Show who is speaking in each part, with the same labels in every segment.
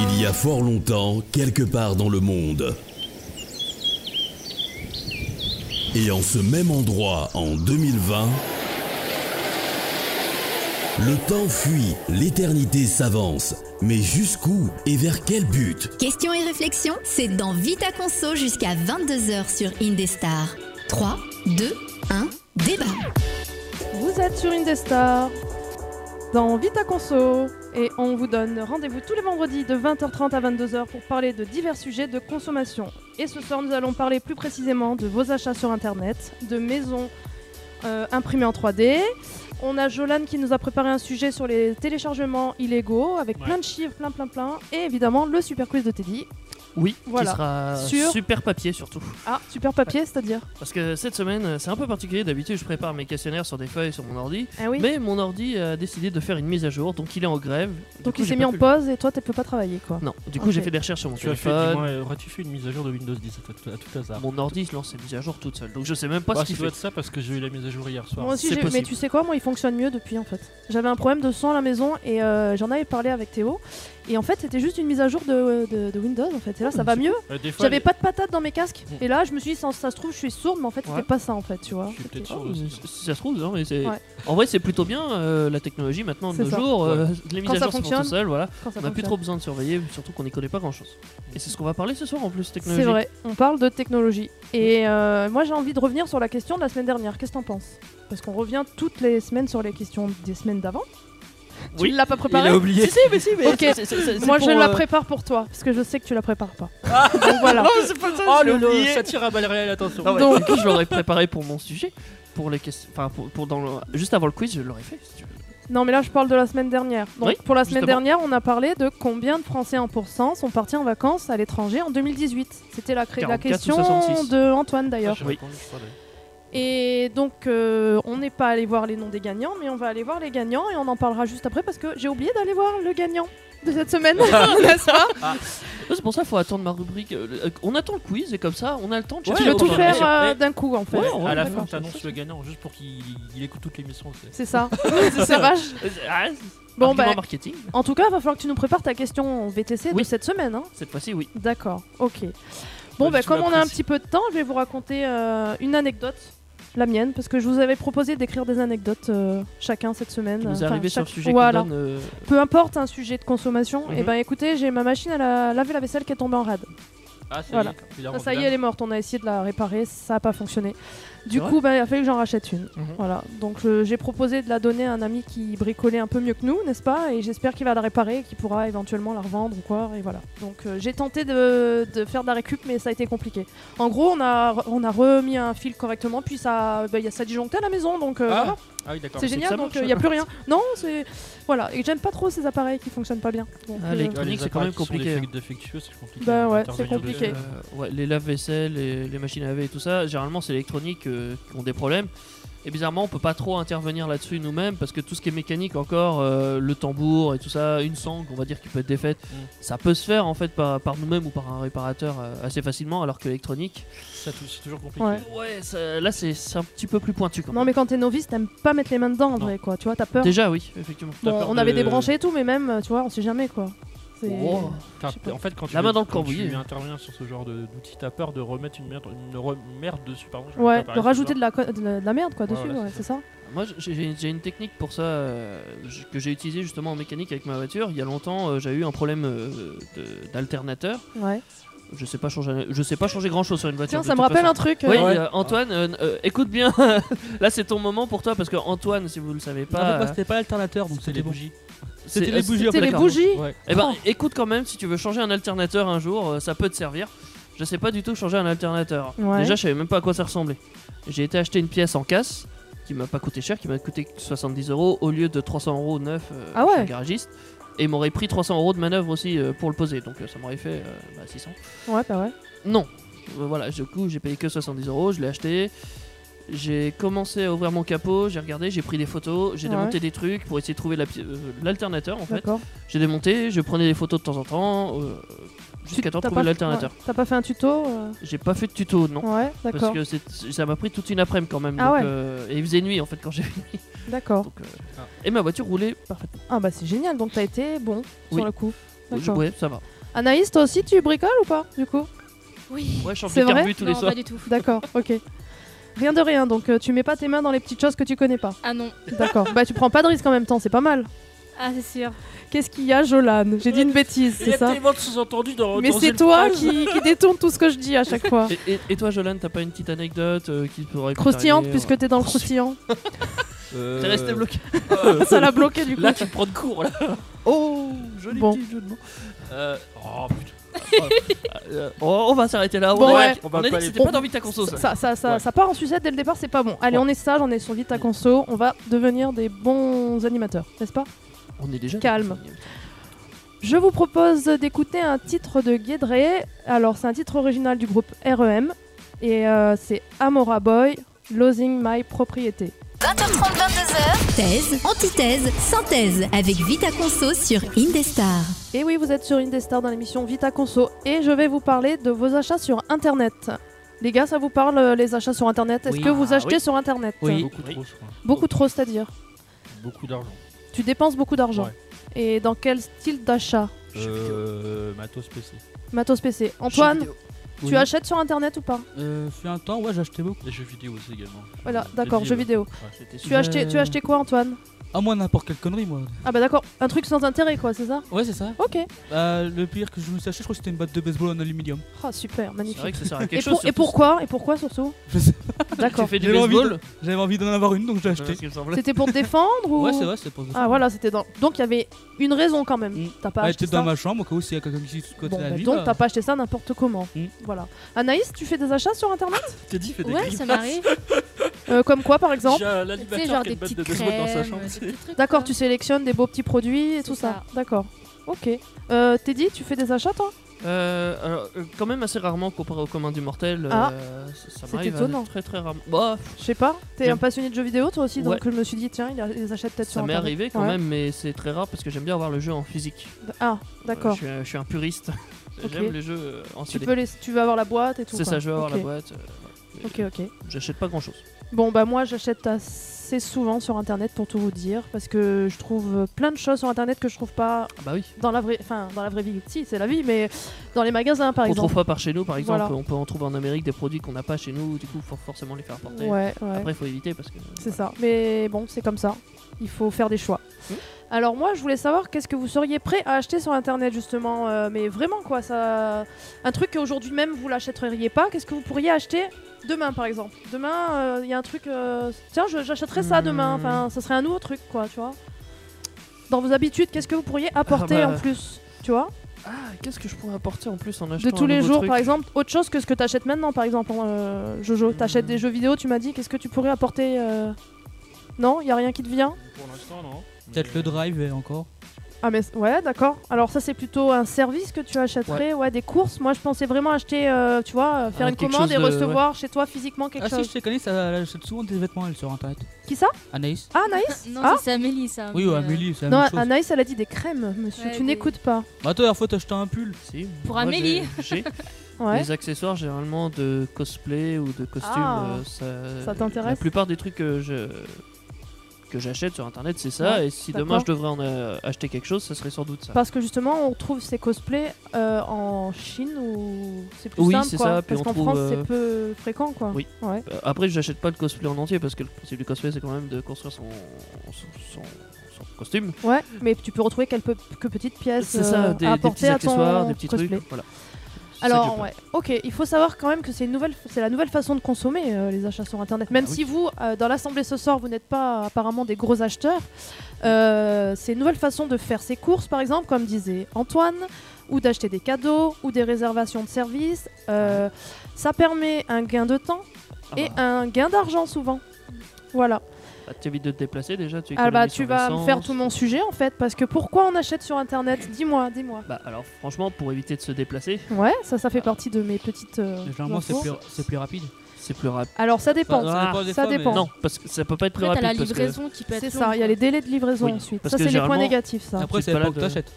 Speaker 1: Il y a fort longtemps, quelque part dans le monde. Et en ce même endroit, en 2020, le temps fuit, l'éternité s'avance. Mais jusqu'où et vers quel but
Speaker 2: Questions et réflexions, c'est dans Vita Conso jusqu'à 22h sur Indestar. 3, 2, 1, débat.
Speaker 3: Vous êtes sur Indestar dans Vita Conso et on vous donne rendez-vous tous les vendredis de 20h30 à 22h pour parler de divers sujets de consommation. Et ce soir, nous allons parler plus précisément de vos achats sur internet, de maisons euh, imprimées en 3D. On a Jolan qui nous a préparé un sujet sur les téléchargements illégaux avec plein de chiffres, plein, plein, plein. Et évidemment, le super quiz de Teddy.
Speaker 4: Oui,
Speaker 3: Voilà.
Speaker 4: qui sera
Speaker 3: Sur-
Speaker 4: super papier surtout.
Speaker 3: Ah, super papier, c'est-à-dire
Speaker 4: Parce que cette semaine, euh, c'est un peu particulier. D'habitude, je prépare mes questionnaires sur des feuilles sur mon ordi.
Speaker 3: Ah oui.
Speaker 4: Mais mon ordi a décidé de faire une mise à jour, donc il est en grève. Du
Speaker 3: Donc
Speaker 4: coup,
Speaker 3: il
Speaker 4: j'ai
Speaker 3: s'est
Speaker 4: pas
Speaker 3: mis en
Speaker 4: pu-
Speaker 3: pause et toi, tu peux pas travailler, quoi.
Speaker 4: Non, du coup, j'ai
Speaker 3: Ok.
Speaker 4: fait des recherches sur mon
Speaker 5: Tu as fait,
Speaker 4: téléphone.
Speaker 5: dis-moi, euh, aurais-tu fait une mise à jour de Windows 10 à tout, à tout hasard
Speaker 4: Mon ordi se lance ses mises à jour toute seule. Donc je sais même pas
Speaker 5: Bah,
Speaker 4: ce qu'il
Speaker 5: ça doit
Speaker 4: fait.
Speaker 5: être ça parce que j'ai eu la mise à jour hier soir.
Speaker 3: Moi aussi,
Speaker 4: c'est
Speaker 3: j'ai- mais
Speaker 4: possible.
Speaker 3: tu sais quoi, moi il fonctionne mieux depuis en fait. J'avais un problème de son à la maison et euh, j'en avais parlé avec Théo. Et en fait, c'était juste une mise à jour de, de- de Windows en fait. Et là, ça va mieux.
Speaker 5: Euh, des fois,
Speaker 3: J'avais
Speaker 5: les-
Speaker 3: pas de patate dans mes casques.
Speaker 5: Mm.
Speaker 3: Et là, je me suis dit, ça, ça se trouve, je suis sourde, mais en fait,
Speaker 4: Ouais.
Speaker 3: c'était pas ça en fait, tu vois.
Speaker 5: Je suis peut-être
Speaker 3: C'était-
Speaker 5: sourd
Speaker 4: Oh,
Speaker 5: aussi.
Speaker 4: si ça se trouve, non, mais c'est.
Speaker 3: Ouais.
Speaker 4: En vrai, c'est plutôt bien euh, la technologie maintenant de
Speaker 3: C'est
Speaker 4: nos
Speaker 3: ça.
Speaker 4: jours. euh, les mises
Speaker 3: Quand
Speaker 4: à
Speaker 3: ça
Speaker 4: jour se font
Speaker 3: fonctionne,
Speaker 4: tout seules, voilà.
Speaker 3: quand ça
Speaker 4: On n'a plus
Speaker 3: fonctionne.
Speaker 4: trop besoin de surveiller, surtout qu'on n'y connaît pas grand chose. Et c'est ce qu'on va parler ce soir en plus, technologie.
Speaker 3: C'est vrai, on parle de technologie. Et euh, moi, j'ai envie de revenir sur la question de la semaine dernière. Qu'est-ce que t'en penses Parce qu'on revient toutes les semaines sur les questions des semaines d'avant.
Speaker 4: Oui.
Speaker 3: Tu l'as pas préparé
Speaker 4: oublié. Si, si, mais si, mais.
Speaker 3: Ok.
Speaker 4: c'est- c'est- c'est- c'est
Speaker 3: Moi,
Speaker 4: pour,
Speaker 3: je la
Speaker 4: euh,
Speaker 3: prépare pour toi, parce que je sais que tu la prépares pas. Donc voilà.
Speaker 5: Oh, le, le- ça tire à balles réelles, attention.
Speaker 4: Non, mais
Speaker 3: Donc-
Speaker 4: du coup, je l'aurais préparé pour mon sujet. Pour les questions. Enfin, pour, pour dans le- juste avant le quiz, je l'aurais fait. si tu veux.
Speaker 3: Non, mais là, je parle de la semaine dernière. Donc,
Speaker 4: Oui,
Speaker 3: pour la semaine
Speaker 4: justement.
Speaker 3: dernière, on a parlé de combien de Français en pourcent sont partis en vacances à l'étranger en 2018. C'était la, cré- la
Speaker 4: 44 ou
Speaker 3: question
Speaker 4: 66.
Speaker 3: de Antoine,
Speaker 5: Ah,
Speaker 3: d'ailleurs.
Speaker 5: j'ai
Speaker 4: Oui.
Speaker 5: répondu, je crois, d'ailleurs.
Speaker 3: Et donc, euh, on n'est pas allé voir les noms des gagnants, mais on va aller voir les gagnants et on en parlera juste après parce que j'ai oublié d'aller voir le gagnant de cette semaine,
Speaker 4: Ah,
Speaker 3: n'est-ce pas
Speaker 4: Ouais, C'est pour ça qu'il faut attendre ma rubrique. euh, le- euh, On attend le quiz et comme ça, on a le temps de
Speaker 5: Ouais,
Speaker 3: Tu
Speaker 4: chercher
Speaker 3: veux
Speaker 5: on
Speaker 3: tout
Speaker 5: va
Speaker 4: autre
Speaker 3: faire
Speaker 4: chose.
Speaker 5: aller
Speaker 3: euh,
Speaker 5: après.
Speaker 3: d'un coup, en fait.
Speaker 4: Ouais, ouais,
Speaker 5: à la fin,
Speaker 3: d'accord.
Speaker 5: t'annonces le gagnant juste pour qu'il il écoute toute l'émission. tu sais.
Speaker 3: C'est ça, c'est vache.
Speaker 4: Ah,
Speaker 3: Bon,
Speaker 4: argument
Speaker 3: bah,
Speaker 4: marketing.
Speaker 3: en tout cas, il va falloir que tu nous prépares ta question VTC de
Speaker 4: Oui.
Speaker 3: cette semaine. Hein.
Speaker 4: Cette fois-ci, oui.
Speaker 3: D'accord, ok. Bon,
Speaker 5: Vas-y,
Speaker 3: bah,
Speaker 5: tu
Speaker 3: comme on a un
Speaker 5: m'apprécies.
Speaker 3: petit peu de temps, je vais vous raconter euh, une anecdote, la mienne, parce que je vous avais proposé d'écrire des anecdotes euh, chacun cette semaine.
Speaker 4: Tu nous est
Speaker 3: Enfin,
Speaker 4: arrivé sur
Speaker 3: chaque-
Speaker 4: le sujet
Speaker 3: Voilà.
Speaker 4: qu'on donne. euh,
Speaker 3: Peu importe un sujet de consommation, et
Speaker 4: Mhm.
Speaker 3: ben écoutez, j'ai ma machine à la- laver la vaisselle qui est tombée en rade.
Speaker 5: Ah, ça
Speaker 3: Voilà.
Speaker 5: y est, il a
Speaker 3: Ah, ça y
Speaker 5: rendu
Speaker 3: est, elle est morte, on a essayé de la réparer, ça n'a pas fonctionné. Du
Speaker 4: C'est
Speaker 3: coup, bah, il a fallu que j'en rachète une.
Speaker 4: Mhm.
Speaker 3: Voilà, donc euh, j'ai proposé de la donner à un ami qui bricolait un peu mieux que nous, n'est-ce pas Et j'espère qu'il va la réparer et qu'il pourra éventuellement la revendre ou quoi, et voilà. Donc euh, j'ai tenté de, de faire de la récup, mais ça a été compliqué. En gros, on a, on a remis un fil correctement, puis ça, bah, il y a ça disjoncté à la maison, donc euh,
Speaker 5: Ah,
Speaker 3: voilà.
Speaker 5: Ah oui, d'accord.
Speaker 3: c'est
Speaker 4: c'est que
Speaker 3: génial,
Speaker 4: ça
Speaker 3: donc euh,
Speaker 4: marche.
Speaker 3: il n'y a plus rien. Non, c'est... Voilà, et j'aime pas trop ces appareils qui fonctionnent pas bien. Donc,
Speaker 4: Ah, les
Speaker 3: euh,
Speaker 5: Ouais,
Speaker 4: Chronique,
Speaker 5: les
Speaker 4: c'est quand même
Speaker 5: appareils qui sont
Speaker 4: compliqué.
Speaker 5: défect- défectueux, c'est compliqué.
Speaker 3: Bah ouais,
Speaker 5: d'intervenir
Speaker 3: c'est compliqué.
Speaker 5: dessus.
Speaker 4: euh, ouais, les lave-vaisselle, les, les machines à laver et tout ça, généralement, c'est l'électronique euh, qui ont des problèmes. Et bizarrement, on peut pas trop intervenir là-dessus nous-mêmes parce que tout ce qui est mécanique, encore euh, le tambour et tout ça, une sangle, on va dire, qui peut être défaite,
Speaker 5: Mm.
Speaker 4: ça peut se faire en fait par, par nous-mêmes ou par un réparateur euh, assez facilement, alors que l'électronique,
Speaker 5: Ça, tout- C'est toujours compliqué.
Speaker 3: Ouais.
Speaker 4: ouais, ça- là c'est c'est un petit peu plus pointu quand
Speaker 3: Non,
Speaker 4: même.
Speaker 3: mais quand t'es novice, t'aimes pas mettre les mains dedans en
Speaker 5: Non.
Speaker 3: vrai, quoi. Tu vois, t'as peur.
Speaker 4: Déjà, oui, effectivement.
Speaker 5: t'as
Speaker 3: Bon,
Speaker 5: peur
Speaker 3: on avait
Speaker 5: de-
Speaker 3: débranché et tout, mais même, euh, tu vois, on sait jamais quoi. C'est-
Speaker 4: Oh.
Speaker 5: T'as-
Speaker 3: Je sais pas.
Speaker 5: En fait, quand tu,
Speaker 4: La main
Speaker 5: veux-
Speaker 4: dans le
Speaker 5: quand tu
Speaker 4: cambouis.
Speaker 5: interviens sur ce genre de- d'outil, t'as peur de remettre une merde, une re- merde dessus. Pardon, je
Speaker 3: Ouais,
Speaker 5: vais pas
Speaker 3: de
Speaker 5: parler
Speaker 3: rajouter
Speaker 5: ce
Speaker 3: de la, co- de la- de la merde quoi
Speaker 5: Ouais,
Speaker 3: dessus,
Speaker 5: voilà,
Speaker 3: ouais, c'est ça.
Speaker 4: Moi, j'ai- j'ai j'ai une technique pour ça euh, j- que j'ai utilisée justement en mécanique avec ma voiture. Il y a longtemps, euh, j'ai eu un problème euh, de- d'alternateur.
Speaker 3: Ouais.
Speaker 4: Je sais pas changer, je sais pas changer grand chose sur une voiture.
Speaker 3: Tiens,
Speaker 4: de
Speaker 3: ça me
Speaker 4: toute
Speaker 3: rappelle
Speaker 4: façon.
Speaker 3: un truc. euh,
Speaker 4: Oui,
Speaker 5: Ouais.
Speaker 4: euh, Antoine, euh, euh, écoute bien. Là, c'est ton moment pour toi parce que Antoine, si vous le savez
Speaker 6: En
Speaker 4: Ah,
Speaker 6: fait,
Speaker 3: Ah,
Speaker 4: bah, pas,
Speaker 6: moi, c'était pas l'alternateur, donc
Speaker 5: C'était les
Speaker 6: c'était bon.
Speaker 5: bougies.
Speaker 4: c'est-
Speaker 6: c'était les
Speaker 4: euh,
Speaker 6: bougies,
Speaker 3: C'était les
Speaker 4: d'accord.
Speaker 3: bougies.
Speaker 5: Ouais.
Speaker 4: Eh ben, écoute quand même, si tu veux changer un alternateur un jour, euh, ça peut te servir. Je sais pas du tout changer un alternateur.
Speaker 3: Ouais.
Speaker 4: Déjà, je savais même pas à quoi ça ressemblait. J'ai été acheter une pièce en casse qui m'a pas coûté cher, qui m'a coûté 70 euros au lieu de 300 euros neuf euh,
Speaker 3: Ah ouais.
Speaker 4: chez le garagiste. Et il m'aurait pris 300 euros de manœuvre aussi euh, pour le poser, donc euh, ça m'aurait fait euh, bah, 600.
Speaker 3: Ouais, bah ouais.
Speaker 4: Non, Euh, voilà, du coup j'ai payé que 70 euros, je l'ai acheté. J'ai commencé à ouvrir mon capot, j'ai regardé, j'ai pris des photos, j'ai
Speaker 3: Ouais.
Speaker 4: démonté des trucs pour essayer de trouver la pi- euh, l'alternateur en fait.
Speaker 3: D'accord.
Speaker 4: J'ai démonté, je prenais des photos de temps en temps, euh, jusqu'à temps de
Speaker 3: T'as
Speaker 4: trouver
Speaker 3: pas-
Speaker 4: l'alternateur.
Speaker 3: ouais, T'as pas fait un tuto euh,
Speaker 4: J'ai pas fait de tuto, non.
Speaker 3: Ouais,
Speaker 4: Parce
Speaker 3: Ah, d'accord.
Speaker 4: que c'est- ça m'a pris toute une après-midi quand même.
Speaker 3: Ah
Speaker 4: donc,
Speaker 3: ouais.
Speaker 4: euh, et il faisait nuit en fait quand j'ai fini.
Speaker 3: D'accord.
Speaker 4: Donc, euh,
Speaker 5: Ah.
Speaker 4: Et ma voiture roulait parfaitement.
Speaker 3: Ah bah c'est génial, donc t'as été bon
Speaker 4: Oui.
Speaker 3: sur le coup.
Speaker 4: Je-
Speaker 3: D'accord.
Speaker 4: Ouais, ça va.
Speaker 3: Anaïs, toi aussi, tu bricoles ou pas, du coup
Speaker 6: Oui.
Speaker 4: Ouais, je change
Speaker 3: C'est
Speaker 4: de
Speaker 3: vrai
Speaker 4: carbu tous les
Speaker 6: non,
Speaker 4: soirs.
Speaker 6: pas du tout.
Speaker 3: D'accord, ok. Rien de rien, donc euh, tu mets pas tes mains dans les petites choses que tu connais pas.
Speaker 6: Ah non.
Speaker 3: D'accord. bah tu prends pas de risque en même temps, c'est pas mal.
Speaker 6: Ah, c'est sûr.
Speaker 3: Qu'est-ce qu'il y a, Jolan J'ai dit une bêtise,
Speaker 5: Il y
Speaker 3: c'est
Speaker 5: a
Speaker 3: ça
Speaker 5: tellement de sous-entendus
Speaker 4: Oh,
Speaker 5: dans
Speaker 3: Mais
Speaker 5: dans
Speaker 3: c'est
Speaker 5: une
Speaker 3: toi
Speaker 5: phrase.
Speaker 3: qui, qui détourne tout ce que je dis à chaque fois.
Speaker 4: Et, et- et toi, Jolan, t'as pas une petite anecdote euh, qui pourrait.
Speaker 3: Croustillante,
Speaker 4: t'arriver,
Speaker 3: puisque t'es dans le croustillant.
Speaker 4: euh,
Speaker 5: Euh,
Speaker 4: T'es resté bloqué.
Speaker 3: ça l'a bloqué du coup.
Speaker 4: Là, tu me prends de cours, là. Oh, joli
Speaker 3: Bon.
Speaker 4: petit jeu de mots.
Speaker 5: euh, oh, putain.
Speaker 4: Euh, on on va s'arrêter là.
Speaker 3: Bon,
Speaker 4: on, a-
Speaker 3: ouais.
Speaker 4: on a dit que c'était
Speaker 3: On-
Speaker 4: pas dans Vita Conso, ça.
Speaker 3: Ça, ça, ça,
Speaker 5: Ouais.
Speaker 3: ça part en sucette dès le départ, c'est pas bon. Allez,
Speaker 4: Ouais.
Speaker 3: on est sage, on est sur vite à conso, on va devenir des bons animateurs, n'est-ce pas
Speaker 4: On est déjà.
Speaker 3: Calme. Je vous propose d'écouter un titre de Guédré. Alors, c'est un titre original du groupe REM et euh, c'est Amora Boy, Losing My Propriété.
Speaker 2: 20h30, 22h. Thèse, antithèse, synthèse avec Vita Conso sur Indestar.
Speaker 3: Et oui, vous êtes sur Indestar dans l'émission Vita Conso et je vais vous parler de vos achats sur internet. Les gars, ça vous parle euh, les achats sur internet Est-ce
Speaker 4: Oui.
Speaker 3: que vous
Speaker 4: Ah,
Speaker 3: achetez
Speaker 4: oui.
Speaker 3: sur internet
Speaker 4: Oui.
Speaker 5: Beaucoup trop, je crois.
Speaker 3: Beaucoup trop, c'est-à-dire
Speaker 5: Beaucoup d'argent.
Speaker 3: Tu dépenses beaucoup d'argent.
Speaker 5: Ouais.
Speaker 3: Et dans quel style d'achat
Speaker 5: Euh, matos PC.
Speaker 3: Matos PC. Antoine,
Speaker 7: Oui.
Speaker 3: tu achètes sur internet ou pas
Speaker 7: Euh, fut un temps, ouais, j'achetais beaucoup.
Speaker 5: Les jeux vidéo aussi également.
Speaker 3: Voilà,
Speaker 5: Jeux
Speaker 3: d'accord, jeux vidéo. Tu as,
Speaker 7: Euh,
Speaker 3: acheté, tu as acheté quoi, Antoine
Speaker 7: Ah, moi, n'importe quelle connerie, moi.
Speaker 3: Ah, bah d'accord, un truc sans intérêt, quoi, c'est ça
Speaker 7: Ouais, c'est ça.
Speaker 3: Ok.
Speaker 7: Bah, le pire que je me suis acheté, je crois que c'était une batte de baseball en aluminium.
Speaker 3: Ah, super,
Speaker 4: C'est
Speaker 3: magnifique.
Speaker 4: vrai que ça sert à
Speaker 3: Et,
Speaker 4: quelque
Speaker 3: pour-
Speaker 4: chose.
Speaker 3: et pourquoi Et pourquoi surtout
Speaker 7: Je sais
Speaker 4: D'accord.
Speaker 3: D'accord.
Speaker 4: Tu fais du
Speaker 7: J'avais envie de-
Speaker 4: baseball
Speaker 7: J'avais envie d'en avoir une, donc j'ai acheté.
Speaker 4: Euh, ce qui me semblait.
Speaker 3: C'était pour te défendre ou
Speaker 7: Ouais, c'est vrai, c'est pour
Speaker 3: Ah, bah, voilà, c'était dans. Donc il y avait une raison quand même.
Speaker 7: Mm.
Speaker 3: T'as pas
Speaker 4: Ah,
Speaker 7: Elle
Speaker 3: acheté
Speaker 7: était
Speaker 3: ça.
Speaker 7: dans ma chambre, au cas où s'il y a quelqu'un qui se
Speaker 3: Bon,
Speaker 7: côté la
Speaker 3: bah,
Speaker 7: vie.
Speaker 3: donc
Speaker 7: bah,
Speaker 3: t'as pas acheté ça n'importe comment.
Speaker 7: Mm.
Speaker 3: Voilà. Anaïs, tu fais des achats sur internet
Speaker 5: T'es dit, fait des
Speaker 6: Ouais,
Speaker 5: grimaces.
Speaker 6: ça m'arrive.
Speaker 3: Euh, Comme quoi par exemple
Speaker 5: J'ai un
Speaker 6: Tu sais, genre
Speaker 5: animateur qui a
Speaker 6: des
Speaker 5: une batte
Speaker 6: petites
Speaker 5: de baseball dans sa
Speaker 6: crèmes.
Speaker 5: chambre.
Speaker 6: des
Speaker 5: tu sais.
Speaker 6: petits trucs,
Speaker 3: D'accord,
Speaker 6: quoi.
Speaker 3: tu sélectionnes des beaux petits produits et tout ça.
Speaker 6: ça.
Speaker 3: D'accord. Ok. Euh, Teddy, tu fais des achats toi
Speaker 4: Euh, alors, euh, quand même assez rarement comparé au commun du mortel. euh,
Speaker 3: Ah.
Speaker 4: ça- ça
Speaker 3: C'est
Speaker 4: m'arrive euh,
Speaker 3: étonnant.
Speaker 4: très très rarement. Bah, pff,
Speaker 3: Je sais pas. T'es
Speaker 4: J'aime-
Speaker 3: un passionné de jeux vidéo toi aussi, donc
Speaker 4: Ouais.
Speaker 3: je me suis dit tiens, il a- il les achète peut-être sur
Speaker 4: ça m'est
Speaker 3: internet.
Speaker 4: arrivé quand
Speaker 3: Ouais.
Speaker 4: même, mais c'est très rare parce que j'aime bien avoir le jeu en physique.
Speaker 3: Ah, d'accord.
Speaker 4: Euh, je suis un- je, suis un puriste.
Speaker 3: Ok.
Speaker 4: J'aime les jeux euh, en
Speaker 3: tu
Speaker 4: CD.
Speaker 3: peux les, tu veux avoir la boîte et tout.
Speaker 4: C'est
Speaker 3: quoi.
Speaker 4: ça, je veux avoir
Speaker 3: Ok.
Speaker 4: la boîte. euh, voilà.
Speaker 3: Ok, ok.
Speaker 4: J'achète pas grand chose.
Speaker 3: Bon bah moi j'achète assez souvent sur internet pour tout vous dire parce que je trouve plein de choses sur internet que je trouve pas
Speaker 4: Ah bah oui.
Speaker 3: dans la vraie enfin dans la vraie vie si c'est la vie mais dans les magasins par exemple.
Speaker 4: Autrefois, par chez nous, par exemple,
Speaker 3: Voilà.
Speaker 4: on peut en trouver en Amérique des produits qu'on n'a pas chez nous, du coup, faut forcément les faire porter.
Speaker 3: Ouais ouais.
Speaker 4: Après, faut éviter parce que.
Speaker 3: c'est ça. Mais bon c'est comme ça. Il faut faire des choix.
Speaker 4: Mhm.
Speaker 3: Alors moi je voulais savoir qu'est-ce que vous seriez prêt à acheter sur internet justement euh, mais vraiment quoi ça un truc qu'aujourd'hui même vous l'achèteriez pas qu'est-ce que vous pourriez acheter demain par exemple demain euh, il y a un truc euh, tiens je- j'achèterai ça demain
Speaker 4: Hmm.
Speaker 3: enfin ça serait un nouveau truc quoi tu vois dans vos habitudes qu'est-ce que vous pourriez apporter
Speaker 4: bah.
Speaker 3: en plus tu vois
Speaker 4: Ah, qu'est-ce que je pourrais apporter en plus en
Speaker 3: de
Speaker 4: achetant
Speaker 3: tous les jours par exemple
Speaker 4: exemple
Speaker 3: autre chose que ce que t'achètes maintenant par exemple euh, Jojo t'achètes des jeux vidéo tu m'as dit qu'est-ce que tu pourrais apporter euh, non il y a rien qui te vient
Speaker 5: Pour l'instant, non.
Speaker 7: Peut-être le drive et encore.
Speaker 3: Ah mais ouais d'accord. Alors ça c'est plutôt un service que tu achèterais, ouais, des courses. Moi je pensais vraiment acheter, euh, tu vois, euh, faire
Speaker 4: Ah,
Speaker 3: une
Speaker 4: quelque
Speaker 3: commande et
Speaker 4: chose de-
Speaker 3: recevoir chez toi physiquement quelque
Speaker 7: Ah, si,
Speaker 3: chose.
Speaker 7: je sais qu'Anaïs, elle elle achète souvent des vêtements, elle, sur internet.
Speaker 3: Qui ça
Speaker 7: Anaïs
Speaker 3: Ah Anaïs
Speaker 6: Non,
Speaker 3: Ah
Speaker 6: ça, c'est Amélie, ça.
Speaker 7: Oui,
Speaker 6: mais,
Speaker 7: ouais,
Speaker 6: euh,
Speaker 7: Amélie, c'est la
Speaker 3: Non
Speaker 7: même chose.
Speaker 3: Anaïs elle a dit des crèmes, monsieur.
Speaker 6: Ouais,
Speaker 3: tu
Speaker 6: des-
Speaker 3: n'écoutes pas.
Speaker 7: Bah, toi, la dernière fois, t'as acheté un pull.
Speaker 4: Si,
Speaker 6: Pour
Speaker 4: moi,
Speaker 6: Amélie.
Speaker 4: j'ai- J'ai
Speaker 3: Ouais.
Speaker 4: les accessoires généralement de cosplay ou de costume.
Speaker 3: Ah.
Speaker 4: euh, ça
Speaker 3: Ça t'intéresse
Speaker 4: La plupart des trucs que je que j'achète sur internet, c'est ça.
Speaker 3: Ouais,
Speaker 4: et si
Speaker 3: d'accord.
Speaker 4: demain je devrais en euh, acheter quelque chose, ça serait sans doute ça.
Speaker 3: Parce que justement on trouve ces cosplays euh, en Chine ou c'est plus
Speaker 4: Oui,
Speaker 3: simple
Speaker 4: c'est
Speaker 3: quoi.
Speaker 4: ça, puis
Speaker 3: Parce
Speaker 4: on
Speaker 3: qu'en
Speaker 4: trouve,
Speaker 3: France
Speaker 4: euh,
Speaker 3: c'est peu fréquent quoi.
Speaker 4: Oui.
Speaker 3: Ouais.
Speaker 4: Euh, Après, j'achète pas le cosplay en entier parce que le principe du cosplay, c'est quand même de construire son son, son- son costume.
Speaker 3: Ouais. Mais tu peux retrouver quelques que petites pièces
Speaker 4: C'est ça,
Speaker 3: euh,
Speaker 4: des,
Speaker 3: à
Speaker 4: des
Speaker 3: apporter
Speaker 4: petits
Speaker 3: à ton
Speaker 4: accessoires, des petits
Speaker 3: cosplay.
Speaker 4: trucs. Voilà. C'est ça que je
Speaker 3: Alors
Speaker 4: fais.
Speaker 3: ouais, ok, il faut savoir quand même que c'est une nouvelle, c'est la nouvelle façon de consommer euh, les achats sur internet. Même
Speaker 4: Bah oui.
Speaker 3: si vous, euh, dans l'assemblée ce soir, vous n'êtes pas apparemment des gros acheteurs, euh, c'est une nouvelle façon de faire ses courses, par exemple, comme disait Antoine, ou d'acheter des cadeaux ou des réservations de services. Euh, ça permet un gain de temps
Speaker 4: Ah
Speaker 3: et
Speaker 4: bah,
Speaker 3: un gain d'argent souvent. Voilà.
Speaker 4: bah, t'évites de te déplacer déjà. Tu
Speaker 3: Ah bah
Speaker 4: économises
Speaker 3: tu
Speaker 4: sur
Speaker 3: vas me
Speaker 4: l'essence.
Speaker 3: faire tout mon sujet en fait, parce que pourquoi on achète sur internet Dis-moi, dis-moi.
Speaker 4: Bah alors franchement, pour éviter de se déplacer,
Speaker 3: Ouais, ça, ça fait partie de mes petites. euh,
Speaker 7: Généralement, c'est
Speaker 3: infos.
Speaker 7: plus, c'est plus rapide.
Speaker 4: c'est plus rapide.
Speaker 3: Alors ça dépend.
Speaker 7: Enfin, dépend des
Speaker 3: ça
Speaker 7: fois, mais-
Speaker 3: dépend.
Speaker 4: Non, parce que ça peut pas être plus
Speaker 6: Après, t'as
Speaker 4: rapide.
Speaker 6: la
Speaker 4: parce que-
Speaker 6: livraison qui peut être.
Speaker 3: C'est ça, il y a les délais de livraison
Speaker 4: Oui,
Speaker 3: ensuite.
Speaker 4: parce
Speaker 3: Ça,
Speaker 4: que
Speaker 3: c'est les points
Speaker 4: généralement-
Speaker 3: négatifs, ça.
Speaker 7: Après,
Speaker 4: Tu te
Speaker 7: c'est pas que
Speaker 4: balades,
Speaker 7: t'achètes.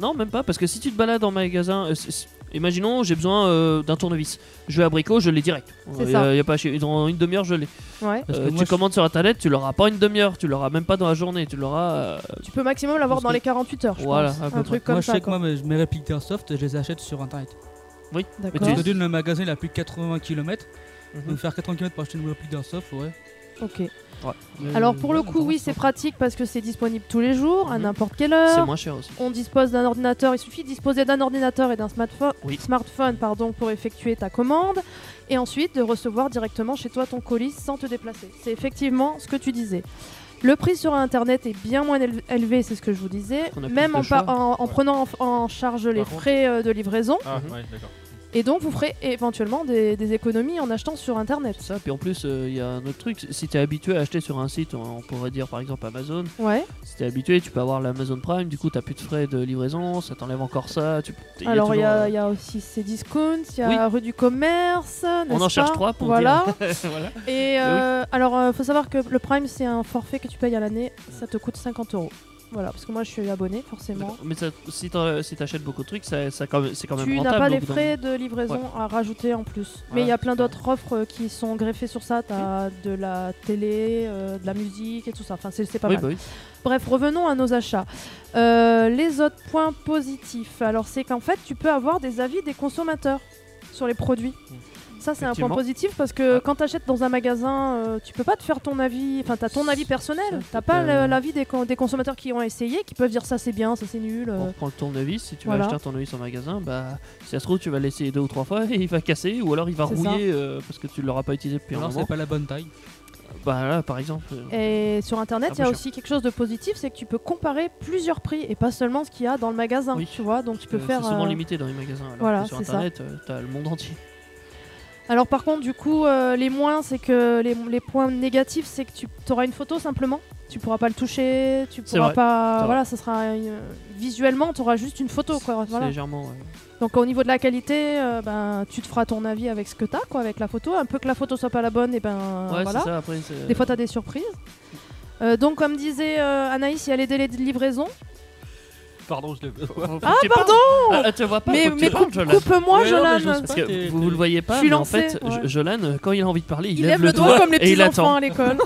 Speaker 4: Non, même pas, parce que si tu te balades en magasin, euh, si- si- Imaginons, j'ai besoin euh, d'un tournevis. Je vais à Brico, je l'ai direct.
Speaker 3: C'est
Speaker 4: Il y a-
Speaker 3: ça.
Speaker 4: il y a pas à chier. Dans une demi-heure, je l'ai.
Speaker 3: Ouais.
Speaker 7: Parce que
Speaker 4: Euh,
Speaker 7: moi,
Speaker 4: tu
Speaker 7: je-
Speaker 4: commandes sur internet, tu l'auras pas une demi-heure, tu l'auras même pas dans la journée, tu l'auras. euh,
Speaker 3: Tu peux maximum l'avoir
Speaker 4: Parce
Speaker 3: dans
Speaker 4: que-
Speaker 3: les 48 heures, je
Speaker 4: Voilà,
Speaker 3: pense.
Speaker 4: à peu
Speaker 3: Un
Speaker 4: près.
Speaker 3: truc comme
Speaker 7: Moi, je
Speaker 3: ça.
Speaker 7: sais que
Speaker 3: quoi.
Speaker 7: moi, mes mes répliques d'Airsoft, je les achète sur internet.
Speaker 4: tu-
Speaker 3: D'accord.
Speaker 7: Parce que d'une, le magasin, il a plus de 80 km.
Speaker 4: Mhm.
Speaker 7: Donc, faire 80 km pour acheter une réplique d'Airsoft, ouais.
Speaker 3: Ok.
Speaker 7: Mais-
Speaker 3: Alors pour le
Speaker 4: Mmh.
Speaker 7: ouais,
Speaker 3: coup,
Speaker 7: attends,
Speaker 3: oui, c'est pratique parce que c'est disponible tous les jours, à
Speaker 4: Mhm.
Speaker 3: n'importe quelle
Speaker 4: C'est
Speaker 3: heure.
Speaker 4: moins cher aussi.
Speaker 3: On dispose d'un ordinateur, il suffit de disposer d'un ordinateur et d'un smartphone,
Speaker 4: Oui.
Speaker 3: smartphone pardon, pour effectuer ta commande et ensuite de recevoir directement chez toi ton colis sans te déplacer. C'est effectivement ce que tu disais. Le prix sur Internet est bien moins éle- élevé, c'est ce que je vous disais,
Speaker 4: On a plus
Speaker 3: même
Speaker 4: de
Speaker 3: en, pa-
Speaker 4: choix.
Speaker 3: en- en
Speaker 5: Ouais.
Speaker 3: prenant en, en charge les
Speaker 5: contre-
Speaker 3: frais euh, de livraison.
Speaker 5: Ah,
Speaker 4: Mhm.
Speaker 5: ouais, d'accord.
Speaker 3: Et donc vous ferez éventuellement des, des économies en achetant sur Internet.
Speaker 4: Ça, puis en plus, euh, il y a un autre truc. Si t'es habitué à acheter sur un site, on pourrait dire par exemple Amazon,
Speaker 3: Ouais.
Speaker 4: si t'es habitué, tu peux avoir l'Amazon Prime, du coup t'as plus de frais de livraison, ça t'enlève encore ça. Tu... y a
Speaker 3: Alors il y, a-
Speaker 4: toujours, euh,
Speaker 3: il y a aussi ces discounts, il y a rue du commerce, n'est-ce
Speaker 4: en cherche
Speaker 3: pas
Speaker 4: trois pour
Speaker 3: voilà.
Speaker 4: euh, voilà.
Speaker 3: Et euh, alors euh, faut savoir que le Prime c'est un forfait que tu payes à l'année, ça te coûte 50 euros. Voilà, parce que moi je suis abonné forcément.
Speaker 4: Mais ça- si t'en- si t'achètes beaucoup de trucs, ça, ça quand même- c'est quand même
Speaker 3: Tu
Speaker 4: rentable.
Speaker 3: n'as pas
Speaker 4: au
Speaker 3: les
Speaker 4: bout d'un
Speaker 3: frais de livraison
Speaker 4: Ouais.
Speaker 3: à rajouter en plus. Mais
Speaker 4: Voilà,
Speaker 3: il y a plein
Speaker 4: c'est vrai.
Speaker 3: d'autres offres euh, qui sont greffées sur ça. Tu as de la télé, euh, de la musique et tout ça. Enfin, c'est c'est pas
Speaker 4: moment.
Speaker 3: mal.
Speaker 4: Oui, bah
Speaker 3: Bref, revenons à nos achats. Euh, les autres points positifs, alors c'est qu'en fait, tu peux avoir des avis des consommateurs sur les produits. Ça, c'est un point
Speaker 4: Mmh. Effectivement. Ah.
Speaker 3: positif parce que
Speaker 4: Ouais.
Speaker 3: quand tu achètes dans un magasin, euh, tu peux pas te faire ton avis, enfin, tu as ton avis personnel,
Speaker 4: c'est
Speaker 3: t'as pas
Speaker 4: pas-
Speaker 3: le- l'avis des, con- des consommateurs qui ont essayé, qui peuvent dire ça c'est bien, ça c'est nul. euh.
Speaker 4: On reprend le tournevis, si tu
Speaker 3: voilà.
Speaker 4: vas acheter un tournevis en magasin, bah si ça se trouve tu vas l'essayer deux ou trois fois et il va casser ou alors il va
Speaker 3: C'est ça.
Speaker 4: rouiller euh, parce que tu l'auras pas utilisé depuis
Speaker 7: Ou
Speaker 4: un
Speaker 7: Alors,
Speaker 4: moment.
Speaker 7: c'est pas la bonne taille.
Speaker 4: Bah là par exemple. euh,
Speaker 3: Et sur internet,
Speaker 4: Un
Speaker 3: il
Speaker 4: peu
Speaker 3: y a
Speaker 4: cher.
Speaker 3: aussi quelque chose de positif, c'est que tu peux comparer plusieurs prix et pas seulement ce qu'il y a dans le magasin,
Speaker 4: Oui.
Speaker 3: tu vois. Donc tu peux
Speaker 4: euh,
Speaker 3: faire.
Speaker 4: C'est souvent
Speaker 3: euh,
Speaker 4: limité dans les magasins. Alors
Speaker 3: voilà,
Speaker 4: que sur
Speaker 3: c'est ça.
Speaker 4: internet, euh, t'as le monde entier.
Speaker 3: Alors par contre, du coup, euh, les moins, c'est que les, les points négatifs, c'est que tu auras une photo simplement. Tu pourras pas le toucher, tu
Speaker 4: C'est
Speaker 3: pourras
Speaker 4: vrai,
Speaker 3: pas.
Speaker 4: c'est
Speaker 3: Voilà, ça sera une- visuellement, tu auras juste une photo, quoi.
Speaker 4: C'est
Speaker 3: Voilà.
Speaker 4: légèrement. ouais.
Speaker 3: Donc au niveau de la qualité, euh, ben tu te feras ton avis avec ce que t'as, quoi, avec la photo. Un peu que la photo soit pas la bonne, et ben
Speaker 4: ouais,
Speaker 3: voilà.
Speaker 4: c'est ça. Après, c'est-
Speaker 3: Des fois, t'as des surprises. Euh, donc comme disait euh, Anaïs, il y a les délais de livraison.
Speaker 5: Pardon, je l'ai.
Speaker 4: Ah, pardon ah, Tu vois pas
Speaker 3: mais
Speaker 4: faut que
Speaker 3: mais
Speaker 4: tu parles,
Speaker 3: coupe-
Speaker 4: Jolan.
Speaker 3: coupe-moi,
Speaker 5: Ouais, non, mais je
Speaker 3: Jolan.
Speaker 4: Parce
Speaker 5: sais pas,
Speaker 4: que
Speaker 5: t'es-
Speaker 4: vous, vous le voyez pas,
Speaker 3: Je suis
Speaker 4: mais en
Speaker 3: lancée,
Speaker 4: fait,
Speaker 3: ouais.
Speaker 4: Jo- Jolan, euh, quand il a envie de parler, il,
Speaker 3: Il lève le doigt comme les
Speaker 4: et il
Speaker 3: petits enfants
Speaker 4: attend.
Speaker 3: à l'école.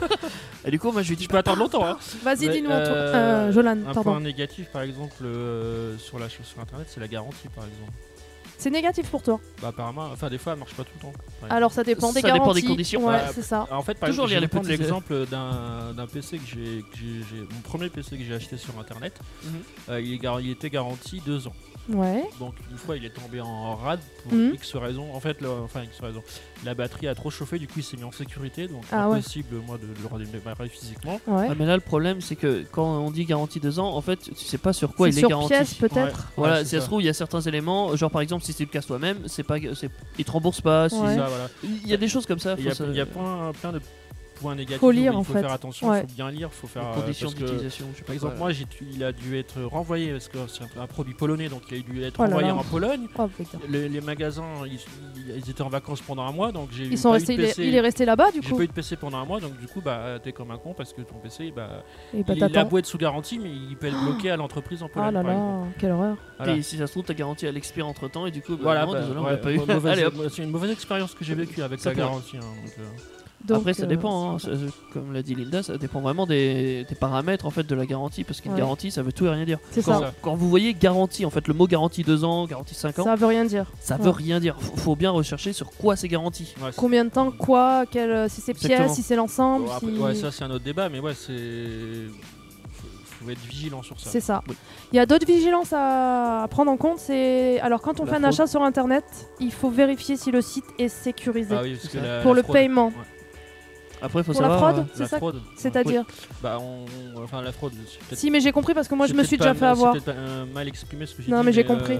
Speaker 4: Et du coup, moi je lui dis
Speaker 5: Tu peux attendre longtemps, hein
Speaker 3: Vas-y,
Speaker 5: Ouais,
Speaker 3: dis-nous, Antoine.
Speaker 5: euh,
Speaker 3: Euh, Jolan,
Speaker 5: Un
Speaker 3: pardon.
Speaker 5: point négatif, par exemple, euh, sur la chose sur internet, c'est la garantie, par exemple.
Speaker 3: C'est négatif pour toi.
Speaker 5: Bah, apparemment, enfin, des fois, elle marche pas tout le temps. Ouais.
Speaker 3: Alors ça dépend des
Speaker 4: Ça dépend
Speaker 3: garanties.
Speaker 4: des conditions.
Speaker 3: Ouais,
Speaker 5: Ouais.
Speaker 3: c'est ça.
Speaker 5: En fait, par
Speaker 4: Toujours
Speaker 5: exemple, je
Speaker 4: lire les
Speaker 5: vais prendre
Speaker 4: petits-
Speaker 5: l'exemple d'un d'un PC que j'ai, que j'ai- j'ai- mon premier PC que j'ai acheté sur internet.
Speaker 4: Mhm.
Speaker 5: Euh, il, est gar- il était garanti deux ans.
Speaker 3: Ouais.
Speaker 5: Donc une fois, il est tombé en rade pour
Speaker 3: Mhm.
Speaker 5: X raisons. En fait, le- enfin X raisons. La batterie a trop chauffé, du coup, il s'est mis en sécurité, donc
Speaker 3: Ah ouais.
Speaker 5: impossible moi de, de le redémarrer physiquement.
Speaker 3: Ouais.
Speaker 4: Ah, mais là, le problème, c'est que quand on dit garantie 2 ans, en fait, tu sais pas sur quoi
Speaker 3: C'est
Speaker 4: il est
Speaker 3: sur
Speaker 4: garanti.
Speaker 3: pièce peut-être.
Speaker 5: Ouais,
Speaker 4: Voilà,
Speaker 5: c'est
Speaker 4: si ça
Speaker 5: ça.
Speaker 4: se trouve, il y a certains éléments, genre par exemple, si tu le casses toi-même, c'est pas, c'est, ils te remboursent pas. si-
Speaker 3: Ouais.
Speaker 5: Ça, voilà.
Speaker 4: Il y a des choses comme ça.
Speaker 5: Il y a,
Speaker 4: faut
Speaker 5: il y a
Speaker 4: se-
Speaker 5: plein, plein de points négatifs.
Speaker 3: Faut
Speaker 5: où
Speaker 3: lire,
Speaker 5: il
Speaker 3: en
Speaker 5: faut
Speaker 3: fait.
Speaker 5: faire attention,
Speaker 3: Ouais.
Speaker 5: faut bien lire, faut faire.
Speaker 4: les
Speaker 5: euh,
Speaker 4: conditions
Speaker 5: parce que,
Speaker 4: d'utilisation. je sais
Speaker 5: Par
Speaker 4: pas
Speaker 5: exemple,
Speaker 4: quoi,
Speaker 5: moi, j'ai dû- il a dû être renvoyé parce que c'est un, un produit polonais, donc il a dû être
Speaker 3: Oh là
Speaker 5: renvoyé
Speaker 3: là.
Speaker 5: en Pologne.
Speaker 3: Oh, putain.
Speaker 5: Les, les magasins, ils, ils étaient en vacances pendant un mois, donc j'ai eu-
Speaker 3: Ils sont
Speaker 5: pas eu
Speaker 3: restés,
Speaker 5: de
Speaker 3: il, est,
Speaker 5: PC.
Speaker 3: il est resté là-bas du
Speaker 5: J'ai
Speaker 3: coup.
Speaker 5: pas eu de PC pendant un mois, donc du coup, bah, t'es comme un con parce que ton PC, bah,
Speaker 3: Et bah
Speaker 5: il il a
Speaker 3: t'attends.
Speaker 5: beau être sous garantie, mais il peut être bloqué à l'entreprise en
Speaker 3: Ah
Speaker 5: Pologne.
Speaker 3: là
Speaker 5: par exemple.
Speaker 3: là, quelle horreur.
Speaker 5: voilà.
Speaker 4: Et si ça se trouve, t'as garantie à l'expire entre temps, et du coup, bah,
Speaker 5: Voilà,
Speaker 4: non,
Speaker 5: bah,
Speaker 4: désolé, on
Speaker 5: ouais,
Speaker 4: l'a pas eu.
Speaker 5: mauvaise-
Speaker 4: Allez, hop.
Speaker 5: c'est une mauvaise expérience que j'ai vécue avec
Speaker 4: Ça
Speaker 5: la
Speaker 4: pourrait.
Speaker 5: garantie. hein, donc, euh,
Speaker 3: Donc,
Speaker 4: Après, ça
Speaker 3: euh,
Speaker 4: dépend, hein, ça- ça- comme l'a dit Linda, ça dépend vraiment des, des paramètres en fait de la garantie, parce qu'une
Speaker 3: Ouais.
Speaker 4: garantie, ça veut tout et rien dire.
Speaker 3: C'est
Speaker 4: Quand,
Speaker 3: ça.
Speaker 4: quand vous voyez garantie, en fait, le mot garantie 2 ans, garantie 5 ans, ça,
Speaker 3: Ça veut rien dire.
Speaker 4: veut rien dire. Faut, faut bien rechercher sur quoi c'est garanti.
Speaker 5: ouais, c'est-
Speaker 3: Combien de temps, quoi, quel, euh, si c'est pièce,
Speaker 4: Exactement.
Speaker 3: si c'est l'ensemble,
Speaker 5: Bon, après,
Speaker 3: si-
Speaker 5: ouais, ça c'est un autre débat, mais ouais, c'est. Faut, faut être vigilant sur ça.
Speaker 3: C'est ça.
Speaker 4: Oui.
Speaker 3: Il y a d'autres vigilances à à prendre en compte. C'est alors quand on
Speaker 4: La
Speaker 3: fait un
Speaker 4: fraude.
Speaker 3: achat sur internet, il faut vérifier si le site est sécurisé
Speaker 5: Ah oui, parce que
Speaker 4: ça.
Speaker 5: la-
Speaker 3: pour le
Speaker 5: la fraude-
Speaker 3: paiement.
Speaker 5: Ouais.
Speaker 4: Après, faut
Speaker 3: Pour la
Speaker 4: savoir.
Speaker 3: fraude,
Speaker 4: euh,
Speaker 3: c'est
Speaker 5: La
Speaker 3: ça.
Speaker 5: fraude.
Speaker 3: C'est-à-dire.
Speaker 5: Bah, on, on- enfin, la fraude. c'est peut-être-
Speaker 3: Si, mais j'ai compris parce que moi je
Speaker 5: c'est
Speaker 3: me suis
Speaker 5: peut-être
Speaker 3: déjà
Speaker 5: pas-
Speaker 3: fait avoir.
Speaker 5: C'est peut-être pas, euh, mal exprimé ce que j'ai
Speaker 3: Non,
Speaker 5: dit, euh,
Speaker 3: mais j'ai compris.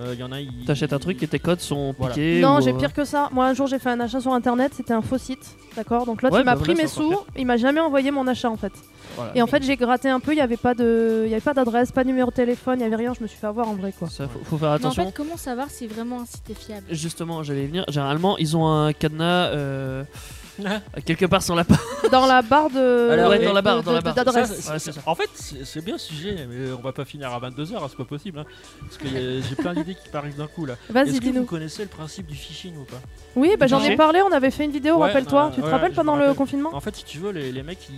Speaker 5: Il y en a. ils-
Speaker 4: euh, T'achètes un truc et tes codes sont
Speaker 5: Voilà.
Speaker 4: piqués.
Speaker 3: Non,
Speaker 4: ou,
Speaker 3: j'ai
Speaker 4: euh,
Speaker 3: pire que ça. Moi, un jour, j'ai fait un achat sur internet, c'était un faux site. D'accord Donc là,
Speaker 4: Ouais,
Speaker 3: il m'a
Speaker 4: bah
Speaker 3: pris
Speaker 4: voilà,
Speaker 3: mes
Speaker 4: c'est encore
Speaker 3: sous, il m'a jamais envoyé mon achat en fait.
Speaker 5: Voilà.
Speaker 3: Et en fait, j'ai gratté un peu, il n'y avait pas de il y avait pas d'adresse, pas de numéro de téléphone, il n'y avait rien, je me suis fait avoir en vrai quoi.
Speaker 4: Ça, faut, faut faire
Speaker 6: Mais en
Speaker 4: attention.
Speaker 6: fait, comment savoir si vraiment un site est fiable
Speaker 4: Justement, j'allais y venir. Généralement, ils ont un cadenas. euh, euh, quelque part sur la part.
Speaker 3: Dans la barre de.
Speaker 5: Alors,
Speaker 4: ouais,
Speaker 5: et-
Speaker 4: dans la barre,
Speaker 3: de-
Speaker 4: dans la
Speaker 3: de-
Speaker 4: barre.
Speaker 3: d'adresse.
Speaker 4: Ça, c'est- ouais, c'est ça.
Speaker 5: En fait, c'est c'est bien ce sujet, mais euh, on va pas finir à 22h, c'est pas possible. hein. parce que y a- j'ai plein d'idées qui paraissent d'un coup là.
Speaker 3: Vas-y,
Speaker 5: Est-ce que vous
Speaker 3: dis-nous.
Speaker 5: connaissez le principe du phishing ou pas
Speaker 3: Oui, bah, j'en ai
Speaker 4: Touché
Speaker 3: parlé, on avait fait une vidéo,
Speaker 5: Ouais,
Speaker 3: rappelle-toi.
Speaker 5: euh,
Speaker 3: tu te
Speaker 5: ouais,
Speaker 3: rappelles
Speaker 5: je me
Speaker 3: pendant le
Speaker 5: rappelle.
Speaker 3: confinement
Speaker 5: En fait, si tu veux, les, les mecs ils,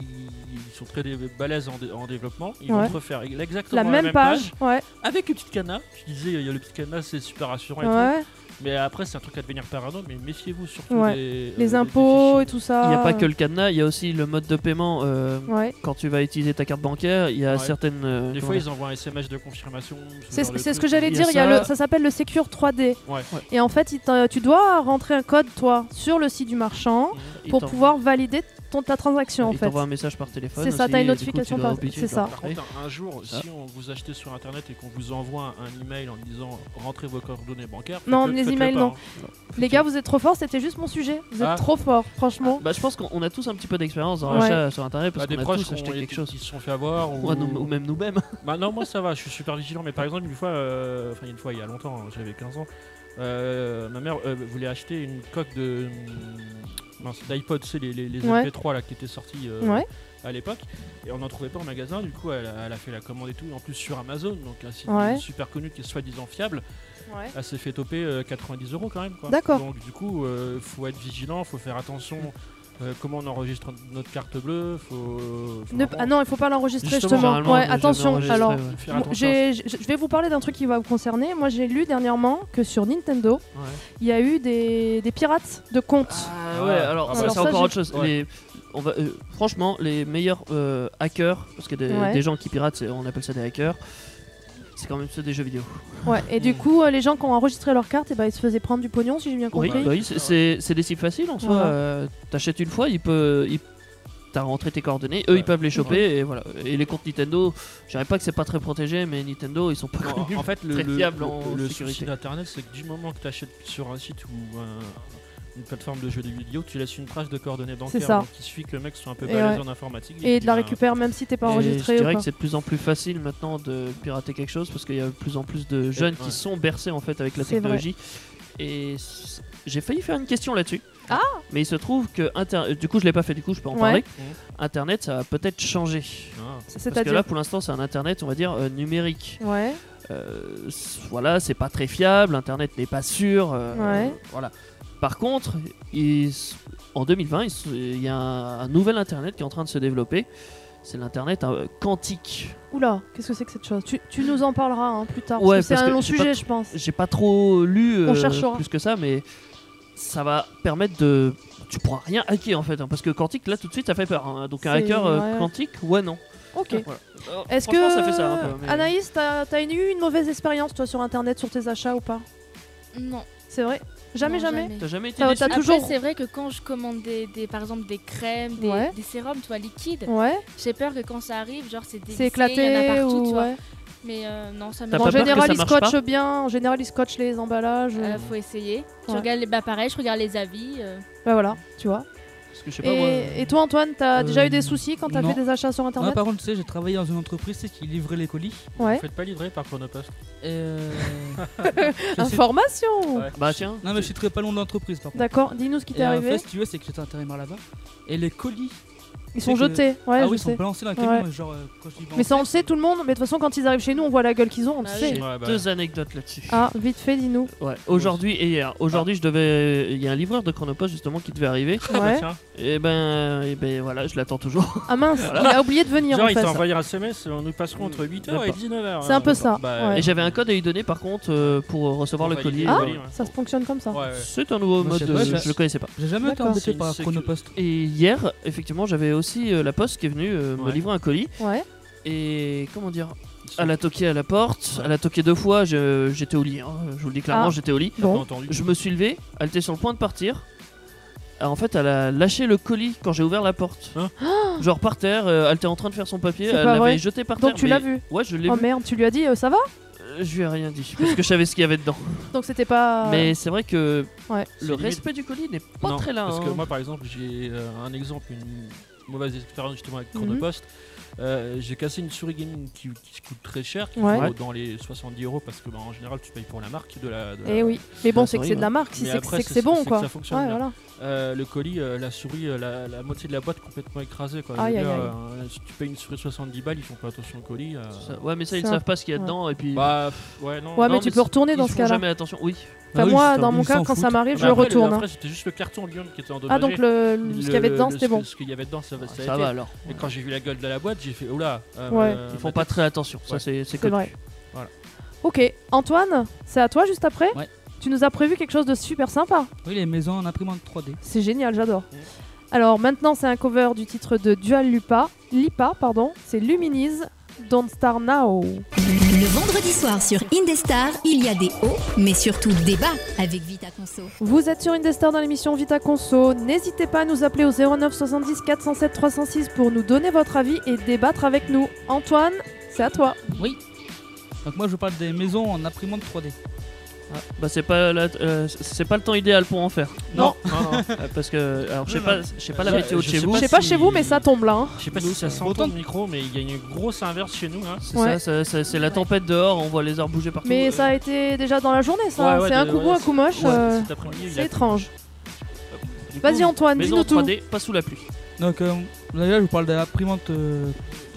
Speaker 5: ils sont très dé- balèzes en, dé- en développement, ils
Speaker 3: Ouais.
Speaker 5: vont te refaire exactement
Speaker 3: La même page. Ouais,
Speaker 5: avec le petit cadenas. Tu disais, il y a le petit cadenas, c'est super rassurant et
Speaker 3: ouais.
Speaker 5: tout. Mais après, c'est un truc à devenir parano, mais méfiez-vous surtout
Speaker 3: Ouais.
Speaker 5: des, euh,
Speaker 3: Les
Speaker 5: des-
Speaker 3: impôts
Speaker 5: des
Speaker 3: et tout ça.
Speaker 4: Il n'y a pas que le cadenas, il y a aussi le mode de paiement. euh,
Speaker 3: Ouais.
Speaker 4: Quand tu vas utiliser ta carte bancaire, il y a
Speaker 5: Ouais.
Speaker 4: certaines. euh,
Speaker 5: phishing. Des
Speaker 4: comment
Speaker 5: fois,
Speaker 4: dire-
Speaker 5: ils envoient un SMS de confirmation.
Speaker 3: C'est
Speaker 5: genre de
Speaker 3: c'est ce
Speaker 5: truc.
Speaker 3: que j'allais
Speaker 4: il y a
Speaker 3: dire, il y a
Speaker 4: ça.
Speaker 3: le- ça s'appelle le Secure 3D.
Speaker 5: Ouais.
Speaker 3: Et en fait, il t'a- tu dois rentrer un code, toi, sur le site du marchand
Speaker 5: Mhm.
Speaker 4: ils
Speaker 3: pour
Speaker 4: t'en-
Speaker 3: pouvoir valider ton, ta transaction, en
Speaker 4: ils
Speaker 3: fait.
Speaker 4: t'envoient un message par téléphone.
Speaker 3: C'est ça,
Speaker 4: aussi,
Speaker 3: t'as une
Speaker 4: et du coup, tu
Speaker 3: notification
Speaker 4: dois
Speaker 3: par-
Speaker 4: obéir,
Speaker 3: c'est
Speaker 4: tu dois
Speaker 3: ça.
Speaker 5: Par
Speaker 4: payer.
Speaker 5: contre, un un jour,
Speaker 4: Ah.
Speaker 5: si on vous achetez sur internet et qu'on vous envoie un email en disant rentrez vos coordonnées bancaires,
Speaker 3: Non,
Speaker 5: faites-le-
Speaker 3: les
Speaker 5: faites-le
Speaker 3: emails,
Speaker 5: pas,
Speaker 3: non.
Speaker 5: hein.
Speaker 3: Les gars, vous êtes trop forts, c'était juste mon sujet. Vous êtes
Speaker 5: Ah.
Speaker 3: trop forts, franchement.
Speaker 4: Bah, je pense qu'on on a tous un petit peu d'expérience dans
Speaker 3: Ouais.
Speaker 4: l'achat euh, sur internet
Speaker 5: Bah,
Speaker 4: parce
Speaker 5: des
Speaker 4: qu'on a
Speaker 5: proches
Speaker 4: tous
Speaker 5: qui
Speaker 4: acheté
Speaker 5: ont été-
Speaker 4: quelque chose.
Speaker 5: qui se sont fait avoir ou,
Speaker 4: Ou, à nous- ou même nous-mêmes.
Speaker 5: Bah non, moi ça va, je suis super vigilant. Mais par exemple, une fois, euh, enfin une fois il y a longtemps, hein, j'avais 15 ans, euh, ma mère euh, voulait acheter une coque de mm, mince, d'iPod, c'est les, les, les
Speaker 3: Ouais.
Speaker 5: MP3 là qui étaient sortis euh,
Speaker 3: Ouais.
Speaker 5: à l'époque, et on n'en trouvait pas en magasin. Du coup, elle, a- elle a fait la commande et tout, en plus sur Amazon, donc un site
Speaker 3: Ouais.
Speaker 5: super connu qui est soi-disant fiable. Elle s'est fait toper euh, 90 euros quand même. quoi.
Speaker 3: D'accord.
Speaker 5: Donc du coup, euh, faut être vigilant, faut faire attention. euh, comment on enregistre notre carte bleue Faut. faut
Speaker 3: Ne-
Speaker 5: vraiment
Speaker 3: Ah non, il faut pas l'enregistrer,
Speaker 5: Justement,
Speaker 3: justement.
Speaker 4: généralement,
Speaker 3: Ouais,
Speaker 4: j'ai
Speaker 3: attention.
Speaker 4: enregistré,
Speaker 3: Alors,
Speaker 4: ouais.
Speaker 5: faire
Speaker 3: Bon,
Speaker 5: attention à
Speaker 3: j'ai- j'ai- je vais vous parler d'un truc qui va vous concerner. Moi, j'ai lu dernièrement que sur Nintendo,
Speaker 4: Ouais.
Speaker 3: il y a eu des, des pirates de comptes.
Speaker 4: Ah ouais, alors,
Speaker 5: Ah
Speaker 4: ça,
Speaker 5: bah
Speaker 4: c'est
Speaker 3: ça,
Speaker 4: encore
Speaker 3: j'ai-
Speaker 4: autre chose.
Speaker 5: Ouais.
Speaker 4: Les- on va, euh, franchement, les meilleurs euh, hackers, parce que des,
Speaker 3: Ouais.
Speaker 4: des gens qui piratent, c'est- on appelle ça des hackers, c'est quand même ceux des jeux vidéo.
Speaker 3: Ouais. Et du
Speaker 4: Hmm.
Speaker 5: Mm.
Speaker 3: coup, euh, les gens qui ont enregistré leurs cartes, et ben ils se faisaient prendre du pognon, si j'ai bien
Speaker 4: Oui,
Speaker 3: compris.
Speaker 4: bah oui, c'est- c'est c'est des sites faciles en soi.
Speaker 3: Voilà.
Speaker 4: euh, T'achètes une fois, il peut. il- T'as rentré tes coordonnées, eux
Speaker 5: Ouais.
Speaker 4: ils peuvent les choper et voilà. Et les comptes Nintendo, je dirais pas que c'est pas très protégé, mais Nintendo ils sont pas
Speaker 5: Non,
Speaker 4: connus.
Speaker 5: en fait, le,
Speaker 4: très
Speaker 5: le,
Speaker 4: fiable
Speaker 5: le-
Speaker 4: en
Speaker 5: le
Speaker 4: sécurité.
Speaker 5: souci d'Internet, c'est que du moment que tu achètes sur un site ou un- une plateforme de jeux de vidéo, tu laisses une trace de coordonnées bancaires.
Speaker 3: ça.
Speaker 5: Donc, il suffit que le mec soit un peu
Speaker 3: Et
Speaker 5: balèze
Speaker 3: ouais.
Speaker 5: en
Speaker 4: bah,
Speaker 5: informatique.
Speaker 3: Et de la
Speaker 5: ben,
Speaker 3: récupère, même si t'es pas
Speaker 4: Et
Speaker 3: enregistré. ou
Speaker 4: je dirais
Speaker 3: pas.
Speaker 4: que c'est de plus en plus facile maintenant de pirater quelque chose parce qu'il y a de plus en plus de jeunes
Speaker 5: ouais.
Speaker 4: qui sont bercés en fait avec la
Speaker 3: C'est vrai.
Speaker 4: technologie. Et c- j'ai failli faire une question là-dessus.
Speaker 2: Ah
Speaker 4: Mais il se trouve que Inter- du coup je l'ai pas fait du coup je peux en
Speaker 3: Ouais.
Speaker 4: parler.
Speaker 5: Mhm.
Speaker 4: Internet ça va peut-être changer.
Speaker 5: hein,
Speaker 4: Parce que
Speaker 3: C'est-à-dire.
Speaker 4: là pour l'instant c'est un internet on va dire euh, numérique.
Speaker 3: Ouais.
Speaker 4: Euh, c- voilà c'est pas très fiable, internet n'est pas sûr. euh,
Speaker 3: Ouais.
Speaker 4: Voilà. Par contre il s- en 2020 il s- il y a un, un nouvel internet qui est en train de se développer. C'est l'internet euh, quantique.
Speaker 3: Oula, qu'est-ce que c'est que cette chose tu, tu nous en parleras hein, plus tard.
Speaker 4: Ouais,
Speaker 3: parce que c'est
Speaker 4: parce
Speaker 3: un
Speaker 4: que
Speaker 3: long
Speaker 4: j'ai pas
Speaker 3: sujet, je pense.
Speaker 4: J'ai pas trop lu
Speaker 3: On
Speaker 4: euh,
Speaker 3: cherchera.
Speaker 4: plus que ça, mais ça va permettre de. Tu pourras rien hacker en fait, hein, parce que quantique là tout de suite ça fait peur. hein. Donc un
Speaker 3: C'est-
Speaker 4: hacker euh,
Speaker 3: ouais.
Speaker 4: quantique, ouais non.
Speaker 3: Ok. Euh,
Speaker 4: Voilà. Alors,
Speaker 3: Est-ce que
Speaker 4: franchement, ça fait ça un peu, mais-
Speaker 3: Anaïs, t'as t'as une- eu une mauvaise expérience toi sur internet, sur tes achats ou pas
Speaker 6: Non.
Speaker 3: C'est vrai Jamais,
Speaker 6: Non,
Speaker 3: jamais.
Speaker 4: T'as jamais été
Speaker 3: T'as-
Speaker 4: déçu
Speaker 3: t'as-
Speaker 6: Après,
Speaker 3: toujours-
Speaker 6: c'est vrai que quand je commande des, des- par exemple des crèmes, des,
Speaker 3: Ouais.
Speaker 6: des sérums, tu vois, liquides,
Speaker 3: Ouais,
Speaker 6: j'ai peur que quand ça arrive, genre c'est dévissé,
Speaker 3: c'est
Speaker 6: il y en
Speaker 3: éclaté
Speaker 6: a partout, tu
Speaker 3: ou
Speaker 6: vois.
Speaker 3: ouais.
Speaker 6: Mais euh, non, ça
Speaker 4: T'as
Speaker 6: me
Speaker 3: En
Speaker 4: pas peur que
Speaker 3: général,
Speaker 4: ça
Speaker 3: ils
Speaker 4: marche
Speaker 3: scotchent bien. En général, ils scotchent les emballages. euh.
Speaker 6: Euh, faut essayer. Je
Speaker 3: Ouais.
Speaker 6: regarde les... Bah pareil, je regarde les avis. euh.
Speaker 3: Bah voilà, tu vois.
Speaker 4: Parce que je sais pas,
Speaker 3: Et,
Speaker 4: moi,
Speaker 3: et toi, Antoine, t'as
Speaker 7: euh,
Speaker 3: déjà eu des soucis quand t'as
Speaker 7: non.
Speaker 3: fait des achats sur
Speaker 7: Moi,
Speaker 3: internet
Speaker 7: Ah, par contre, tu sais, j'ai travaillé dans une entreprise tu sais, qui livrait les colis.
Speaker 3: Ouais.
Speaker 5: Faites pas livrer par Chronopost.
Speaker 7: Et, euh, je sais-
Speaker 3: Information
Speaker 5: Ouais.
Speaker 4: Bah tiens.
Speaker 7: Non, mais je suis très pas loin de l'entreprise par contre.
Speaker 3: D'accord, dis-nous ce Bah, qui
Speaker 7: Et
Speaker 3: t'est
Speaker 7: en
Speaker 3: arrivé.
Speaker 7: fait, si tu veux, c'est que j'étais intérimaire là-bas. Et les colis.
Speaker 3: Ils
Speaker 7: c'est
Speaker 3: sont
Speaker 7: que-
Speaker 3: jetés, ouais,
Speaker 7: ah oui,
Speaker 3: je
Speaker 7: ils sont
Speaker 3: sais.
Speaker 7: balancés dans le
Speaker 3: Ouais.
Speaker 7: camion. Genre, euh, quand je dis
Speaker 3: Mais
Speaker 7: balancés,
Speaker 3: ça, on le sait, tout le monde. Mais de toute façon, quand ils arrivent chez nous, on voit la gueule qu'ils ont, on le
Speaker 6: Ah
Speaker 3: sait.
Speaker 6: oui.
Speaker 4: J'ai
Speaker 5: Ouais, bah.
Speaker 4: deux anecdotes là-dessus.
Speaker 3: Ah, vite fait, dis-nous.
Speaker 4: Ouais, aujourd'hui et hier. Aujourd'hui, je devais. Il y a un livreur de Chronopost justement qui devait arriver.
Speaker 3: Ouais.
Speaker 5: bah, Tiens.
Speaker 4: Et ben, et ben voilà, je l'attends toujours.
Speaker 3: Ah mince, il a oublié de venir en
Speaker 5: Genre, il
Speaker 3: fait.
Speaker 5: t'a envoyé un SMS, on nous passerons entre 8h et hein.
Speaker 4: D'accord.
Speaker 5: 19h.
Speaker 3: C'est un peu ça,
Speaker 5: Bah,
Speaker 3: ouais.
Speaker 4: Et j'avais un code à lui donner par contre euh, pour recevoir le colis.
Speaker 3: Ah.
Speaker 4: euh,
Speaker 3: Ça se fonctionne comme ça.
Speaker 4: C'est un nouveau
Speaker 7: Moi,
Speaker 4: mode.
Speaker 7: je sais
Speaker 4: de-
Speaker 7: pas,
Speaker 4: je
Speaker 7: je-
Speaker 4: le connaissais pas.
Speaker 7: J'ai jamais été
Speaker 3: D'accord.
Speaker 7: embêté
Speaker 5: C'est
Speaker 7: par
Speaker 5: une sécu-
Speaker 7: Chronopost.
Speaker 4: Et hier, effectivement, j'avais aussi euh, la poste qui est venue euh, me
Speaker 5: Ouais.
Speaker 4: livrer un colis.
Speaker 3: Ouais.
Speaker 4: Et comment dire
Speaker 5: sont-
Speaker 4: Elle a toqué à la porte,
Speaker 5: Ouais.
Speaker 4: elle a toqué deux fois, je- j'étais au lit, hein, je vous le dis clairement,
Speaker 3: Ah.
Speaker 4: j'étais au lit.
Speaker 3: Bon,
Speaker 5: entendu.
Speaker 4: Je me suis levé, elle était sur le point de partir. Ah, en fait, elle a lâché le colis quand j'ai ouvert la porte.
Speaker 5: Hein
Speaker 4: Genre par terre, euh, elle était en train de faire son papier,
Speaker 3: Oh C'est
Speaker 4: elle
Speaker 3: pas vrai.
Speaker 4: l'avait jeté par terre.
Speaker 3: donc tu l'as
Speaker 4: mais-
Speaker 3: vu.
Speaker 4: Ouais, je l'ai
Speaker 3: Oh
Speaker 4: vu.
Speaker 3: merde, tu lui as dit euh, ça va
Speaker 4: Euh, Je lui ai rien dit, parce que je savais ce qu'il y avait dedans.
Speaker 3: Donc c'était pas.
Speaker 4: Mais c'est vrai que
Speaker 3: Ah. Ouais.
Speaker 5: C'est
Speaker 4: le
Speaker 5: limite.
Speaker 4: respect du colis n'est pas
Speaker 5: Non,
Speaker 4: très là.
Speaker 5: Parce que
Speaker 4: hein.
Speaker 3: Mhm.
Speaker 5: moi, par exemple, j'ai euh, un exemple, une mauvaise expérience justement avec Chronopost. Euh, j'ai cassé une souris gaming qui, qui coûte très cher, qui
Speaker 3: Ouais.
Speaker 5: vaut dans les 70 euros parce que bah, en général tu payes pour la marque de la. de la-
Speaker 3: Eh oui. Mais bon,
Speaker 4: la
Speaker 3: c'est que
Speaker 4: souris,
Speaker 3: c'est de la marque, si
Speaker 5: Mais
Speaker 3: c'est que
Speaker 5: après,
Speaker 3: c'est que
Speaker 5: c'est-
Speaker 3: c'est bon
Speaker 5: c'est que
Speaker 3: quoi.
Speaker 5: ça fonctionne
Speaker 3: Ouais,
Speaker 5: bien.
Speaker 3: voilà.
Speaker 5: Euh, le colis, euh, la souris, euh, la, la moitié de la boîte complètement écrasée. Quoi. Je veux
Speaker 3: Aïe, aïe,
Speaker 5: dire,
Speaker 3: aïe.
Speaker 5: euh, si tu payes une souris 70 balles, ils font pas attention au colis. euh.
Speaker 4: Ça- Ouais, mais ça, ils
Speaker 3: Ça.
Speaker 4: savent pas ce qu'il y a
Speaker 3: Ouais.
Speaker 4: dedans et puis.
Speaker 5: Bah, pff, ouais, non.
Speaker 3: Ouais,
Speaker 4: non,
Speaker 3: mais tu
Speaker 4: mais
Speaker 3: peux
Speaker 4: c'est-
Speaker 3: retourner
Speaker 4: ils
Speaker 3: dans
Speaker 4: font
Speaker 3: ce cas-là.
Speaker 4: jamais attention. Oui.
Speaker 3: Enfin, moi, dans mon cas, quand ça m'arrive, je
Speaker 5: Bah, après, le-
Speaker 3: retourne. hein.
Speaker 5: Après, c'était juste le carton en lui-même qui était endommagé.
Speaker 3: Ah, donc le,
Speaker 5: Le-
Speaker 3: le- ce qu'il y avait dedans,
Speaker 5: le-
Speaker 3: c'était
Speaker 5: ce-
Speaker 3: bon.
Speaker 5: Ce qu'il y avait dedans, ça, va-
Speaker 4: Ah,
Speaker 5: ça a
Speaker 4: Ça
Speaker 5: été.
Speaker 4: va alors.
Speaker 5: Et quand j'ai vu la gueule de la boîte, j'ai fait, oh là. euh,
Speaker 3: Ouais.
Speaker 5: euh,
Speaker 4: Ils font pas très attention. Ça,
Speaker 5: Ouais.
Speaker 4: c'est c'est
Speaker 3: C'est
Speaker 4: connu.
Speaker 3: vrai.
Speaker 5: Voilà.
Speaker 3: Ok, Antoine, c'est à toi juste après
Speaker 7: Ouais.
Speaker 3: Tu nous as prévu quelque chose de super sympa.
Speaker 7: Oui, les maisons en imprimante 3D.
Speaker 3: C'est génial, j'adore.
Speaker 5: Mhm.
Speaker 3: Alors maintenant, c'est un cover du titre de Dual Lipa. Lipa, pardon. C'est Luminize, Don't Star Now.
Speaker 2: Le vendredi soir sur Indestar, il y a des hauts, mais surtout des bas avec Vita Conso.
Speaker 3: Vous êtes sur Indestar dans l'émission Vita Conso. N'hésitez pas à nous appeler au 09 70 407 306 pour nous donner votre avis et débattre avec nous. Antoine, c'est à toi.
Speaker 7: Oui. Donc moi je parle des maisons en imprimante 3D.
Speaker 4: Ah, Bah, c'est pas la- euh, c'est pas le temps idéal pour en faire.
Speaker 7: Non.
Speaker 5: non, non.
Speaker 4: Euh, Parce que alors je sais
Speaker 5: Non,
Speaker 4: pas je sais pas la
Speaker 5: Je-
Speaker 4: météo de
Speaker 5: je
Speaker 4: chez
Speaker 5: sais
Speaker 4: vous.
Speaker 3: Je
Speaker 5: pas
Speaker 3: sais pas
Speaker 5: si-
Speaker 3: chez vous, mais ça tombe là. hein.
Speaker 5: Je sais pas si ça sent
Speaker 7: Autant
Speaker 5: le micro, mais il y a une grosse inverse chez nous. Hein.
Speaker 4: C'est
Speaker 3: Ouais.
Speaker 4: ça, ça- ça- c'est la tempête dehors, on voit les arbres bouger partout.
Speaker 3: Mais
Speaker 4: Euh,
Speaker 3: ça a été déjà dans la journée, ça.
Speaker 5: Ouais, ouais,
Speaker 3: c'est un
Speaker 5: de-
Speaker 3: coup beau,
Speaker 5: ouais,
Speaker 3: un coup moche.
Speaker 5: Ouais,
Speaker 3: euh,
Speaker 5: cet après-midi, il a-
Speaker 3: c'est étrange.
Speaker 5: du coup,
Speaker 3: Vas-y Antoine,
Speaker 4: Maison
Speaker 3: dis-nous
Speaker 4: en
Speaker 3: tout.
Speaker 4: 3D, pas sous la pluie.
Speaker 7: Donc euh, déjà je vous parle de l'imprimante euh,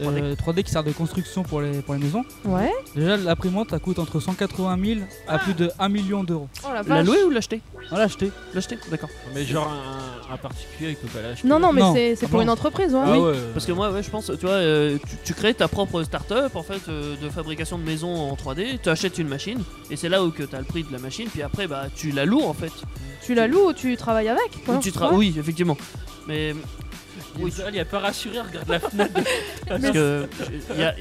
Speaker 7: euh, 3D qui sert de construction pour les, pour les maisons.
Speaker 3: Ouais.
Speaker 7: Déjà l'imprimante ça coûte entre 180 000 à plus de 1 million d'euros.
Speaker 4: La louer ou l'acheter
Speaker 7: Voilà acheté.
Speaker 4: L'acheter, d'accord.
Speaker 5: Mais genre un, un particulier, il peut pas l'acheter.
Speaker 3: Non, non, mais
Speaker 7: Non.
Speaker 3: c'est c'est
Speaker 7: Ah
Speaker 3: pour
Speaker 7: bon
Speaker 3: une entreprise. ouais.
Speaker 5: Ah ouais.
Speaker 4: Parce que moi, ouais, je pense, tu vois, euh, tu, tu crées ta propre start-up en fait euh, de fabrication de maisons en 3D, tu achètes une machine et c'est là où que tu as le prix de la machine, puis après bah tu la loues en fait.
Speaker 3: Tu la loues ou tu travailles avec
Speaker 4: Ou
Speaker 3: quoi.
Speaker 4: tu tra-
Speaker 3: Ouais.
Speaker 4: oui, effectivement. Mais
Speaker 5: Oui, ça, il a pas rassuré, regarde la fenêtre.
Speaker 4: parce que il y a,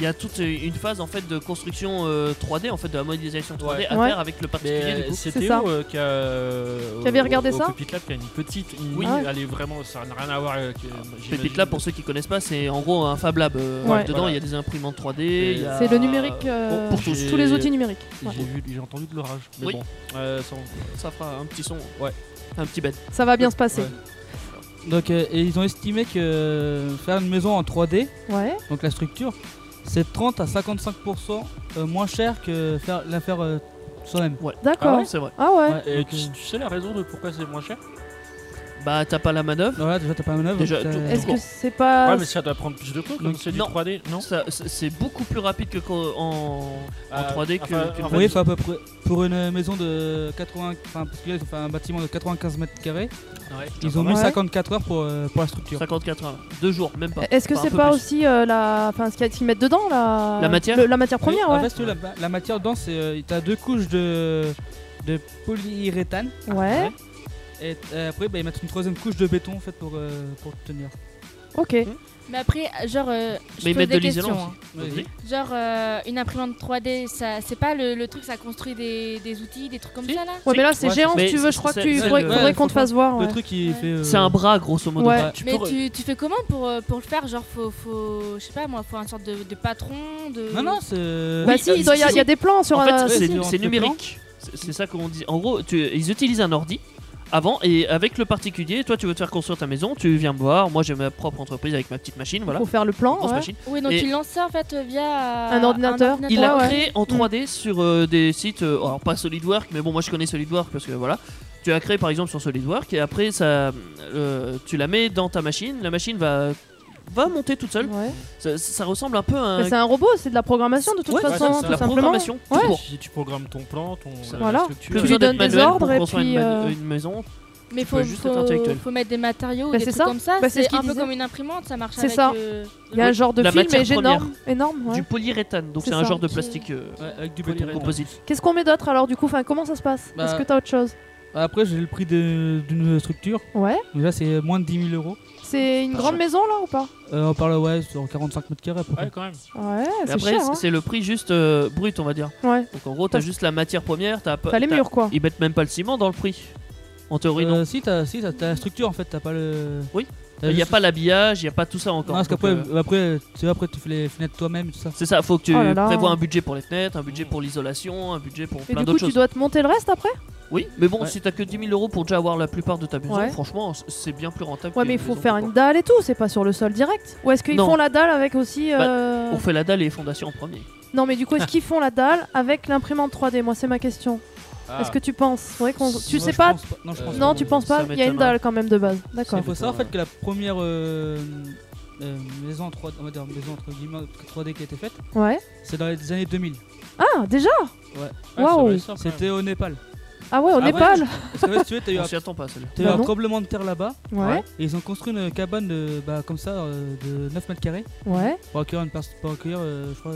Speaker 4: y a toute une phase en fait de construction euh, 3D en fait de la modélisation 3D à
Speaker 3: Ouais.
Speaker 4: faire avec le particulier du
Speaker 5: Mais
Speaker 4: coup.
Speaker 5: c'est
Speaker 3: C'est
Speaker 5: Théo
Speaker 3: ça.
Speaker 5: euh, qui a. euh,
Speaker 3: Qui avait
Speaker 5: au-
Speaker 3: regardé
Speaker 5: au
Speaker 3: ça
Speaker 5: Pépite Lab, qui a une petite. Une
Speaker 4: Oui.
Speaker 5: mini,
Speaker 3: Ah ouais.
Speaker 5: Elle est vraiment. Ça n'a rien à voir avec. euh, j'imagine.
Speaker 4: Pépite Lab, pour ceux qui connaissent pas, c'est en gros un Fab Lab. euh,
Speaker 3: Ouais.
Speaker 4: Dedans, il y a des imprimantes 3D. il y a-
Speaker 3: C'est le numérique euh,
Speaker 4: pour
Speaker 5: tous.
Speaker 3: tous les outils numériques.
Speaker 5: J'ai
Speaker 3: Ouais.
Speaker 5: vu, j'ai entendu de l'orage. Mais
Speaker 4: Oui.
Speaker 5: bon. Euh, sans-
Speaker 4: Ça fera un petit son.
Speaker 5: Ouais.
Speaker 4: Un petit bête.
Speaker 3: Ça va bien se passer.
Speaker 7: Donc euh, et ils ont estimé que euh, faire une maison en 3D,
Speaker 3: Ouais.
Speaker 7: donc la structure, c'est 30 à 55% euh, moins cher que faire, la faire euh, soi-même.
Speaker 3: D'accord.
Speaker 4: C'est vrai.
Speaker 3: Ah ouais.
Speaker 5: Et
Speaker 7: donc,
Speaker 5: tu,
Speaker 7: euh,
Speaker 5: tu sais la raison de pourquoi c'est moins cher
Speaker 4: Bah, t'as pas la manœuvre.
Speaker 7: voilà, déjà t'as pas la manœuvre.
Speaker 4: Déjà,
Speaker 7: donc, euh,
Speaker 4: tout-
Speaker 7: t'as-
Speaker 4: tout
Speaker 3: Est-ce que
Speaker 4: court.
Speaker 3: Ah, c'est pas.
Speaker 5: Ouais, mais ça doit prendre plus de temps comme
Speaker 4: Donc,
Speaker 5: c'est du
Speaker 4: non.
Speaker 5: 3D, non
Speaker 4: Ça- c'est- C'est beaucoup plus rapide que qu'en- en, en
Speaker 5: Euh,
Speaker 4: 3D que.
Speaker 5: enfin,
Speaker 4: que-
Speaker 5: en
Speaker 7: Oui, faut à peu près pour une maison de 80, enfin parce que là, ils ont fait un bâtiment de 95 mètres carrés,
Speaker 5: Ouais.
Speaker 7: ils ont
Speaker 3: mal.
Speaker 7: mis
Speaker 3: Ouais.
Speaker 7: 54 heures pour, euh, pour la structure.
Speaker 4: 54 heures. Deux jours, même pas.
Speaker 3: Est-ce que
Speaker 4: Enfin, un
Speaker 3: c'est
Speaker 4: peu
Speaker 3: pas
Speaker 4: plus.
Speaker 3: aussi euh, la. Enfin, ce qu'il y a- ce qu'ils mettent dedans, la.
Speaker 4: La matière
Speaker 3: le- La matière première,
Speaker 7: Oui,
Speaker 3: ouais.
Speaker 7: En fait, si tu veux, la, la matière dedans, c'est euh, t'as deux couches de de polyuréthane
Speaker 3: Ouais.
Speaker 7: et euh, après bah, ils mettent une troisième couche de béton en fait pour euh, pour tenir.
Speaker 3: Ok.
Speaker 6: Mais après, genre, euh, je
Speaker 4: Mais ils
Speaker 6: pose
Speaker 4: mettent de
Speaker 6: des questions.
Speaker 4: l'isolant aussi.
Speaker 7: Ouais.
Speaker 4: Vas-y.
Speaker 6: hein. Genre, euh, une imprimante 3D, ça, c'est pas le, le truc, ça construit des, des outils, des trucs comme
Speaker 4: Si.
Speaker 6: ça là
Speaker 3: Ouais, mais là, c'est
Speaker 4: Ouais,
Speaker 3: géant
Speaker 4: mais
Speaker 3: si tu veux. Je crois que
Speaker 4: c'est-
Speaker 3: tu
Speaker 4: c'est
Speaker 3: faudrait,
Speaker 4: le-
Speaker 3: faudrait
Speaker 7: ouais,
Speaker 3: qu'on te fasse voir.
Speaker 7: Le
Speaker 3: ouais.
Speaker 7: truc il
Speaker 6: Ouais.
Speaker 7: fait. euh,
Speaker 4: C'est un bras, grosso modo.
Speaker 3: Ouais.
Speaker 7: ouais.
Speaker 5: Tu
Speaker 6: Mais
Speaker 5: peux-
Speaker 6: tu, tu fais comment pour, euh, pour le faire Genre, faut, faut. Je sais pas moi, faut une sorte de, de patron de...
Speaker 7: Non non
Speaker 4: euh,
Speaker 7: c'est. euh,
Speaker 3: Bah si, il doit y a- il y a des plans sur euh,
Speaker 4: En
Speaker 3: un.
Speaker 4: fait, c'est-
Speaker 7: c'est
Speaker 4: c'est
Speaker 7: en
Speaker 4: c'est
Speaker 7: te
Speaker 4: numérique. C'est c'est ça qu'on dit. En gros, tu- ils utilisent un ordi avant et avec le particulier, toi tu veux te faire construire ta maison, tu viens me voir. Moi j'ai ma propre entreprise avec ma petite machine, voilà.
Speaker 3: Pour faire le
Speaker 4: une
Speaker 3: plan.
Speaker 4: grosse
Speaker 3: ouais.
Speaker 4: machine.
Speaker 6: Oui, donc
Speaker 4: Et-
Speaker 6: il lance ça en fait euh, via.
Speaker 3: Un ordinateur.
Speaker 4: Il
Speaker 3: Ouais, Mm.
Speaker 4: a
Speaker 3: ouais.
Speaker 4: créé en 3D sur euh, des sites, euh, alors pas SolidWorks, mais bon, moi je connais SolidWorks parce que voilà. Tu as créé par exemple sur SolidWorks et après ça, euh, tu la mets dans ta machine, la machine va va monter toute seule.
Speaker 3: Ouais.
Speaker 4: Ça, ça ressemble un peu à un-
Speaker 3: Mais C'est un robot, c'est de la programmation de toute
Speaker 4: Ouais,
Speaker 5: ouais,
Speaker 3: façon,
Speaker 5: c'est
Speaker 3: tout
Speaker 5: de la
Speaker 3: simplement.
Speaker 4: programmation. tout
Speaker 3: Ouais.
Speaker 4: court.
Speaker 5: Si tu programmes ton plan, ton la
Speaker 3: Voilà. Tu
Speaker 4: Plus
Speaker 5: structure, et
Speaker 3: lui
Speaker 4: besoin d'être
Speaker 3: donnes des
Speaker 4: manuel pour
Speaker 3: ordres et
Speaker 4: construire une
Speaker 3: puis,
Speaker 4: man-
Speaker 3: euh,
Speaker 4: une maison,
Speaker 6: Mais
Speaker 4: Tu
Speaker 6: faut,
Speaker 4: peux juste être
Speaker 6: faut,
Speaker 4: intellectuel.
Speaker 6: faut mettre des matériaux ou
Speaker 3: Bah,
Speaker 6: des
Speaker 3: c'est
Speaker 6: trucs
Speaker 3: ça.
Speaker 6: comme ça.
Speaker 3: Bah, c'est ce
Speaker 6: c'est
Speaker 3: qu'il
Speaker 6: un peu
Speaker 3: disait.
Speaker 6: comme une imprimante, ça marche
Speaker 3: C'est
Speaker 6: avec.
Speaker 3: ça.
Speaker 6: euh,
Speaker 3: Il y a un genre de
Speaker 4: La
Speaker 3: film,
Speaker 4: matière
Speaker 3: mais énorme. énorme ouais.
Speaker 4: du polyuréthane. Donc
Speaker 3: C'est
Speaker 4: c'est un
Speaker 3: ça.
Speaker 4: genre de
Speaker 6: Qui-
Speaker 4: plastique euh,
Speaker 7: Ouais, avec du béton.
Speaker 5: Polyuréthane.
Speaker 4: composite.
Speaker 3: Qu'est-ce qu'on met d'autre alors du coup enfin, Comment ça se passe
Speaker 7: Bah-
Speaker 3: Est-ce que t'as autre chose
Speaker 7: Après j'ai le prix de- d'une structure.
Speaker 3: Ouais.
Speaker 7: Déjà c'est moins de 10 000 euros.
Speaker 3: C'est une
Speaker 4: Pas
Speaker 3: grande
Speaker 4: cher.
Speaker 3: maison là ou pas
Speaker 7: Euh, on parle ouais sur 45 mètres carrés à peu près.
Speaker 5: Ouais, quand même.
Speaker 3: Ouais,
Speaker 4: Et
Speaker 3: c'est
Speaker 4: après,
Speaker 3: cher.
Speaker 4: c'est-
Speaker 3: hein.
Speaker 4: c'est le prix juste euh, brut, on va dire.
Speaker 3: Ouais.
Speaker 4: Donc en gros, t'as
Speaker 3: Parce-
Speaker 4: juste la matière première, t'as pas.
Speaker 3: T'as les
Speaker 4: t'as-
Speaker 3: murs quoi.
Speaker 4: Ils mettent même pas le ciment dans le prix. En théorie, non.
Speaker 7: Euh, si t'as si, t'as- t'as la structure en fait, t'as pas le.
Speaker 4: Oui.
Speaker 7: T'as
Speaker 4: Il n'y a
Speaker 7: juste-
Speaker 4: pas l'habillage, il n'y a pas tout ça
Speaker 7: Non,
Speaker 4: encore.
Speaker 7: parce
Speaker 4: Donc,
Speaker 7: qu'après,
Speaker 4: euh,
Speaker 7: après, tu sais, après, tu fais les fenêtres toi-même, et tout ça.
Speaker 4: C'est ça, faut que tu
Speaker 3: Oh là là.
Speaker 4: prévois un budget pour les fenêtres, un budget
Speaker 5: Mm.
Speaker 4: pour l'isolation, un budget pour
Speaker 3: Et
Speaker 4: plein
Speaker 3: du coup,
Speaker 4: d'autres
Speaker 3: tu
Speaker 4: choses.
Speaker 3: dois te monter le reste après
Speaker 4: Oui, mais bon,
Speaker 7: Ouais.
Speaker 4: si t'as que 10 000 euros pour déjà avoir la plupart de ta maison,
Speaker 3: Ouais.
Speaker 4: franchement, c- c'est bien plus rentable.
Speaker 3: Ouais,
Speaker 4: qu'une
Speaker 3: mais il faut
Speaker 4: maison
Speaker 3: faire
Speaker 4: tout
Speaker 3: une
Speaker 4: court.
Speaker 3: dalle et tout, c'est pas sur le sol direct. Ou est-ce qu'ils
Speaker 4: Non.
Speaker 3: font la dalle avec aussi.
Speaker 4: Bah,
Speaker 3: euh,
Speaker 4: On fait la dalle et les fondations en premier.
Speaker 3: Non, mais du coup, est-ce qu'ils font la dalle avec l'imprimante 3D Moi, c'est ma question.
Speaker 5: Ah.
Speaker 3: Est-ce que tu penses Faudrait qu'on- Tu
Speaker 7: Moi,
Speaker 3: sais
Speaker 7: je
Speaker 3: pas
Speaker 7: pense Non, je
Speaker 5: Euh,
Speaker 7: pense
Speaker 3: Non,
Speaker 5: Ça
Speaker 3: tu penses pas Il y a une
Speaker 4: m'étonnerait.
Speaker 3: dalle quand même de base. D'accord.
Speaker 7: Il faut savoir en
Speaker 5: Ouais.
Speaker 7: fait que la première euh, euh, maison en 3D, on va dire maison entre guillemets 3D qui a été faite,
Speaker 3: Ouais.
Speaker 7: c'est dans les années 2000.
Speaker 3: Ah, déjà Waouh.
Speaker 5: Waouh.
Speaker 7: C'était au Népal.
Speaker 3: Ah ouais, au
Speaker 7: Ah ouais,
Speaker 3: Népal
Speaker 7: Parce que, si tu veux, t'as eu
Speaker 4: On
Speaker 7: un,
Speaker 4: s'y attend pas, celle-là.
Speaker 7: t'as eu
Speaker 3: Bah
Speaker 7: un
Speaker 3: non.
Speaker 7: tremblement de terre là-bas
Speaker 3: Ouais,
Speaker 7: et ils ont construit une cabane de, bah, comme ça euh, de 9 mètres carrés
Speaker 3: ouais.
Speaker 7: pour accueillir, une pers- pour accueillir euh, je crois,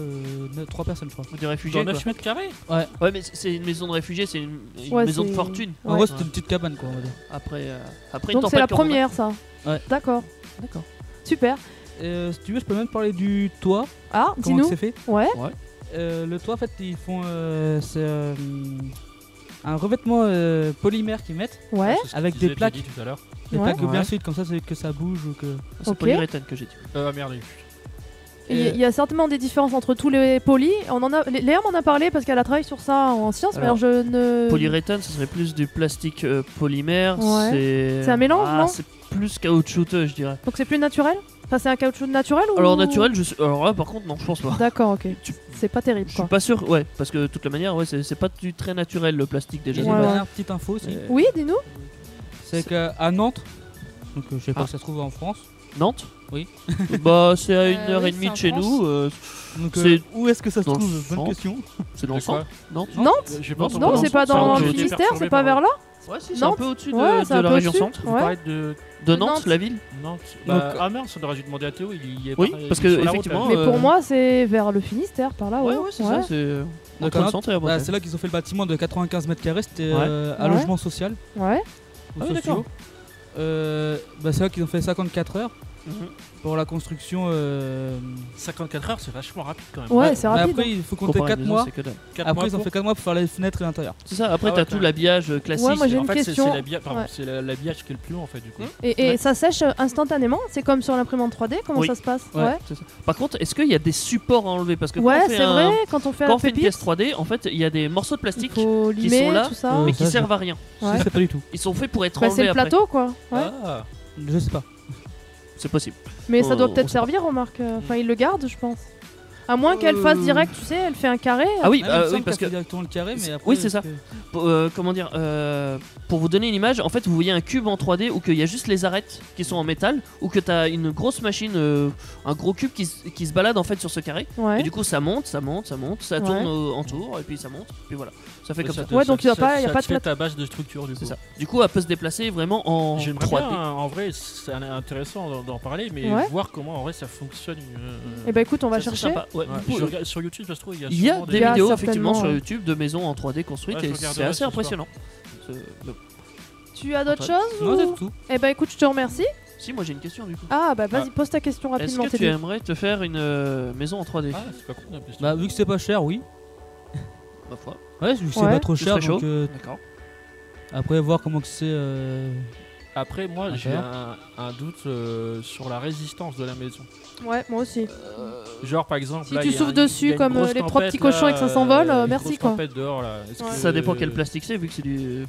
Speaker 7: 3 personnes, je crois.
Speaker 4: Des réfugiés.
Speaker 5: Dans 9 mètres carrés
Speaker 4: quoi. Ouais, mais c- c'est une maison de réfugiés, c'est une, une
Speaker 3: Ouais,
Speaker 4: maison de
Speaker 3: c'est-
Speaker 4: fortune.
Speaker 7: En
Speaker 3: Ouais.
Speaker 7: gros, c'était une petite cabane quoi, on va dire.
Speaker 4: Après, euh, après une
Speaker 3: Donc c'est
Speaker 4: tempête
Speaker 3: la
Speaker 4: comme on a-
Speaker 3: première, ça.
Speaker 7: Ouais.
Speaker 3: D'accord.
Speaker 4: D'accord.
Speaker 3: Super.
Speaker 7: Euh, si tu veux, je peux même parler du toit,
Speaker 3: Ah,
Speaker 7: comment
Speaker 3: dis-nous.
Speaker 7: c'est fait.
Speaker 3: Ouais.
Speaker 7: Euh, le toit, en fait, ils font euh, c'est, euh, un revêtement euh, polymère qu'ils mettent.
Speaker 3: Ouais.
Speaker 5: C'est ce que
Speaker 7: Avec
Speaker 5: disait
Speaker 7: des plaques.
Speaker 5: Teddy tout à l'heure.
Speaker 7: Les
Speaker 3: Ouais.
Speaker 7: plaques
Speaker 4: Ouais.
Speaker 7: bien solides, comme ça, c'est que ça bouge ou que.
Speaker 4: C'est
Speaker 3: Ok.
Speaker 4: polyuréthane que j'ai dit.
Speaker 5: Euh, merde.
Speaker 3: Il y, il y a certainement des différences entre tous les polis. On en a, Léa m'en a parlé parce qu'elle a travaillé sur ça en sciences, mais alors
Speaker 4: Alors,
Speaker 3: je ne.
Speaker 4: Polyuréthane, ce serait plus du plastique euh, polymère.
Speaker 3: Euh. Ouais.
Speaker 4: C'est
Speaker 3: C'est un mélange,
Speaker 4: Ah,
Speaker 3: non
Speaker 4: C'est plus caoutchouteux, je dirais.
Speaker 3: Donc c'est plus naturel Enfin, c'est un caoutchouc naturel ou
Speaker 4: Alors naturel, je suis... alors là, par contre, non, je pense pas.
Speaker 3: D'accord, ok.
Speaker 4: Tu-
Speaker 3: C'est pas terrible
Speaker 4: Je suis
Speaker 3: quoi.
Speaker 4: pas sûr, ouais, parce que de toute la manière, ouais, c'est c'est pas du très naturel le plastique
Speaker 7: J'ai
Speaker 4: déjà.
Speaker 7: une
Speaker 3: Ouais,
Speaker 7: dernière petite info aussi.
Speaker 4: Euh,
Speaker 3: Oui, dis-nous.
Speaker 7: C'est qu'à Nantes, donc euh, je sais pas
Speaker 4: Ah.
Speaker 7: si ça se trouve en France.
Speaker 4: Nantes
Speaker 7: Oui.
Speaker 4: Bah, c'est à une
Speaker 6: Euh,
Speaker 4: heure
Speaker 6: oui,
Speaker 4: et demie
Speaker 6: c'est en
Speaker 4: de chez
Speaker 6: France.
Speaker 4: nous. euh,
Speaker 7: Donc,
Speaker 4: C'est
Speaker 7: euh, où est-ce que ça se
Speaker 4: dans le
Speaker 7: trouve Bonne
Speaker 4: centre.
Speaker 7: question.
Speaker 4: c'est dans le centre Nantes
Speaker 7: Non,
Speaker 3: Nantes
Speaker 5: J'ai
Speaker 4: Non,
Speaker 5: pas
Speaker 3: Non, c'est pas
Speaker 5: entendu.
Speaker 3: dans
Speaker 5: J'ai
Speaker 3: le
Speaker 5: été
Speaker 3: Finistère,
Speaker 5: perturbé
Speaker 3: c'est
Speaker 5: par
Speaker 3: pas
Speaker 5: le-
Speaker 3: vers là
Speaker 4: Ouais, si, c'est un
Speaker 3: Nantes
Speaker 4: peu au-dessus de,
Speaker 3: Ouais, c'est
Speaker 4: de
Speaker 3: un
Speaker 4: la
Speaker 3: peu
Speaker 4: région
Speaker 3: au-dessus.
Speaker 4: centre.
Speaker 5: Vous
Speaker 3: Ouais.
Speaker 5: parlez de
Speaker 4: De Nantes,
Speaker 3: Nantes.
Speaker 4: la ville
Speaker 5: Nantes. Bah,
Speaker 7: Donc-
Speaker 5: ah mince, on aurait dû demander à Théo, il y est
Speaker 4: Oui,
Speaker 5: pas-
Speaker 4: parce
Speaker 5: il est
Speaker 4: que,
Speaker 5: sur la route, hein.
Speaker 4: effectivement,
Speaker 5: là.
Speaker 3: Mais
Speaker 4: euh,
Speaker 3: pour moi, c'est vers le Finistère, par là.
Speaker 4: Ouais, ouais, c'est ça, c'est
Speaker 7: Donc,
Speaker 4: entre le
Speaker 7: Nantes,
Speaker 4: centre et la
Speaker 7: Bah,
Speaker 4: Bretagne.
Speaker 7: c'est là qu'ils ont fait le bâtiment de 95 mètres carrés, c'était
Speaker 4: Ouais.
Speaker 7: euh, un
Speaker 3: Ouais.
Speaker 7: logement social.
Speaker 3: Ouais.
Speaker 7: ou
Speaker 4: Ah oui,
Speaker 7: sociaux.
Speaker 4: d'accord.
Speaker 7: Euh, bah, c'est là qu'ils ont fait 54 heures
Speaker 4: Mhm.
Speaker 7: pour la construction. euh,
Speaker 5: 54 heures, c'est vachement rapide quand même.
Speaker 3: Ouais, c'est
Speaker 7: mais
Speaker 3: rapide.
Speaker 7: après, il faut compter
Speaker 4: Comparé à
Speaker 7: 4
Speaker 4: la maison,
Speaker 7: mois.
Speaker 4: c'est que dalle.
Speaker 5: Quatre
Speaker 7: Après,
Speaker 5: mois
Speaker 7: ils ont
Speaker 5: pour-
Speaker 7: fait 4 mois pour faire les fenêtres et l'intérieur.
Speaker 4: C'est ça, après,
Speaker 5: Ah ouais,
Speaker 4: t'as
Speaker 5: quand
Speaker 4: tout
Speaker 5: même.
Speaker 4: l'habillage euh, classique.
Speaker 3: Ouais, moi, j'ai
Speaker 5: En
Speaker 3: une
Speaker 5: fait, c'est-
Speaker 3: question.
Speaker 5: c'est l'habilla- pardon,
Speaker 3: Ouais.
Speaker 5: C'est la- l'habillage qui est le plus long en fait du coup.
Speaker 4: Hmm.
Speaker 3: Et, et
Speaker 4: Ouais.
Speaker 3: ça sèche euh, instantanément C'est comme sur l'imprimante 3D Comment
Speaker 4: Oui.
Speaker 3: ça se passe
Speaker 7: Ouais.
Speaker 3: Ouais,
Speaker 4: C'est ça. Par contre, est-ce qu'il y a des supports à enlever Parce que
Speaker 3: Ouais,
Speaker 4: quand on fait,
Speaker 3: c'est
Speaker 4: un-
Speaker 3: vrai, quand on fait
Speaker 4: quand
Speaker 3: un
Speaker 4: on fait une
Speaker 3: pépite,
Speaker 4: pièce 3D, en fait, il y a des morceaux de
Speaker 3: il
Speaker 4: plastique
Speaker 3: faut
Speaker 4: qui
Speaker 3: limer,
Speaker 4: sont là,
Speaker 3: tout ça.
Speaker 4: mais
Speaker 7: euh,
Speaker 4: qui
Speaker 7: ça,
Speaker 4: servent à rien.
Speaker 3: Ouais.
Speaker 7: Je sais pas du tout.
Speaker 4: Ils sont faits pour être
Speaker 3: Bah, c'est
Speaker 4: enlevés
Speaker 3: le
Speaker 4: après.
Speaker 3: plateau quoi. Ouais.
Speaker 5: Ah.
Speaker 7: Je sais pas.
Speaker 4: C'est possible.
Speaker 3: Mais ça
Speaker 4: Oh,
Speaker 3: doit
Speaker 4: on
Speaker 3: peut-être
Speaker 4: sait pas.
Speaker 3: servir, remarque. euh, Enfin, il le garde, je pense. À moins qu'elle fasse
Speaker 7: Euh.
Speaker 3: direct, tu sais, elle fait un carré.
Speaker 4: Ah oui,
Speaker 7: Ah, mais il me
Speaker 4: euh, oui
Speaker 7: semble
Speaker 4: parce
Speaker 7: qu'elle
Speaker 4: que
Speaker 7: fait directement le carré, mais
Speaker 4: c'est-
Speaker 7: après,
Speaker 4: oui, c'est ça.
Speaker 7: parce que-
Speaker 4: Pour, euh, comment dire euh, Pour vous donner une image, en fait, vous voyez un cube en 3D où qu'il y a juste les arêtes qui sont en métal, ou que t'as une grosse machine, euh, un gros cube qui, se- qui se balade en fait sur ce carré. Et
Speaker 3: Ouais.
Speaker 4: du coup, ça monte, ça monte, ça monte, ça
Speaker 3: Ouais.
Speaker 4: tourne euh, en tour, et puis ça monte, puis voilà. Ça fait comme ça.
Speaker 5: te-
Speaker 3: Ouais, donc il y a
Speaker 5: te-
Speaker 3: pas- il y a
Speaker 5: ça
Speaker 3: pas
Speaker 5: te
Speaker 3: de
Speaker 5: fait ta base de structure du coup.
Speaker 4: C'est ça. Du coup, elle peut se déplacer vraiment en
Speaker 5: J'aimerais
Speaker 4: 3D.
Speaker 5: bien, hein, en vrai, c'est intéressant d'en- d'en parler, mais
Speaker 3: Ouais.
Speaker 5: voir comment en vrai ça fonctionne. euh, ah,
Speaker 3: Et bah écoute, on va
Speaker 4: Ça, c'est
Speaker 3: chercher.
Speaker 4: sympa. Ouais,
Speaker 5: ouais,
Speaker 4: vous pouvez-
Speaker 5: je regarde- sur YouTube, ça se trouve, il y a,
Speaker 4: Il y a
Speaker 5: sûrement
Speaker 4: des
Speaker 3: Il y a
Speaker 4: vidéos
Speaker 3: certainement,
Speaker 4: effectivement sur
Speaker 3: ouais.
Speaker 4: YouTube de maisons en 3D construites
Speaker 5: Ouais, je
Speaker 4: et
Speaker 5: regarderai
Speaker 4: c'est assez
Speaker 5: ce
Speaker 4: impressionnant. C'est- mais-
Speaker 3: Tu as d'autres choses
Speaker 7: Non,
Speaker 3: ou...
Speaker 7: c'est tout.
Speaker 3: Eh bah écoute, je te remercie.
Speaker 4: Si, moi j'ai une question du coup.
Speaker 3: Ah bah vas-y, pose ta question
Speaker 4: Est-ce
Speaker 3: rapidement.
Speaker 4: que tu
Speaker 3: Teddy.
Speaker 4: aimerais te faire une euh, maison en 3D
Speaker 5: Ah, c'est pas con, en plus.
Speaker 7: Bah, vu que c'est pas cher, oui.
Speaker 4: Ma foi.
Speaker 7: Ouais, vu que c'est
Speaker 3: Ouais.
Speaker 7: pas trop
Speaker 4: Ce
Speaker 7: cher,
Speaker 4: serait
Speaker 7: donc
Speaker 4: chaud.
Speaker 7: euh,
Speaker 4: D'accord.
Speaker 7: après, voir comment que c'est. euh,
Speaker 5: Après, moi,
Speaker 7: Ah,
Speaker 5: j'ai
Speaker 7: d'accord.
Speaker 5: un, un doute euh, sur la résistance de la maison.
Speaker 3: Ouais, moi aussi.
Speaker 5: Genre, par exemple,
Speaker 3: Si
Speaker 5: là,
Speaker 3: tu
Speaker 5: il y a
Speaker 3: souffles
Speaker 5: une-
Speaker 3: dessus
Speaker 5: il y a une
Speaker 3: comme, euh,
Speaker 5: grosse
Speaker 3: les trois
Speaker 5: tempête,
Speaker 3: petits cochons
Speaker 5: là,
Speaker 3: et que ça s'envole, euh,
Speaker 5: une grosse
Speaker 3: merci, quoi.
Speaker 5: tempête dehors, là. Est-ce
Speaker 3: Ouais.
Speaker 5: que-
Speaker 4: Ça dépend quel plastique c'est, vu que c'est du. euh,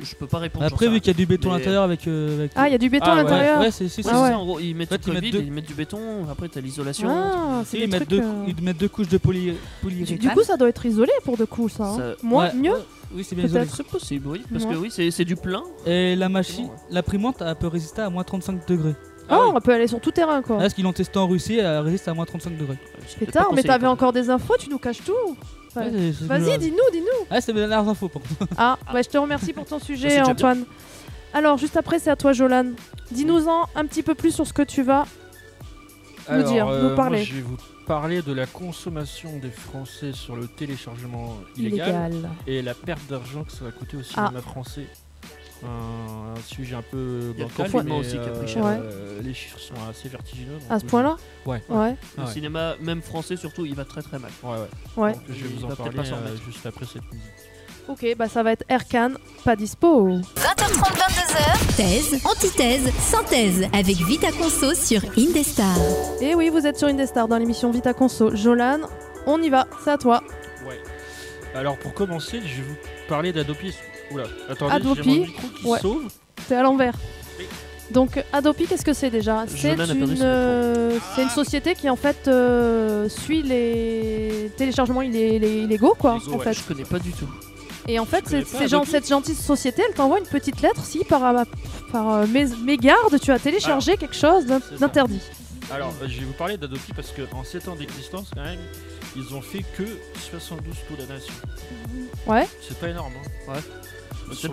Speaker 4: Je peux pas répondre.
Speaker 7: Euh, Après,
Speaker 4: j'en sais
Speaker 7: vu qu'il y a du béton
Speaker 4: Mais-
Speaker 7: à l'intérieur avec. euh, avec-
Speaker 3: Ah, il y a du béton
Speaker 5: Ah,
Speaker 3: à
Speaker 5: ouais.
Speaker 3: l'intérieur.
Speaker 7: Ouais, c'est c'est-
Speaker 4: rien.
Speaker 3: Ah
Speaker 4: Ouais,
Speaker 7: c'est-
Speaker 4: c'est
Speaker 3: ouais.
Speaker 4: ça, en gros, ils mettent
Speaker 7: En fait,
Speaker 4: le
Speaker 7: ils mettent
Speaker 4: Covid,
Speaker 7: deux-
Speaker 4: et ils mettent du béton, après t'as l'isolation.
Speaker 3: Ah,
Speaker 7: Si,
Speaker 3: c'est
Speaker 7: ils,
Speaker 3: des
Speaker 7: mettent
Speaker 3: trucs.
Speaker 7: deux,
Speaker 3: euh,
Speaker 7: ils mettent deux couches de poly,
Speaker 3: Du,
Speaker 7: polyuréthane.
Speaker 3: du coup, ça doit être isolé pour de coup, ça. hein.
Speaker 4: Ça-
Speaker 3: Moi,
Speaker 7: Ouais.
Speaker 3: mieux.
Speaker 7: Ouais. Oui, c'est bien isolé.
Speaker 3: peut-être.
Speaker 4: C'est possible, oui, parce
Speaker 3: Ouais.
Speaker 4: que oui, c'est c'est du plein.
Speaker 7: Et la machine,
Speaker 4: C'est bon,
Speaker 7: l'imprimante, elle peut résister à moins 35 degrés.
Speaker 3: Ah, on peut aller sur tout terrain, quoi.
Speaker 7: Là, ce qu'ils l'ont testé en Russie, elle résiste à moins 35 degrés.
Speaker 4: C'est peut-être pas
Speaker 3: Pétard, mais
Speaker 4: conseillé,
Speaker 3: t'avais
Speaker 4: quoi.
Speaker 3: encore des infos, tu nous caches tout. Ouais.
Speaker 7: Ouais, c'est- c'est
Speaker 3: Vas-y,
Speaker 7: génial.
Speaker 3: dis-nous, dis-nous.
Speaker 7: Ah, c'est mes dernières infos, par contre.
Speaker 3: Ah, bah, je te remercie pour ton
Speaker 4: c'est
Speaker 3: sujet,
Speaker 4: déjà
Speaker 3: Antoine. Alors, juste après, c'est à toi, Jolan. Dis-nous-en un petit peu plus sur ce que tu vas. nous dire, nous
Speaker 5: euh, moi,
Speaker 3: parler.
Speaker 5: je vais vous parler de la consommation des Français sur le téléchargement illégal, et la perte d'argent que ça va coûter au cinéma
Speaker 3: Ah.
Speaker 5: français. Un, un sujet un peu
Speaker 4: Il y a le
Speaker 5: bancal,
Speaker 4: confinement
Speaker 5: mais,
Speaker 4: aussi qui a pris
Speaker 5: euh,
Speaker 4: cher.
Speaker 5: euh, Les chiffres sont assez vertigineux. donc,
Speaker 3: À ce
Speaker 5: euh,
Speaker 3: point-là
Speaker 5: Ouais.
Speaker 3: Ouais.
Speaker 4: Le
Speaker 5: Ah ouais.
Speaker 4: cinéma, même français surtout, il va très très mal.
Speaker 5: Ouais, ouais.
Speaker 3: Ouais.
Speaker 5: Donc, je vais
Speaker 4: Il
Speaker 5: vous
Speaker 4: va
Speaker 5: en
Speaker 4: peut-être
Speaker 5: parler
Speaker 4: pas s'en
Speaker 5: euh,
Speaker 4: remettre.
Speaker 5: juste après cette musique.
Speaker 3: Ok, bah ça va être Erkan, pas dispo.
Speaker 2: 20h30, 22h. Thèse, antithèse, synthèse avec Vita Conso sur Indestar.
Speaker 3: Et oui, vous êtes sur Indestar dans l'émission Vita Conso. Jolan, on y va, c'est à toi.
Speaker 5: Ouais. Alors pour commencer, je vais vous parler d'Adopi. Oula, attendez,
Speaker 3: Adopi,
Speaker 5: j'ai mon micro qui
Speaker 3: ouais.
Speaker 5: sauve.
Speaker 3: C'est à l'envers.
Speaker 5: Oui.
Speaker 3: Donc Adopi, qu'est-ce que c'est déjà C'est
Speaker 4: Jolan a perdu
Speaker 3: une,
Speaker 4: son
Speaker 3: euh, c'est
Speaker 5: Ah.
Speaker 3: une société qui en fait euh, suit les téléchargements illé- les- illégaux quoi.
Speaker 5: Illégaux,
Speaker 3: en
Speaker 5: ouais.
Speaker 3: fait.
Speaker 4: Je connais pas du tout.
Speaker 3: Et en fait,
Speaker 5: connais
Speaker 3: c'est-
Speaker 5: pas
Speaker 3: ces gens-
Speaker 5: Adopi
Speaker 3: cette gentille société, elle t'envoie une petite lettre si par, euh, par euh, mes- mégarde tu as téléchargé quelque chose d'in-
Speaker 5: Ah. c'est ça.
Speaker 3: d'interdit.
Speaker 5: Alors, euh, je vais vous parler d'Adopi parce que en 7 ans d'existence, quand même, ils ont fait que 72 condamnations.
Speaker 3: Ouais.
Speaker 5: C'est pas énorme. Hein.
Speaker 4: Ouais.
Speaker 5: Sur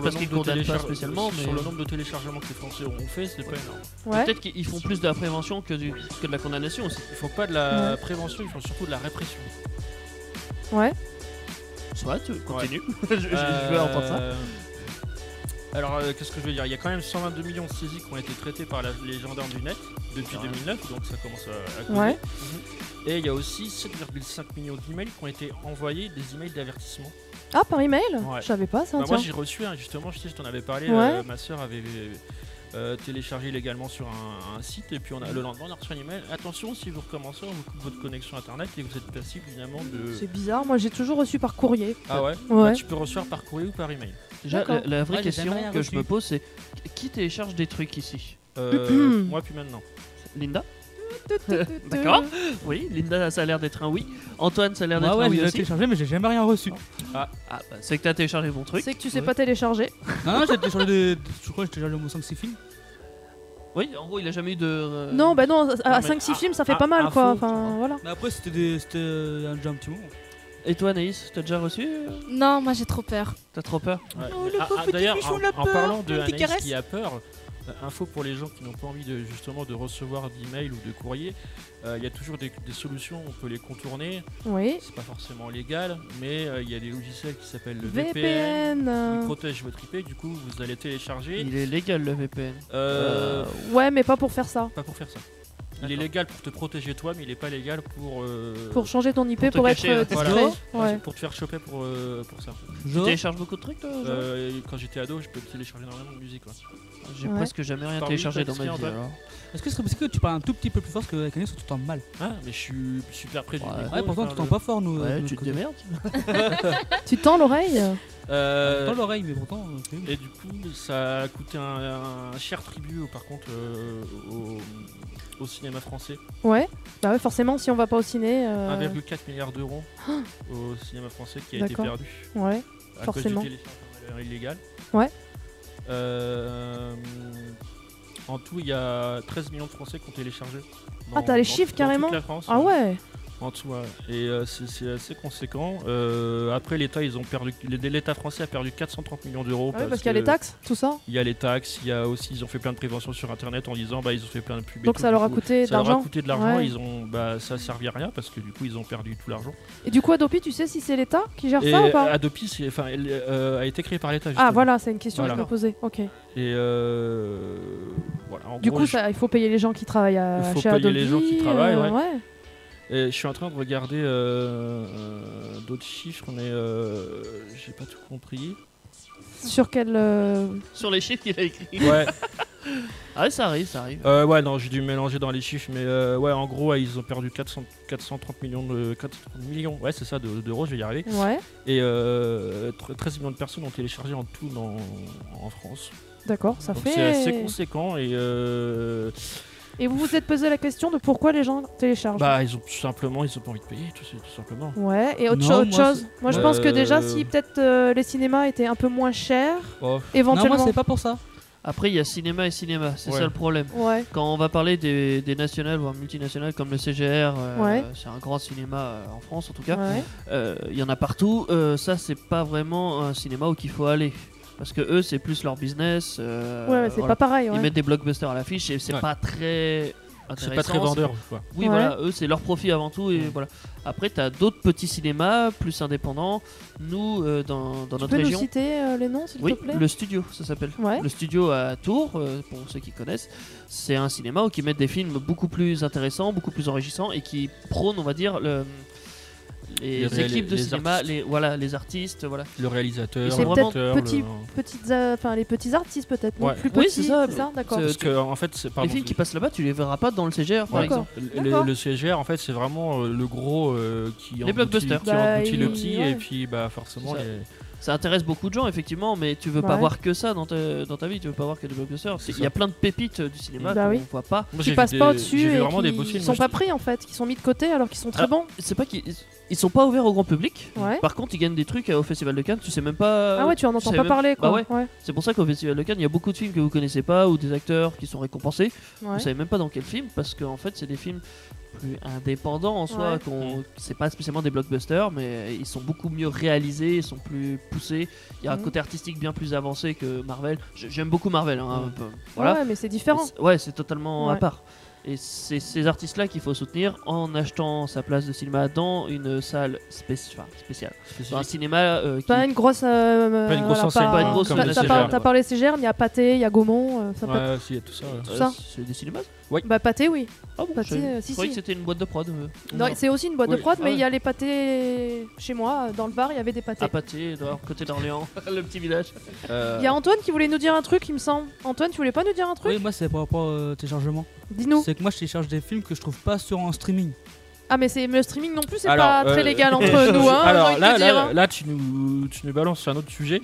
Speaker 4: Peut-être
Speaker 5: le
Speaker 4: parce qu'ils
Speaker 5: nombre de
Speaker 4: condamnent pas
Speaker 5: téléchar-
Speaker 4: spécialement,
Speaker 5: Sur
Speaker 4: mais-
Speaker 5: le nombre de téléchargements que les Français auront fait, c'est pas
Speaker 4: Ouais.
Speaker 5: énorme.
Speaker 3: Ouais.
Speaker 4: Peut-être qu'ils font plus de la prévention que, du- que de la condamnation aussi.
Speaker 5: Ils font pas de la prévention, ils font surtout de la répression.
Speaker 3: Ouais.
Speaker 4: Soit, tu- continue. je, je- je veux
Speaker 5: Euh,
Speaker 4: entendre ça.
Speaker 5: Alors, euh, qu'est-ce que je veux dire Il y a quand même 122 millions de saisies qui ont été traitées par la- les gendarmes du net depuis
Speaker 4: Ouais.
Speaker 5: 2009, donc ça commence à, à causer.
Speaker 3: Ouais.
Speaker 5: Et il y a aussi 7,5 millions d'emails qui ont été envoyés, des emails d'avertissement.
Speaker 3: Ah par email
Speaker 5: Ouais.
Speaker 3: Je savais pas ça.
Speaker 5: Bah,
Speaker 3: tiens.
Speaker 5: moi, j'ai reçu, hein, justement, je sais, je t'en avais parlé,
Speaker 3: Ouais.
Speaker 5: euh, ma soeur avait euh, téléchargé légalement sur un, un site, et puis on a, le lendemain, on a reçu un email. Attention, si vous recommencez, on vous coupe votre connexion internet et vous êtes passible, évidemment, de.
Speaker 3: C'est bizarre. Moi, j'ai toujours reçu par courrier.
Speaker 5: Ah ouais,
Speaker 3: Ouais.
Speaker 5: Bah, Tu peux recevoir par courrier ou par email.
Speaker 4: Déjà,
Speaker 3: d'accord.
Speaker 4: la, la vraie
Speaker 7: Ouais, j'ai
Speaker 4: question
Speaker 7: jamais rien
Speaker 4: que je
Speaker 7: reçu.
Speaker 4: me pose, c'est qui télécharge des trucs ici
Speaker 7: Mm-hmm.
Speaker 5: Euh, moi, puis maintenant.
Speaker 4: Linda D'accord. Oui, Linda, ça a l'air d'être un oui. Antoine, ça a l'air d'être
Speaker 7: Moi, ouais,
Speaker 4: un oui
Speaker 7: j'ai
Speaker 4: aussi.
Speaker 7: téléchargé, mais j'ai jamais rien reçu.
Speaker 4: Ah, bah, c'est que t'as téléchargé mon truc.
Speaker 3: C'est que tu sais
Speaker 4: Ouais.
Speaker 3: pas télécharger.
Speaker 7: Non, non, j'ai téléchargé des. Je crois que j'ai téléchargé au moins 5-6 films.
Speaker 4: Oui, en gros, il a jamais eu de. euh,
Speaker 3: Non, bah non, à
Speaker 5: mais
Speaker 3: 5-6
Speaker 5: un-
Speaker 3: films, ça fait
Speaker 5: un-
Speaker 3: pas mal
Speaker 5: un
Speaker 3: quoi.
Speaker 5: faux, ça
Speaker 3: Enfin,
Speaker 5: va.
Speaker 3: voilà.
Speaker 7: Mais après, c'était des- c'était, euh, il y a déjà un petit moment.
Speaker 4: Et toi, Anaïs, t'as déjà reçu euh,
Speaker 6: Non, moi j'ai trop peur.
Speaker 4: T'as trop peur
Speaker 5: Ouais.
Speaker 7: Oh, le
Speaker 5: Ah,
Speaker 7: pauvre
Speaker 5: ah,
Speaker 7: petit
Speaker 5: D'ailleurs,
Speaker 7: bichon,
Speaker 5: en,
Speaker 7: la
Speaker 5: en
Speaker 7: peur,
Speaker 5: parlant de
Speaker 7: on le
Speaker 5: Anaïs
Speaker 7: caresse.
Speaker 5: qui a peur, euh, info pour les gens qui n'ont pas envie de justement de recevoir d'email ou de courrier, euh, il y a toujours des, des solutions, on peut les contourner.
Speaker 3: Oui.
Speaker 5: C'est pas forcément légal, mais euh, il y a des logiciels qui s'appellent le VPN,
Speaker 3: VPN.
Speaker 5: qui
Speaker 3: euh,
Speaker 5: protègent votre IP. Du coup, vous allez télécharger.
Speaker 4: Il est légal le VPN.
Speaker 5: euh,
Speaker 3: Ouais, mais pas pour faire ça.
Speaker 5: Pas pour faire ça. Il est
Speaker 4: D'accord.
Speaker 5: légal pour te protéger toi, mais il est pas légal pour euh,
Speaker 3: Pour changer ton IP,
Speaker 4: Pour
Speaker 3: pour,
Speaker 4: te
Speaker 3: être
Speaker 4: cacher,
Speaker 3: euh,
Speaker 4: ouais.
Speaker 3: discret.
Speaker 5: Voilà.
Speaker 3: Ouais.
Speaker 5: pour te faire choper pour euh, pour ça.
Speaker 4: Tu
Speaker 7: Jo,
Speaker 4: télécharges beaucoup de trucs, toi Jean
Speaker 5: Euh, quand j'étais ado, je peux télécharger énormément de musique. ouais.
Speaker 4: J'ai
Speaker 3: ouais.
Speaker 4: presque jamais rien
Speaker 5: Parmi
Speaker 4: téléchargé
Speaker 5: toi,
Speaker 4: dans ma
Speaker 5: qu'est-ce
Speaker 4: vie.
Speaker 5: qu'il y a,
Speaker 4: alors.
Speaker 7: est-ce que ce serait possible que tu parles un tout petit peu plus fort parce que la Anaïs, on t'entend mal
Speaker 5: Ah, mais je suis super près du
Speaker 4: Ouais.
Speaker 5: micro,
Speaker 7: Ouais, pourtant, on
Speaker 5: enfin,
Speaker 7: t'entend
Speaker 5: le-
Speaker 7: pas fort, nous. euh, de
Speaker 4: Ouais,
Speaker 7: notre
Speaker 4: tu te
Speaker 7: côté.
Speaker 4: démerdes.
Speaker 3: Tu tends l'oreille
Speaker 5: Euh,
Speaker 7: Dans l'oreille, mais pourtant. euh, c'est-
Speaker 5: Et du coup, ça a coûté un, un cher tribut, par contre, euh, au, au cinéma français.
Speaker 3: Ouais. Bah ouais, forcément, si on va pas au ciné. euh,
Speaker 5: 1,4 milliard d'euros au cinéma français qui a été
Speaker 3: D'accord.
Speaker 5: perdu
Speaker 3: Ouais.
Speaker 5: à
Speaker 3: Forcément.
Speaker 5: cause du téléchargement illégal.
Speaker 3: Ouais.
Speaker 5: Euh, en tout, il y a 13 millions de Français qui ont téléchargé.
Speaker 3: Ah, t'as les chiffres,
Speaker 5: dans
Speaker 3: carrément
Speaker 5: toute la France,
Speaker 3: Ah ouais.
Speaker 5: En tout, ouais. Et euh, c'est- c'est assez conséquent. Euh, après, l'État, ils ont perdu. L'État français a perdu 430 millions d'euros.
Speaker 3: Ah ouais, parce qu'il y a les
Speaker 5: que-
Speaker 3: taxes, tout ça.
Speaker 5: Il y a les taxes, il y a aussi ils ont fait plein de préventions sur internet en disant bah ils ont fait plein de pubs. et
Speaker 3: Donc
Speaker 5: tout,
Speaker 3: ça
Speaker 5: du
Speaker 3: leur a
Speaker 5: coup,
Speaker 3: coûté de
Speaker 5: ça leur a
Speaker 3: l'argent.
Speaker 5: coûté de l'argent,
Speaker 3: Ouais.
Speaker 5: ils ont bah ça servait à rien parce que du coup ils ont perdu tout l'argent.
Speaker 3: Et du coup, Adopi, tu sais si c'est l'État qui gère
Speaker 5: Et
Speaker 3: ça ou pas
Speaker 5: Adopi c'est- enfin elle, euh, a été créée par l'État justement.
Speaker 3: Ah voilà, c'est une question que je
Speaker 5: Voilà.
Speaker 3: me posais. Ok.
Speaker 5: Et euh, voilà. En
Speaker 3: Du
Speaker 5: gros,
Speaker 3: coup,
Speaker 5: je-
Speaker 3: ça, il faut payer les gens qui travaillent à,
Speaker 5: Il faut
Speaker 3: chez
Speaker 5: payer
Speaker 3: Adobe.
Speaker 5: les gens qui
Speaker 3: euh,
Speaker 5: travaillent, ouais.
Speaker 3: ouais.
Speaker 5: et je suis en train de regarder euh, euh, d'autres chiffres mais euh, j'ai pas tout compris.
Speaker 3: Sur quel. euh,
Speaker 4: Sur les chiffres qu'il a écrits.
Speaker 5: Ouais.
Speaker 4: Ah, ça arrive, ça arrive.
Speaker 5: Euh, ouais, non, j'ai dû mélanger dans les chiffres, mais euh, ouais, en gros, ouais, ils ont perdu 400 430 millions de 430 millions, ouais, c'est ça, de- d'euros, je vais y arriver.
Speaker 3: Ouais,
Speaker 5: Et euh, tre- 13 millions de personnes ont téléchargé en tout dans- en France.
Speaker 3: d'accord, ça
Speaker 5: Donc
Speaker 3: fait.
Speaker 5: c'est assez conséquent et euh,
Speaker 3: Et vous vous êtes posé la question de pourquoi les gens téléchargent
Speaker 5: bah ils ont tout simplement ils ont pas envie de payer tout, tout simplement.
Speaker 3: Ouais, et autre,
Speaker 7: Non,
Speaker 3: cho- autre
Speaker 7: moi,
Speaker 3: chose. Moi, je pense que déjà, si peut-être euh, les cinémas étaient un peu moins chers,
Speaker 5: Oh,
Speaker 7: Non,
Speaker 3: éventuellement.
Speaker 7: moi, c'est pas pour ça.
Speaker 4: Après, il y a cinéma et cinéma, c'est
Speaker 5: Ouais.
Speaker 4: ça le problème.
Speaker 3: Ouais,
Speaker 4: Quand on va parler des, des nationales, voire multinationales comme le CGR, euh,
Speaker 3: Ouais.
Speaker 4: c'est un grand cinéma euh, en France en tout cas,
Speaker 3: ouais.
Speaker 4: euh, il y en a partout. euh, ça, c'est pas vraiment un cinéma où qu'il faut aller. Parce que eux, c'est plus leur business. euh,
Speaker 3: Ouais, ouais, c'est
Speaker 4: voilà.
Speaker 3: pas pareil.
Speaker 4: Ils
Speaker 3: Ouais.
Speaker 4: mettent des blockbusters à l'affiche et c'est
Speaker 5: Ouais.
Speaker 4: pas très.
Speaker 5: c'est
Speaker 4: intéressant,
Speaker 5: pas très vendeur quoi.
Speaker 4: Oui,
Speaker 3: Ouais.
Speaker 4: voilà, eux, c'est leur profit avant tout. Et
Speaker 5: Mm.
Speaker 4: voilà. Après, t'as d'autres petits cinémas plus indépendants. Nous, euh, dans, dans
Speaker 3: Tu
Speaker 4: notre
Speaker 3: peux nous
Speaker 4: région.
Speaker 3: citer euh, les noms, s'il
Speaker 4: Oui,
Speaker 3: te plaît
Speaker 4: le studio, ça s'appelle.
Speaker 3: Ouais.
Speaker 4: Le studio à Tours, euh, pour ceux qui connaissent, c'est un cinéma où ils mettent des films beaucoup plus intéressants, beaucoup plus enrichissants et qui prônent, on va dire, le, les,
Speaker 5: Les réels-
Speaker 4: équipes de
Speaker 5: les
Speaker 4: cinéma,
Speaker 5: artistes.
Speaker 4: les, voilà, les artistes, voilà.
Speaker 5: Le réalisateur,
Speaker 4: Ils sont
Speaker 5: le
Speaker 4: vraiment
Speaker 5: monteur,
Speaker 3: petits.
Speaker 5: le-
Speaker 3: Petites, euh, enfin, les petits artistes peut-être, non
Speaker 5: Ouais.
Speaker 3: plus petits,
Speaker 4: Oui, c'est ça,
Speaker 3: c'est ça, d'accord.
Speaker 4: Euh,
Speaker 5: Parce que, en fait, c'est- pardon,
Speaker 4: les films qui passent là-bas, tu les verras pas dans le CGR, par
Speaker 5: Ouais.
Speaker 4: exemple.
Speaker 5: Le,
Speaker 3: D'accord.
Speaker 5: le- le CGR, en fait, c'est vraiment euh, le gros euh, qui engloutit-
Speaker 4: blockbusters.
Speaker 5: qui
Speaker 3: Bah,
Speaker 5: engloutit
Speaker 3: il-
Speaker 5: le petit,
Speaker 3: ouais.
Speaker 5: et puis bah forcément.
Speaker 4: C'est ça.
Speaker 5: les-
Speaker 4: Ça intéresse beaucoup de gens, effectivement, mais tu veux pas
Speaker 3: Bah Ouais.
Speaker 4: voir que ça dans ta, dans ta vie, tu veux pas voir que des blockbusters.
Speaker 5: C'est
Speaker 4: Il
Speaker 5: ça.
Speaker 4: y a plein de pépites euh, du cinéma
Speaker 3: Bah
Speaker 4: qu'on
Speaker 3: oui.
Speaker 4: voit pas.
Speaker 5: Moi, j'ai
Speaker 3: qui
Speaker 5: vu
Speaker 3: passent
Speaker 5: des-
Speaker 3: pas au-dessus
Speaker 5: J'ai vu
Speaker 3: et
Speaker 5: vraiment
Speaker 3: qui
Speaker 5: des beaux films.
Speaker 3: sont
Speaker 5: moi,
Speaker 3: pas pris en fait, qui sont mis de côté alors qu'ils sont très
Speaker 4: Ah.
Speaker 3: bons.
Speaker 4: C'est pas qu'ils ils sont pas ouverts au grand public.
Speaker 3: Ouais.
Speaker 4: Par contre, ils gagnent des trucs euh, au Festival de Cannes, tu sais même pas.
Speaker 3: Ah ouais, tu en entends
Speaker 4: sais
Speaker 3: pas
Speaker 4: même-
Speaker 3: parler quoi.
Speaker 4: Bah C'est pour ça qu'au Festival de Cannes, il y a beaucoup de films que vous connaissez pas ou des acteurs qui sont récompensés.
Speaker 3: ouais.
Speaker 4: Vous savez même pas dans quel film parce qu'en fait, c'est des films plus indépendants en soi.
Speaker 3: Ouais.
Speaker 5: Mm.
Speaker 4: qu'on C'est pas spécialement des blockbusters, mais ils sont beaucoup mieux réalisés, ils sont plus poussés. Il y a un
Speaker 3: Mhm.
Speaker 4: côté artistique bien plus avancé que Marvel. Je- J'aime beaucoup Marvel, hein,
Speaker 5: Mhm.
Speaker 4: un peu. voilà.
Speaker 3: Ouais, mais c'est différent.
Speaker 4: C'est- Ouais, c'est totalement à
Speaker 3: Ouais.
Speaker 4: part. Et c'est ces artistes-là qu'il faut soutenir en achetant sa place de cinéma dans une salle spéci- enfin, spéciale. Dans un cinéma euh, qui...
Speaker 3: Pas une grosse. euh,
Speaker 5: Pas une grosse
Speaker 3: voilà,
Speaker 5: enseigne,
Speaker 4: pas une grosse
Speaker 3: t'as-
Speaker 4: enseigne
Speaker 3: T'as
Speaker 4: de
Speaker 3: par-
Speaker 4: CGR,
Speaker 3: t'as
Speaker 5: quoi.
Speaker 3: parlé CGR, mais il y a Pathé, il y a Gaumont, euh, ça peut être-
Speaker 5: Ouais, si, il y a tout ça. ouais.
Speaker 3: tout ça.
Speaker 4: euh, C'est des cinémas
Speaker 3: Bah Pathé, oui.
Speaker 4: Ah bon
Speaker 3: Bah,
Speaker 4: je
Speaker 3: si,
Speaker 4: savais-
Speaker 3: euh, si,
Speaker 4: Je croyais
Speaker 3: si.
Speaker 4: que c'était une boîte de prod. euh.
Speaker 3: Non, C'est aussi une boîte de
Speaker 5: Oui.
Speaker 3: prod,
Speaker 4: Ah
Speaker 3: mais il y
Speaker 4: ouais.
Speaker 3: a les pâtés chez moi, dans le bar, il y avait des pâtés.
Speaker 4: À Pâté, d'un côté d'Orléans, le petit village.
Speaker 5: Euh,
Speaker 3: Il y a Antoine qui voulait nous dire un truc, il me semble. Antoine, tu voulais pas nous dire un truc
Speaker 7: Oui, moi c'est par rapport au téléchargement.
Speaker 3: Dis-nous.
Speaker 7: C'est que moi je télécharge des films que je trouve pas sur en streaming.
Speaker 3: Ah, mais c'est mais le streaming non plus, c'est
Speaker 5: Alors,
Speaker 3: pas
Speaker 5: euh,
Speaker 3: très légal entre nous, hein. j'ai
Speaker 5: Alors
Speaker 3: envie de
Speaker 5: là,
Speaker 3: te
Speaker 5: là,
Speaker 3: dire, hein.
Speaker 5: là, tu nous, tu nous balances sur un autre sujet.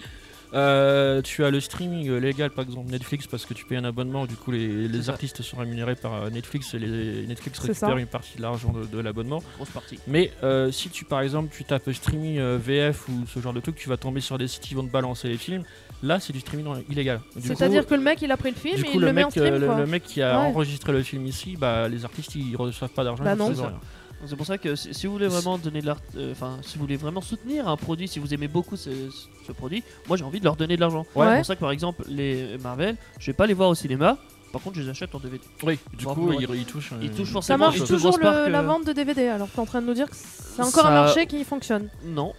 Speaker 5: Euh, tu as le streaming euh, légal, par exemple Netflix, parce que tu payes un abonnement. Du coup, les, les
Speaker 4: ça.
Speaker 5: artistes sont rémunérés par euh, Netflix et les, Netflix
Speaker 3: C'est ça.
Speaker 5: récupère une partie de l'argent de, de l'abonnement.
Speaker 4: Grosse partie.
Speaker 5: Mais euh, si tu, par exemple, tu tapes streaming euh, VF ou ce genre de truc, tu vas tomber sur des sites qui vont te balancer les films. Là, c'est du streaming en- illégal. Du coup,
Speaker 3: C'est-à-dire que le mec, il a pris le film
Speaker 5: du
Speaker 3: et
Speaker 5: coup,
Speaker 3: il
Speaker 5: le,
Speaker 3: le, met
Speaker 5: mec,
Speaker 3: en stream,
Speaker 5: euh, le-
Speaker 3: quoi.
Speaker 5: le mec qui a
Speaker 3: Ouais.
Speaker 5: enregistré le film ici, bah, les artistes ils reçoivent pas d'argent.
Speaker 3: Bah
Speaker 5: ils
Speaker 3: non.
Speaker 5: reçoivent rien.
Speaker 4: Donc C'est pour ça que si si vous voulez vraiment donner de l'art, euh, enfin si vous voulez vraiment soutenir un produit, si vous aimez beaucoup ce, ce- ce produit, moi j'ai envie de leur donner de l'argent.
Speaker 3: Ouais.
Speaker 4: C'est pour ça que par exemple les Marvel, je vais pas les voir au cinéma. Par contre, je les achète en DVD.
Speaker 5: Oui, du
Speaker 4: Bon,
Speaker 5: coup,
Speaker 4: ouais.
Speaker 5: ils, ils touchent.
Speaker 4: Ils
Speaker 5: euh,
Speaker 4: touchent
Speaker 3: Ça
Speaker 4: forcément.
Speaker 3: marche
Speaker 4: une plus
Speaker 3: toujours
Speaker 4: grosse
Speaker 3: le-
Speaker 4: marque,
Speaker 3: la
Speaker 4: euh,
Speaker 3: vente de DVD, alors t'es en train de nous dire que c'est encore un
Speaker 4: Ça-
Speaker 3: marché qui fonctionne.
Speaker 4: Non.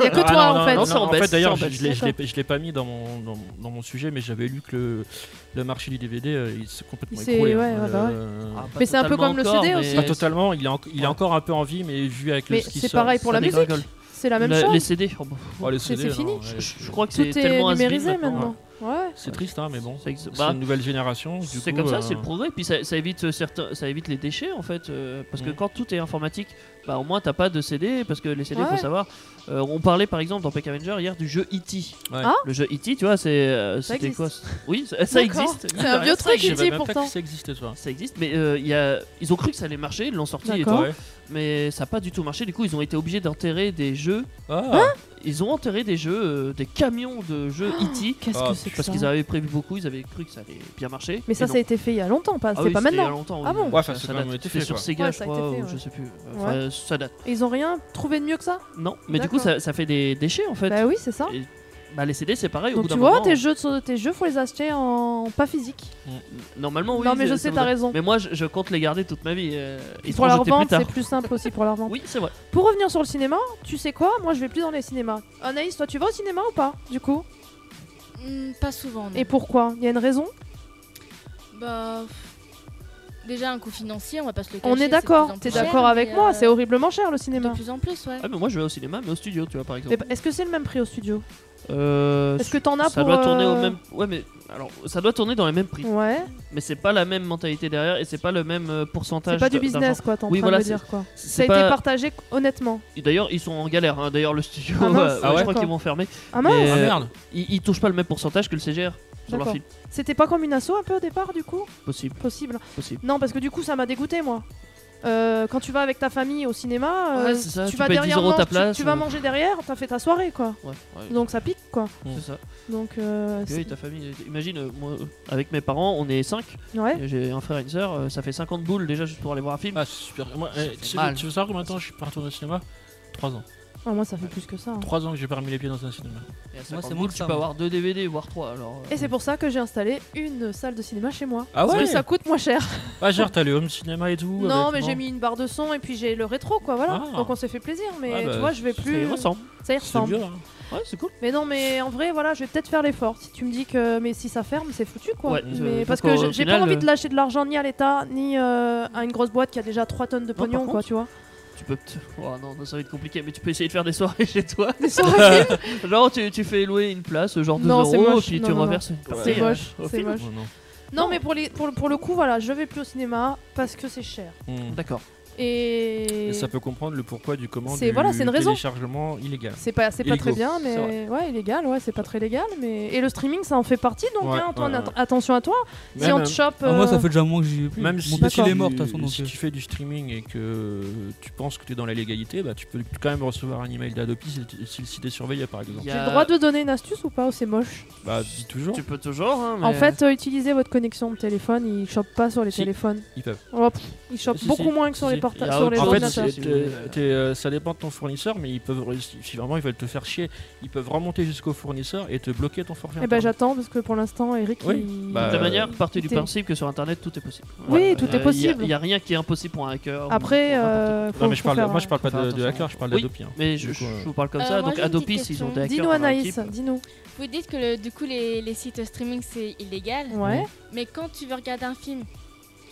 Speaker 3: Il a que
Speaker 5: Ah,
Speaker 3: toi,
Speaker 5: non,
Speaker 3: en
Speaker 5: non,
Speaker 3: fait.
Speaker 5: non,
Speaker 4: Ça, on
Speaker 5: en
Speaker 4: baisse,
Speaker 5: fait, d'ailleurs,
Speaker 4: ça, on
Speaker 5: je, je l'ai-
Speaker 3: baisse.
Speaker 5: je l'ai- je l'ai pas mis dans mon, dans, dans mon sujet, mais j'avais lu que le, le marché du DVD euh, il s'est complètement
Speaker 3: Il s'est-
Speaker 5: écroulé.
Speaker 3: ouais,
Speaker 5: hein,
Speaker 3: ouais, bah ouais.
Speaker 5: euh,
Speaker 4: Ah, pas
Speaker 3: Mais c'est un peu
Speaker 4: totalement
Speaker 3: comme le
Speaker 4: encore,
Speaker 3: CD
Speaker 4: mais
Speaker 3: aussi.
Speaker 5: Pas totalement, il est, en- il est
Speaker 4: Ouais.
Speaker 5: encore un peu en vie, mais vu avec
Speaker 3: Mais
Speaker 5: le ski
Speaker 3: c'est pareil pour la
Speaker 4: ça
Speaker 3: musique.
Speaker 4: dégringole.
Speaker 3: C'est la même
Speaker 4: Le-
Speaker 3: chose.
Speaker 4: Les CD, oh, bah,
Speaker 3: c'est-
Speaker 5: hein.
Speaker 3: c'est fini.
Speaker 4: je, je crois que
Speaker 3: Tout
Speaker 4: c'est tellement
Speaker 3: est
Speaker 4: has-been
Speaker 3: numérisé maintenant. Ouais.
Speaker 5: C'est triste, hein, mais bon.
Speaker 4: Ça existe-
Speaker 5: C'est
Speaker 4: bah,
Speaker 5: une nouvelle génération. du
Speaker 4: C'est
Speaker 5: coup,
Speaker 4: comme ça,
Speaker 5: euh,
Speaker 4: c'est le progrès. Puis ça, ça évite euh, certains, ça évite les déchets en fait, euh, parce que
Speaker 5: Mm.
Speaker 4: quand tout est informatique, bah au moins t'as pas de CD, parce que les CD,
Speaker 3: Ouais.
Speaker 4: faut savoir. euh, on parlait par exemple dans Peck Avenger hier du jeu E.T.
Speaker 5: Ouais.
Speaker 3: Ah
Speaker 4: le jeu E.T. tu vois, c'est euh,
Speaker 3: Ça
Speaker 4: c'était
Speaker 3: existe.
Speaker 4: quoi c'est- Oui, ça, ça
Speaker 3: D'accord.
Speaker 4: existe.
Speaker 3: C'est un vieux truc,
Speaker 5: Je
Speaker 3: il dit
Speaker 5: savais même pas
Speaker 3: pourtant.
Speaker 5: Ah, que ça existait, toi.
Speaker 4: Ça existe, mais euh, il y a... ils ont cru que ça allait marcher, ils l'ont sorti et
Speaker 3: D'accord.
Speaker 4: tout,
Speaker 5: Ouais.
Speaker 4: mais ça n'a pas du tout marché. Du coup, ils ont été obligés d'enterrer des jeux.
Speaker 3: Hein
Speaker 5: Ah,
Speaker 4: Ils ont enterré des jeux, euh, des camions de jeux E E.T.
Speaker 3: Qu'est-ce
Speaker 5: Ah,
Speaker 3: que c'est que
Speaker 4: Parce
Speaker 3: ça
Speaker 4: qu'ils avaient prévu beaucoup, ils avaient cru que ça allait bien marcher.
Speaker 3: Mais ça,
Speaker 4: Et non.
Speaker 3: ça a été fait il y a longtemps, pas.
Speaker 4: Ah
Speaker 3: c'est
Speaker 4: oui,
Speaker 3: pas
Speaker 4: c'était il y a
Speaker 3: maintenant.
Speaker 4: longtemps,
Speaker 3: Ah
Speaker 4: oui.
Speaker 3: bon
Speaker 5: Ouais, ça, c'est
Speaker 4: date.
Speaker 5: quand même été
Speaker 4: C'était
Speaker 5: fait,
Speaker 4: sur
Speaker 5: quoi.
Speaker 4: Sega,
Speaker 3: Ouais,
Speaker 4: je
Speaker 3: ça a été
Speaker 4: crois,
Speaker 3: fait,
Speaker 4: ou
Speaker 3: ouais.
Speaker 4: je sais plus. Enfin,
Speaker 3: Ouais.
Speaker 4: euh, ça date.
Speaker 3: Et ils ont rien trouvé de mieux que ça
Speaker 4: Non, mais du coup, ça, ça fait des déchets en fait.
Speaker 3: Bah oui, c'est ça.
Speaker 4: Et- bah, les CD, c'est pareil. Euh,
Speaker 3: Donc
Speaker 4: au bout
Speaker 3: tu
Speaker 4: d'un
Speaker 3: vois,
Speaker 4: moment, euh,
Speaker 3: tes jeux, de- tes jeux, faut les acheter en pas physique.
Speaker 4: Normalement, oui.
Speaker 3: non, mais je
Speaker 4: ça-
Speaker 3: sais,
Speaker 4: ça
Speaker 3: t'as
Speaker 4: voudrait-
Speaker 3: raison.
Speaker 4: Mais moi, je, je compte les garder toute ma vie. euh, ils
Speaker 3: pour
Speaker 4: seront
Speaker 3: la
Speaker 4: jetés plus
Speaker 3: revente,
Speaker 4: tard.
Speaker 3: c'est plus simple aussi pour la revente.
Speaker 4: Oui, c'est vrai.
Speaker 3: Pour revenir sur le cinéma, tu sais quoi Moi, je vais plus dans les cinémas. Anaïs, toi, tu vas au cinéma ou pas Du coup
Speaker 6: Hmm, pas souvent. non.
Speaker 4: Mm.
Speaker 3: Et pourquoi Il y a une raison
Speaker 6: Bah, pff, déjà un coût financier, on va pas se le cacher.
Speaker 3: On est d'accord. T'es
Speaker 6: es
Speaker 3: d'accord avec
Speaker 4: euh,
Speaker 3: moi C'est horriblement cher le
Speaker 6: euh, De
Speaker 3: cinéma.
Speaker 6: plus en plus, ouais.
Speaker 4: Ah, mais moi, je vais au cinéma, mais au studio, tu vois, par exemple.
Speaker 3: Mais Est-ce que c'est le même prix au studio
Speaker 4: Euh,
Speaker 3: Est-ce que t'en as
Speaker 4: ça
Speaker 3: pour
Speaker 4: doit tourner au
Speaker 3: euh, Mm.
Speaker 4: même. Ouais, mais alors, ça doit tourner dans les mêmes prix.
Speaker 3: Ouais.
Speaker 4: Mais c'est pas la même mentalité derrière et c'est pas le même euh, pourcentage.
Speaker 3: C'est pas du
Speaker 4: d- d'argent.
Speaker 3: business quoi, t'es en
Speaker 4: Oui,
Speaker 3: train de
Speaker 4: voilà,
Speaker 3: me
Speaker 4: c'est-
Speaker 3: dire quoi.
Speaker 4: C'est
Speaker 3: Ça a
Speaker 4: pas-
Speaker 3: été partagé honnêtement.
Speaker 4: D'ailleurs, ils sont en galère. hein. D'ailleurs, le studio,
Speaker 3: Ah mince.
Speaker 4: euh,
Speaker 5: Ah ouais
Speaker 4: je crois
Speaker 3: D'accord.
Speaker 4: qu'ils vont fermer.
Speaker 3: Ah mince.
Speaker 4: Mais,
Speaker 5: ah,
Speaker 4: euh,
Speaker 5: merde.
Speaker 4: Ils, ils touchent pas le même pourcentage que le CGR sur leur
Speaker 3: D'accord.
Speaker 4: film.
Speaker 3: C'était pas comme une asso un peu au départ du coup
Speaker 4: Possible,
Speaker 3: Possible.
Speaker 4: possible.
Speaker 3: Non parce que du coup ça m'a dégoûté moi. Euh, quand tu vas avec ta famille au cinéma,
Speaker 4: Ouais,
Speaker 3: euh,
Speaker 4: c'est ça,
Speaker 3: tu,
Speaker 4: tu
Speaker 3: vas
Speaker 4: payes 10
Speaker 3: derrière
Speaker 4: euros ta
Speaker 3: manger- tu-
Speaker 4: place,
Speaker 3: tu, vas
Speaker 4: ou-
Speaker 3: manger derrière, t'as fait ta soirée quoi.
Speaker 4: Ouais, ouais.
Speaker 3: Donc ça pique quoi.
Speaker 4: C'est ça.
Speaker 3: Donc euh,
Speaker 4: Oui,
Speaker 3: Hmm. Ah, c'est-
Speaker 4: ta famille. Imagine, euh, moi, euh, avec mes parents, on est 5.
Speaker 3: ouais.
Speaker 4: J'ai un frère et une sœur. euh, ça fait 50 boules déjà juste pour aller voir un film.
Speaker 5: Ah, c'est super. Moi,
Speaker 4: Ça
Speaker 5: eh,
Speaker 4: fait
Speaker 5: tu, sais-
Speaker 4: mal.
Speaker 5: tu veux savoir combien de temps je suis pas retourné au cinéma 3 ans.
Speaker 3: Ah, moi ça fait plus que ça. hein.
Speaker 5: 3 ans que j'ai pas remis les pieds dans un cinéma.
Speaker 4: Et à
Speaker 7: Moi,
Speaker 4: 50
Speaker 7: c'est moins
Speaker 4: boules,
Speaker 7: que
Speaker 4: tu
Speaker 7: ça,
Speaker 4: peux
Speaker 7: moi.
Speaker 4: avoir 2 DVD, voire 3. Alors, euh,
Speaker 3: Et c'est pour ça que j'ai installé une salle de cinéma chez moi.
Speaker 5: Ah
Speaker 3: Parce
Speaker 5: ouais
Speaker 3: que ça coûte moins cher.
Speaker 5: Ah, genre, t'as le home cinéma et tout
Speaker 3: non,
Speaker 5: avec-
Speaker 3: mais j'ai mis une barre de son et puis j'ai le rétro, quoi, voilà.
Speaker 5: Ah.
Speaker 3: Donc on s'est fait plaisir, mais
Speaker 5: Ah bah,
Speaker 3: tu vois, je vais
Speaker 4: ça
Speaker 3: plus. euh,
Speaker 4: y ressemble.
Speaker 3: Ça y
Speaker 5: C'est
Speaker 3: ressemble.
Speaker 5: bien, hein.
Speaker 4: Ouais, c'est cool.
Speaker 3: Mais non, mais en vrai, voilà, je vais peut-être faire l'effort. Si tu me dis que, mais si ça ferme, c'est foutu, quoi.
Speaker 4: Ouais,
Speaker 3: mais
Speaker 4: euh,
Speaker 3: parce
Speaker 4: donc,
Speaker 3: que
Speaker 4: au
Speaker 3: j'ai- j'ai
Speaker 4: final,
Speaker 3: pas envie
Speaker 4: euh,
Speaker 3: de lâcher de l'argent ni à l'âge, ni à l'État, ni euh, à une grosse boîte qui a déjà 3 tonnes de
Speaker 4: par
Speaker 3: pognon, quoi,
Speaker 4: contre,
Speaker 3: tu vois.
Speaker 4: tu peux. te- Oh non, non, ça va être compliqué, mais tu peux essayer de faire des soirées chez toi.
Speaker 3: Des soirées
Speaker 4: Genre, tu, tu fais louer une place, genre 2
Speaker 3: Non, c'est
Speaker 4: euros,
Speaker 3: moche.
Speaker 4: puis
Speaker 3: Non,
Speaker 4: tu
Speaker 3: non, non.
Speaker 4: reverses une
Speaker 3: C'est
Speaker 4: partie, euh,
Speaker 3: moche,
Speaker 4: au
Speaker 3: c'est
Speaker 4: film.
Speaker 3: moche.
Speaker 5: Oh, non.
Speaker 3: Non, mais pour, les, pour, le- pour le coup, voilà, je vais plus au cinéma parce que c'est cher.
Speaker 5: Mm.
Speaker 4: D'accord.
Speaker 3: Et,
Speaker 5: Et ça peut comprendre le pourquoi du comment
Speaker 3: C'est-
Speaker 5: du
Speaker 3: voilà, c'est une raison.
Speaker 5: téléchargement illégal.
Speaker 3: c'est pas, c'est pas
Speaker 5: Illégaux,
Speaker 3: très bien,
Speaker 5: c'est
Speaker 3: mais
Speaker 5: vrai.
Speaker 3: ouais, illégal, ouais, c'est pas très légal. Mais... Et le streaming, ça en fait partie, donc
Speaker 5: Ouais,
Speaker 3: hein, Antoine,
Speaker 5: ouais,
Speaker 3: att-
Speaker 5: ouais.
Speaker 3: attention à toi. si
Speaker 5: Même-
Speaker 3: on te chope.
Speaker 7: Ah, moi, ça
Speaker 3: euh,
Speaker 7: fait déjà un moment que j'y vais plus.
Speaker 5: Même
Speaker 7: Mon
Speaker 5: si,
Speaker 7: petit,
Speaker 5: tu-
Speaker 7: il est mort, de toute façon. donc,
Speaker 5: si
Speaker 7: euh,
Speaker 5: tu fais du streaming et que tu penses que tu es dans la légalité, bah, tu peux quand même recevoir un email d'Adopi si, tu- si, si t'es surveillé par exemple.
Speaker 4: Il y
Speaker 3: J'ai
Speaker 4: a-
Speaker 3: le droit de donner une astuce ou pas ou c'est moche
Speaker 5: Bah, dis toujours,
Speaker 4: Tu peux toujours, hein,
Speaker 3: En
Speaker 4: mais-
Speaker 3: fait, euh, utilisez votre connexion de téléphone, ils chopent pas sur les
Speaker 5: Si.
Speaker 3: téléphones.
Speaker 5: ils peuvent.
Speaker 3: Oh, pff, ils chopent
Speaker 5: Si, si,
Speaker 3: beaucoup moins que sur
Speaker 5: si,
Speaker 3: les,
Speaker 5: si.
Speaker 3: porta-
Speaker 4: Il y a
Speaker 3: sur
Speaker 4: autre
Speaker 3: les
Speaker 4: chose.
Speaker 5: En fait,
Speaker 3: ordinateurs.
Speaker 5: c'est- t'es- t'es, euh, ça dépend de ton fournisseur, mais ils peuvent, re- si vraiment ils veulent te faire chier, ils peuvent remonter jusqu'au fournisseur et te bloquer ton forfait.
Speaker 3: Eh ben
Speaker 5: internet.
Speaker 3: j'attends parce que pour l'instant Eric
Speaker 5: Oui,
Speaker 3: il-
Speaker 5: bah,
Speaker 4: De toute
Speaker 5: Euh,
Speaker 4: manière, partez du
Speaker 3: t'es-
Speaker 4: principe que sur internet tout est possible.
Speaker 3: Oui, tout est possible.
Speaker 4: Il n'y a, rien qui est impossible pour un hacker. ou
Speaker 3: Après
Speaker 4: pour n'importe
Speaker 3: euh, faut-
Speaker 5: non, mais je
Speaker 3: faut
Speaker 5: parle,
Speaker 3: faire,
Speaker 5: moi je parle pas
Speaker 4: faut faire
Speaker 5: de, de
Speaker 4: attention.
Speaker 5: hacker, je parle
Speaker 4: Oui.
Speaker 5: d'Adopi. hein.
Speaker 4: Mais je,
Speaker 5: Du coup,
Speaker 4: je-
Speaker 5: euh,
Speaker 4: je vous parle comme
Speaker 6: Euh,
Speaker 4: ça.
Speaker 6: moi,
Speaker 4: donc
Speaker 6: j'ai une petite
Speaker 4: Adopi, ils
Speaker 6: question.
Speaker 4: ont des hackers.
Speaker 3: Dis-nous
Speaker 4: dans leur
Speaker 3: Anaïs,
Speaker 4: équipe.
Speaker 3: dis-nous.
Speaker 6: Vous dites que le- du coup les, les sites streaming c'est illégal,
Speaker 3: Ouais,
Speaker 6: mais quand tu veux regarder un film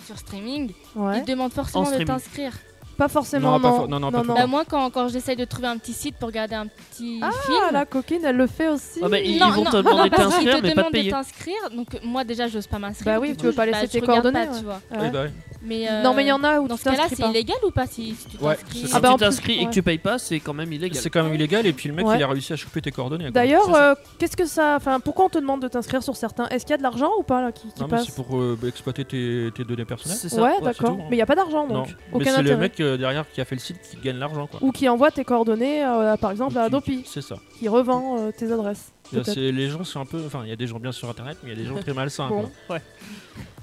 Speaker 6: sur streaming,
Speaker 3: ouais.
Speaker 6: ils te demandent forcément de
Speaker 4: streaming. Oh.
Speaker 6: t'inscrire.
Speaker 3: Pas forcément
Speaker 5: Non, pas
Speaker 3: non.
Speaker 5: for- non, non, pas
Speaker 3: non.
Speaker 5: forcément.
Speaker 6: Bah moi quand, quand j'essaye de trouver un petit site pour regarder un petit
Speaker 3: Ah
Speaker 6: film...
Speaker 3: la coquine elle le fait aussi.
Speaker 4: Ah, mais ils-
Speaker 6: non,
Speaker 4: vont
Speaker 6: non,
Speaker 4: te demander
Speaker 6: non,
Speaker 4: de
Speaker 6: parce qu'ils
Speaker 4: t'inscrire,
Speaker 6: te
Speaker 4: mais pas de
Speaker 6: demandent
Speaker 4: payer.
Speaker 6: t'inscrire, donc moi déjà j'ose pas m'inscrire.
Speaker 3: Bah oui,
Speaker 6: du
Speaker 3: tu
Speaker 6: coup,
Speaker 3: veux pas
Speaker 6: je-
Speaker 3: laisser
Speaker 6: bah, je
Speaker 3: tes
Speaker 6: regarde
Speaker 3: coordonnées,
Speaker 6: pas,
Speaker 3: ouais.
Speaker 6: tu vois.
Speaker 3: Ah Ouais.
Speaker 5: Oui, bah oui.
Speaker 6: Mais,
Speaker 3: Non mais il y
Speaker 6: euh,
Speaker 3: en a où
Speaker 6: Dans
Speaker 3: tu
Speaker 6: ce cas-là,
Speaker 3: t'inscris
Speaker 6: c'est
Speaker 3: pas.
Speaker 6: illégal ou pas si, si tu
Speaker 5: Ouais,
Speaker 6: t'inscris
Speaker 5: c'est
Speaker 4: Si
Speaker 5: ça.
Speaker 3: Ah bah, en
Speaker 4: tu
Speaker 3: plus,
Speaker 4: t'inscris et
Speaker 3: ouais.
Speaker 4: que tu payes pas, c'est quand même illégal.
Speaker 5: C'est quand même illégal et puis le mec
Speaker 3: Ouais.
Speaker 5: il a réussi à choper tes coordonnées. quoi.
Speaker 3: D'ailleurs,
Speaker 5: C'est ça.
Speaker 3: euh, qu'est-ce que ça, enfin, pourquoi on te demande de t'inscrire sur certains Est-ce qu'il y a de l'argent ou pas là qui, qui
Speaker 5: Non, mais
Speaker 3: passe
Speaker 5: c'est pour euh, bah, exploiter tes, tes données personnelles.
Speaker 4: C'est ça.
Speaker 3: Ouais,
Speaker 5: c'est
Speaker 3: d'accord.
Speaker 5: tout, hein.
Speaker 3: Mais il y a pas d'argent donc
Speaker 5: mais
Speaker 3: aucun
Speaker 5: c'est le
Speaker 3: intérêt.
Speaker 5: mec euh, derrière qui a fait le site qui gagne l'argent quoi.
Speaker 3: Ou qui envoie tes coordonnées, euh, à- par exemple à
Speaker 5: Ou qui-
Speaker 3: Adopi,
Speaker 5: C'est ça.
Speaker 3: qui revend euh, tes adresses. peut-être.
Speaker 5: C'est- Les gens sont un peu. Enfin, il y a des gens bien sur internet, mais il y a des gens très malsains.
Speaker 3: Bon.
Speaker 5: quoi.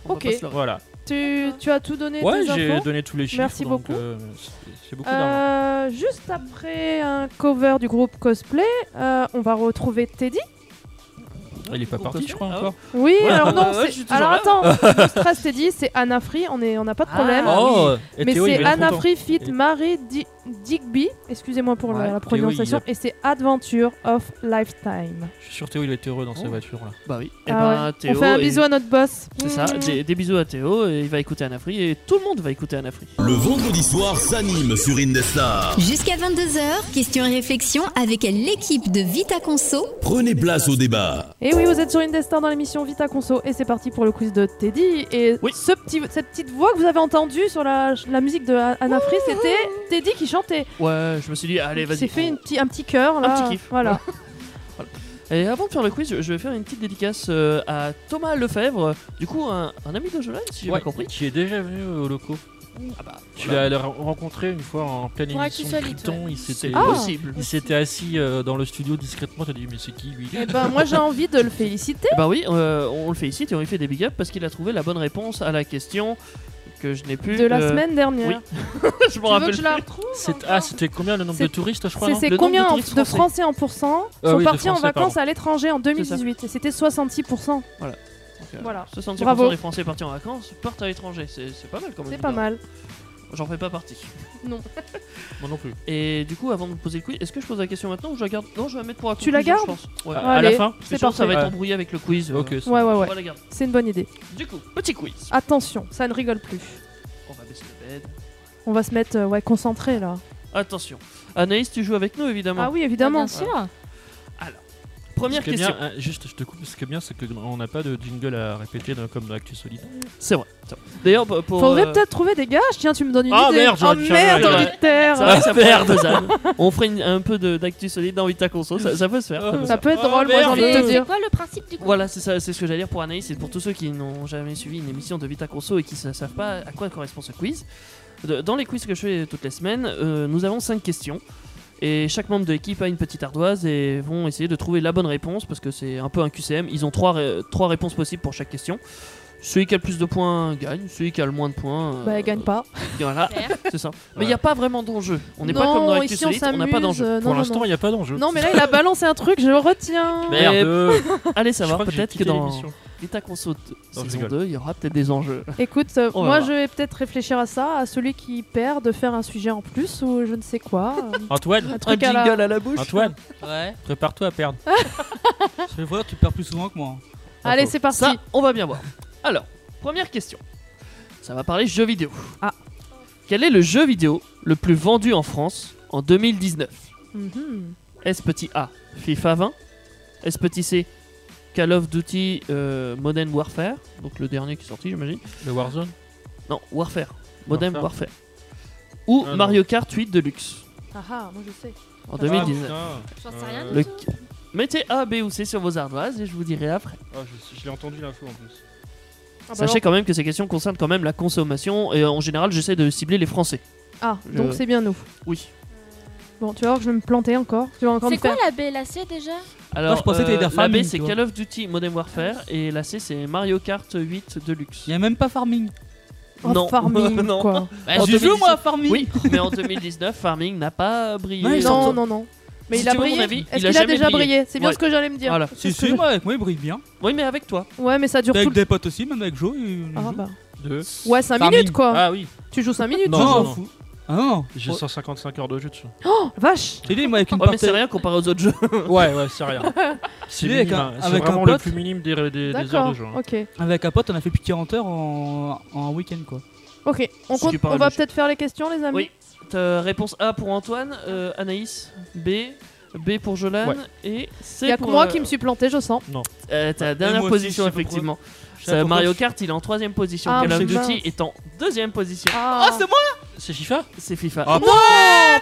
Speaker 4: On va
Speaker 3: Ok.
Speaker 4: pas se leurrer.
Speaker 5: Voilà.
Speaker 3: Tu, tu as tout donné
Speaker 5: Ouais,
Speaker 3: tes
Speaker 5: j'ai
Speaker 3: infos.
Speaker 5: donné tous les chiffres.
Speaker 3: Merci
Speaker 5: donc,
Speaker 3: beaucoup.
Speaker 5: euh, c'est- c'est beaucoup
Speaker 3: Euh,
Speaker 5: d'argent.
Speaker 3: juste après un cover du groupe Cosplay, euh, on va retrouver Teddy.
Speaker 5: Il est pas parti, je crois
Speaker 4: Ah,
Speaker 5: encore.
Speaker 3: Oui,
Speaker 4: Ouais,
Speaker 3: alors non,
Speaker 4: ouais,
Speaker 3: c'est-
Speaker 4: je suis toujours
Speaker 3: alors
Speaker 4: là.
Speaker 3: attends, le stress Teddy, c'est Anna Free, on est, on n'a pas de
Speaker 4: Ah,
Speaker 3: problème.
Speaker 4: Ah,
Speaker 5: oh, et
Speaker 3: Mais
Speaker 5: Théo, il
Speaker 3: c'est
Speaker 5: vient de
Speaker 3: Anna
Speaker 5: content.
Speaker 3: Free Fit
Speaker 5: Et-
Speaker 3: Marie Di- Digby, excusez-moi pour la-
Speaker 4: Ouais,
Speaker 3: la,
Speaker 5: Théo,
Speaker 3: prononciation, et c'est Adventure of Lifetime.
Speaker 5: Je suis sûr, Théo, il était heureux dans sa
Speaker 4: Oh.
Speaker 5: voiture là.
Speaker 4: Bah oui. Et
Speaker 3: Ah
Speaker 4: ben,
Speaker 3: ouais.
Speaker 4: Théo
Speaker 3: on fait un
Speaker 4: et-
Speaker 3: bisou à notre boss. Mm.
Speaker 4: C'est ça, des, des bisous à Théo, et il va écouter Anafri, et tout le monde va écouter Anafri.
Speaker 1: Le vendredi soir s'anime sur Indestar.
Speaker 2: Jusqu'à 22h, questions et réflexions avec l'équipe de Vita Conso.
Speaker 1: Prenez place au débat.
Speaker 3: Et oui, vous êtes sur Indestar dans l'émission Vita Conso, et c'est parti pour le quiz de Teddy. Et
Speaker 4: Oui.
Speaker 3: ce petit, cette petite voix que vous avez entendue sur la, la musique de Anna Free, c'était Teddy qui chantait.
Speaker 4: Ouais, je me suis dit, allez,
Speaker 3: Il
Speaker 4: vas-y.
Speaker 3: s'est fait une petit- un petit cœur là.
Speaker 4: petit kiff.
Speaker 3: Voilà.
Speaker 4: Et avant de faire le quiz, je- je vais faire une petite dédicace euh, à Thomas Lefebvre, du coup, un, un ami de Jolan, si j'ai
Speaker 5: Ouais,
Speaker 4: bien compris.
Speaker 5: Qui est déjà venu au locaux.
Speaker 4: Ah bah,
Speaker 5: Tu
Speaker 4: voilà.
Speaker 5: l'as l'as rencontré une fois en pleine
Speaker 6: Pour
Speaker 5: émission de
Speaker 6: Actusolite,
Speaker 5: Triton. Il
Speaker 4: c'est
Speaker 5: s'était
Speaker 3: Ah,
Speaker 4: possible.
Speaker 5: il s'était assis euh, dans le studio discrètement. T'as dit, mais c'est qui lui
Speaker 3: Eh ben, moi j'ai envie de le féliciter.
Speaker 4: Et bah oui, euh, on le félicite et on lui fait des big ups parce qu'il a trouvé la bonne réponse à la question que je n'ai plus.
Speaker 3: De la
Speaker 4: euh,
Speaker 3: semaine dernière.
Speaker 4: je
Speaker 3: Tu
Speaker 4: m'en
Speaker 3: veux
Speaker 4: rappelle.
Speaker 3: que je la retrouve
Speaker 5: C'est-
Speaker 3: encore
Speaker 5: Ah, c'était combien le nombre
Speaker 3: C'est-
Speaker 5: de touristes, je crois
Speaker 3: C'est
Speaker 5: non
Speaker 3: c'est
Speaker 4: Le nombre
Speaker 3: combien
Speaker 4: de
Speaker 3: en- de,
Speaker 4: touristes
Speaker 3: français.
Speaker 4: français.
Speaker 3: en pourcent
Speaker 5: Ah
Speaker 3: sont
Speaker 5: oui, de
Speaker 3: partis en
Speaker 5: Français,
Speaker 3: vacances
Speaker 5: pardon.
Speaker 3: à l'étranger en
Speaker 4: ça.
Speaker 3: 2018 et c'était 66%.
Speaker 4: Donc, euh,
Speaker 3: Voilà.
Speaker 4: 66%
Speaker 3: Bravo.
Speaker 4: des Français partis en vacances partent à l'étranger. C'est c'est pas mal quand même.
Speaker 3: C'est pas mal.
Speaker 4: J'en fais pas partie.
Speaker 5: Moi non plus.
Speaker 4: Et du coup, avant de me poser le quiz, est-ce que je pose la question maintenant ou je la garde Non, je vais la mettre pour la
Speaker 3: Tu la
Speaker 4: conclusion,
Speaker 3: gardes Ah,
Speaker 4: je pense. Ouais.
Speaker 5: À-
Speaker 4: Parce
Speaker 5: à la
Speaker 3: Allez.
Speaker 5: fin
Speaker 4: que
Speaker 3: C'est
Speaker 4: sinon, ça va
Speaker 5: parfait.
Speaker 4: être embrouillé avec le quiz. euh,
Speaker 5: Ok. ça-
Speaker 3: Ouais, ouais,
Speaker 4: On
Speaker 3: ouais.
Speaker 4: va la garder.
Speaker 3: C'est une bonne idée.
Speaker 4: Du coup, petit quiz.
Speaker 3: Attention, ça ne rigole plus.
Speaker 4: On va baisser le bed.
Speaker 3: On va se mettre euh, ouais, concentré là.
Speaker 4: Attention. Anaïs, tu joues avec nous évidemment.
Speaker 3: Ah oui,
Speaker 6: Ah,
Speaker 3: évidemment.
Speaker 6: Bien sûr.
Speaker 5: Ce
Speaker 4: Première
Speaker 5: qui est bien,
Speaker 4: question.
Speaker 5: hein, juste, je te coupe, ce qui est bien, c'est qu'on n'a pas de jingle à répéter dans- comme dans Actu Solide.
Speaker 4: C'est vrai. c'est vrai. D'ailleurs, pour. pour,
Speaker 3: Faudrait
Speaker 4: euh,
Speaker 3: peut-être trouver des gages. Tiens, tu me donnes une
Speaker 5: Ah,
Speaker 3: idée.
Speaker 5: merde,
Speaker 3: oh
Speaker 5: j'aurais dû faire
Speaker 3: merde,
Speaker 4: ça,
Speaker 3: envie
Speaker 4: ouais.
Speaker 3: de terre.
Speaker 4: Ça, ça pourrait être faisable. On ferait une- un peu de- d'actu solide dans Vita Conso, ça, ça peut se faire. ça peut se
Speaker 3: Ça
Speaker 4: faire.
Speaker 3: peut être
Speaker 5: Oh,
Speaker 3: drôle, moi j'ai
Speaker 5: merde.
Speaker 3: envie
Speaker 6: Mais
Speaker 3: de te
Speaker 6: C'est
Speaker 3: dire.
Speaker 6: quoi le principe du coup
Speaker 4: Voilà, c'est ça, c'est ce que j'allais dire pour Anaïs et pour tous ceux qui n'ont jamais suivi une émission de Vita Conso et qui ne savent pas à quoi correspond ce quiz. de- Dans les quiz que je fais toutes les semaines, euh, nous avons 5 questions. Et chaque membre de l'équipe a une petite ardoise et vont essayer de trouver la bonne réponse parce que c'est un peu un QCM. Ils ont 3 trois, ré- trois réponses possibles pour chaque question. Celui qui a le plus de points gagne, celui qui a le moins de points. euh,
Speaker 3: Bah, gagne pas.
Speaker 4: Voilà,
Speaker 6: Super.
Speaker 4: c'est ça. Mais il n'y a pas vraiment d'enjeu. On n'est pas
Speaker 3: Non,
Speaker 4: comme dans Actu
Speaker 3: ici, on
Speaker 4: Solide, on n'a pas
Speaker 3: s'amuse,
Speaker 4: d'enjeu.
Speaker 3: euh, non,
Speaker 5: Pour
Speaker 3: non,
Speaker 5: l'instant,
Speaker 3: non.
Speaker 5: il n'y a pas d'enjeu.
Speaker 3: Non, mais là, il a balancé un truc, je le retiens.
Speaker 4: Mais- Merde. Allez
Speaker 5: Je
Speaker 4: savoir,
Speaker 5: crois j'ai
Speaker 4: peut-être que
Speaker 5: quitté
Speaker 4: dans
Speaker 5: l'émission.
Speaker 4: Vita Conso t-
Speaker 5: Non, je
Speaker 4: saison
Speaker 5: rigole.
Speaker 4: 2, il y aura peut-être des enjeux.
Speaker 3: Écoute, euh,
Speaker 4: On va
Speaker 3: moi
Speaker 4: voir.
Speaker 3: je vais peut-être réfléchir à ça, à celui qui perd, de faire un sujet en plus ou je ne sais quoi. euh,
Speaker 5: Antoine,
Speaker 3: un truc à la-
Speaker 4: à la bouche.
Speaker 5: Antoine,
Speaker 7: Ouais.
Speaker 5: prépare-toi à perdre.
Speaker 7: Je vais voir, tu perds plus souvent que moi.
Speaker 3: Allez, c'est parti.
Speaker 4: Ça, on va bien voir. Alors, première question. Ça va parler jeux vidéo.
Speaker 3: Ah.
Speaker 4: Quel est le jeu vidéo le plus vendu en France en 2019
Speaker 3: Mhm.
Speaker 4: S petit A, FIFA 20. S petit C, Call of Duty euh, Modern Warfare. Donc le dernier qui est sorti, j'imagine.
Speaker 5: Le Warzone
Speaker 4: Non, Warfare. Modern
Speaker 5: Warfare.
Speaker 4: Warfare. Ou
Speaker 5: Ah, non.
Speaker 4: Mario Kart 8 Deluxe
Speaker 3: Ah ah, moi je sais.
Speaker 4: en
Speaker 3: Ah,
Speaker 4: 2019.
Speaker 6: J'en sais rien.
Speaker 4: Le- Mettez A, B ou C sur vos ardoises et je vous dirai après.
Speaker 7: Ah, bah
Speaker 5: Ah, je l'ai entendu l'info en plus.
Speaker 3: Ah bah
Speaker 4: Sachez quand même que ces questions concernent quand même la consommation et en général j'essaie de cibler les Français.
Speaker 3: alors- Ah,
Speaker 4: je-
Speaker 3: donc c'est bien nous.
Speaker 4: Oui.
Speaker 3: Bon, tu vas voir, que je vais me planter encore. Tu vas encore me
Speaker 6: C'est quoi
Speaker 3: faire.
Speaker 6: la Bellacée déjà
Speaker 4: Alors, euh,
Speaker 7: je pensais que t'allais dire
Speaker 4: la B
Speaker 7: farming,
Speaker 4: c'est
Speaker 7: tu vois.
Speaker 4: Call of Duty Modern Warfare et la C c'est Mario Kart 8 Deluxe.
Speaker 7: Il n'y a même pas farming.
Speaker 3: Oh,
Speaker 4: Non.
Speaker 3: farming,
Speaker 4: Non.
Speaker 3: quoi.
Speaker 4: Bah,
Speaker 7: Oh,
Speaker 4: j'y
Speaker 7: tu
Speaker 4: joue,
Speaker 7: joues, moi, à farming
Speaker 4: Oui, mais en 2019, Farming n'a pas brillé.
Speaker 7: Ouais, Et
Speaker 3: non,
Speaker 7: sans-
Speaker 3: non, non. Mais
Speaker 4: Si
Speaker 3: il a
Speaker 4: tu veux mon
Speaker 3: brillé.
Speaker 4: avis, il
Speaker 3: Est-ce
Speaker 4: a
Speaker 3: qu'il a
Speaker 4: jamais
Speaker 3: déjà
Speaker 4: brillé.
Speaker 3: brillé C'est bien
Speaker 4: Ouais.
Speaker 3: ce que j'allais me dire.
Speaker 4: Voilà.
Speaker 3: C'est
Speaker 7: Si,
Speaker 3: ce que
Speaker 7: si, moi, avec moi, il brille bien.
Speaker 4: Oui, mais avec toi.
Speaker 3: je- Ouais, mais ça dure tout
Speaker 7: Avec
Speaker 3: le
Speaker 7: des potes aussi, même avec Joe. il- il
Speaker 3: Ah
Speaker 7: joue.
Speaker 3: bah.
Speaker 5: Deux.
Speaker 3: Ouais, 5
Speaker 7: Farming.
Speaker 3: minutes quoi.
Speaker 5: Ah oui,
Speaker 3: Tu joues 5 minutes
Speaker 7: Non,
Speaker 5: Non,
Speaker 7: je
Speaker 5: non,
Speaker 7: m'en
Speaker 5: non.
Speaker 7: fous. Ah non.
Speaker 5: j'ai
Speaker 7: Ouais.
Speaker 5: 155 heures de jeu dessus.
Speaker 3: Oh, Vache
Speaker 7: J'ai dit, moi, avec une
Speaker 4: Ouais, Oh, mais c'est
Speaker 7: partie.
Speaker 4: rien comparé aux autres jeux.
Speaker 5: Ouais, ouais, c'est rien. C'est
Speaker 7: Lui, avec
Speaker 5: minime,
Speaker 7: un-
Speaker 5: hein. C'est
Speaker 7: avec un
Speaker 5: vraiment le
Speaker 7: pote.
Speaker 5: plus minime des, des- des heures
Speaker 3: D'accord,
Speaker 5: de jeu. hein.
Speaker 3: ok.
Speaker 7: Avec un pote, on a fait plus de 40 heures en, en un week-end, quoi.
Speaker 3: Ok, on,
Speaker 4: Si
Speaker 3: compte-
Speaker 4: tu parles
Speaker 3: on va
Speaker 4: logique.
Speaker 3: peut-être faire les questions, les amis
Speaker 4: Oui. T'as euh, réponse A pour Antoine, euh, Anaïs, B, B pour Jolan
Speaker 5: Ouais.
Speaker 4: et C
Speaker 3: Il y a que
Speaker 4: pour.
Speaker 3: moi
Speaker 4: euh,
Speaker 3: qui me suis planté, je sens.
Speaker 4: euh, ta dernière
Speaker 7: moi aussi,
Speaker 4: position,
Speaker 7: je sais pas
Speaker 4: effectivement.
Speaker 7: Je sais
Speaker 4: Ça,
Speaker 7: pas
Speaker 4: Mario Kart, il est en troisième position.
Speaker 3: Ah,
Speaker 4: Call of
Speaker 3: mais
Speaker 4: Duty
Speaker 3: mince.
Speaker 4: est en deuxième position.
Speaker 3: Ah,
Speaker 7: pourquoi. Ah, c'est moi
Speaker 5: C'est FIFA
Speaker 4: C'est FIFA.
Speaker 7: Ah,
Speaker 3: Non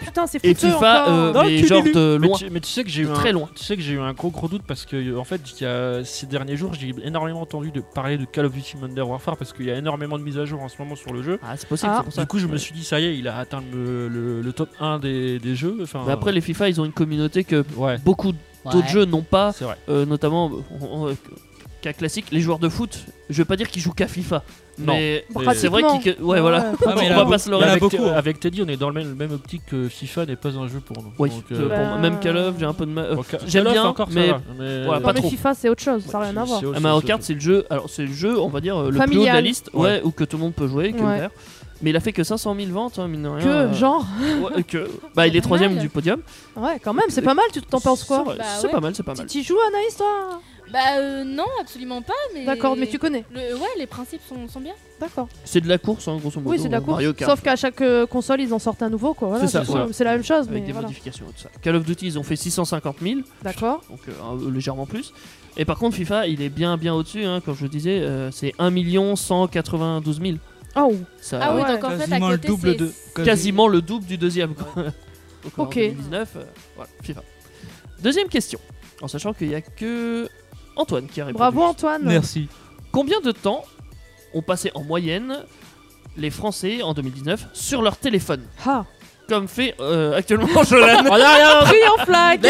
Speaker 3: Putain, c'est
Speaker 4: et
Speaker 3: foutu
Speaker 4: FIFA,
Speaker 3: encore.
Speaker 4: euh,
Speaker 7: Dans le
Speaker 4: mais
Speaker 7: cul,
Speaker 4: genre
Speaker 7: Lulu.
Speaker 4: de
Speaker 5: mais
Speaker 4: loin.
Speaker 5: tu, mais tu sais que j'ai eu
Speaker 4: De
Speaker 5: un
Speaker 4: très loin.
Speaker 5: Tu sais que j'ai eu un gros gros doute parce que euh, en fait il y a- ces derniers jours j'ai énormément entendu de parler de Call of Duty Modern Warfare parce qu'il y a énormément de mises à jour en ce moment sur le jeu.
Speaker 4: Ah, c'est possible,
Speaker 3: Ah.
Speaker 4: c'est pour ça.
Speaker 5: Du coup je me suis dit ça y est il a atteint le, le- le top 1 des, des jeux. Enfin,
Speaker 4: Mais Bah, après, les FIFA, ils ont une communauté que
Speaker 5: euh, ouais
Speaker 4: beaucoup d'autres
Speaker 7: Ouais.
Speaker 4: jeux n'ont pas.
Speaker 5: c'est vrai.
Speaker 4: Euh, notamment euh, on- on- cas classique, les joueurs de foot. Je veux pas dire qu'ils jouent qu'à FIFA,
Speaker 5: Non.
Speaker 4: mais euh,
Speaker 5: Pratiquement.
Speaker 4: c'est vrai qu'ils. que- Ouais, voilà.
Speaker 7: Ah, mais
Speaker 4: on
Speaker 7: il y en
Speaker 4: va
Speaker 7: a
Speaker 4: pas se leurrer.
Speaker 7: beaucoup. Il y en a
Speaker 5: avec,
Speaker 7: beaucoup. hein.
Speaker 5: euh, avec Teddy on est dans le même, même optique que FIFA n'est pas un jeu pour nous.
Speaker 4: Oui,
Speaker 5: Donc,
Speaker 3: Eh
Speaker 4: euh,
Speaker 5: euh,
Speaker 3: ben,
Speaker 4: pour moi, même Call of, j'ai un peu de mal. euh,
Speaker 5: bon, Ca-
Speaker 4: j'aime
Speaker 5: Call of
Speaker 4: bien,
Speaker 5: encore, ça
Speaker 4: mais-
Speaker 5: va, mais
Speaker 4: Ouais,
Speaker 5: euh,
Speaker 3: Non,
Speaker 4: pas
Speaker 3: mais
Speaker 4: trop.
Speaker 3: FIFA, c'est autre chose, ça n'a rien à
Speaker 5: c'est-
Speaker 3: voir.
Speaker 5: c'est-
Speaker 4: Ah, Mario
Speaker 5: c'est-
Speaker 4: Kart, c'est le jeu. Alors c'est le jeu, on va dire euh, le plus haut de la
Speaker 3: Familial.
Speaker 4: liste, ouais,
Speaker 5: Ouais.
Speaker 4: ou que tout le monde peut jouer, que
Speaker 3: Ouais.
Speaker 4: faire. Mais il a fait que 500 000 ventes, hein, mine de rien.
Speaker 3: Que,
Speaker 4: euh,
Speaker 3: genre
Speaker 4: ouais, euh, que. Bah, il est
Speaker 3: Pas
Speaker 4: troisième
Speaker 3: mal.
Speaker 4: du podium.
Speaker 3: Ouais, quand même, c'est pas mal, tu t'en penses
Speaker 4: C'est
Speaker 3: quoi
Speaker 4: vrai,
Speaker 6: Bah,
Speaker 4: C'est
Speaker 6: ouais.
Speaker 4: pas mal, c'est pas mal.
Speaker 3: Tu y joues, Anaïs, toi
Speaker 6: Bah euh, non, absolument pas. Mais
Speaker 3: D'accord, mais tu connais.
Speaker 6: Le- ouais, les principes sont, sont bien.
Speaker 3: D'accord.
Speaker 4: C'est de la course, hein, grosso modo.
Speaker 3: Oui, c'est de la
Speaker 4: euh,
Speaker 3: course.
Speaker 4: Mario Kart.
Speaker 3: Sauf qu'à chaque euh, console, ils en sortent un nouveau, quoi. Voilà,
Speaker 4: C'est ça,
Speaker 3: c'est
Speaker 5: voilà.
Speaker 3: c'est la même chose,
Speaker 4: Avec
Speaker 3: mais
Speaker 4: des
Speaker 3: voilà.
Speaker 4: modifications et tout ça. Call of Duty, ils ont fait 650 000.
Speaker 3: D'accord.
Speaker 4: donc euh, un- légèrement plus. Et par contre, FIFA, il est bien bien au-dessus, hein, comme je le disais, euh, c'est 1 192 000.
Speaker 3: Oh,
Speaker 4: Ça,
Speaker 6: Ah, oui,
Speaker 3: ouais.
Speaker 6: donc en fait à
Speaker 7: Quasiment le
Speaker 6: côté
Speaker 7: double
Speaker 6: c'est-
Speaker 7: de-
Speaker 6: c'est-
Speaker 4: Quasiment le double du deuxième. Quoi. Donc, en
Speaker 3: Ok.
Speaker 4: 2019, euh, voilà, FIFA. Deuxième question, en sachant qu'il n'y a que Antoine qui a répondu.
Speaker 3: bravo Antoine.
Speaker 7: Merci.
Speaker 4: Combien de temps ont passé en moyenne les Français en 2019 sur leur téléphone
Speaker 3: Ah.
Speaker 4: Comme fait euh, actuellement Jolan.
Speaker 3: Oui, en flag.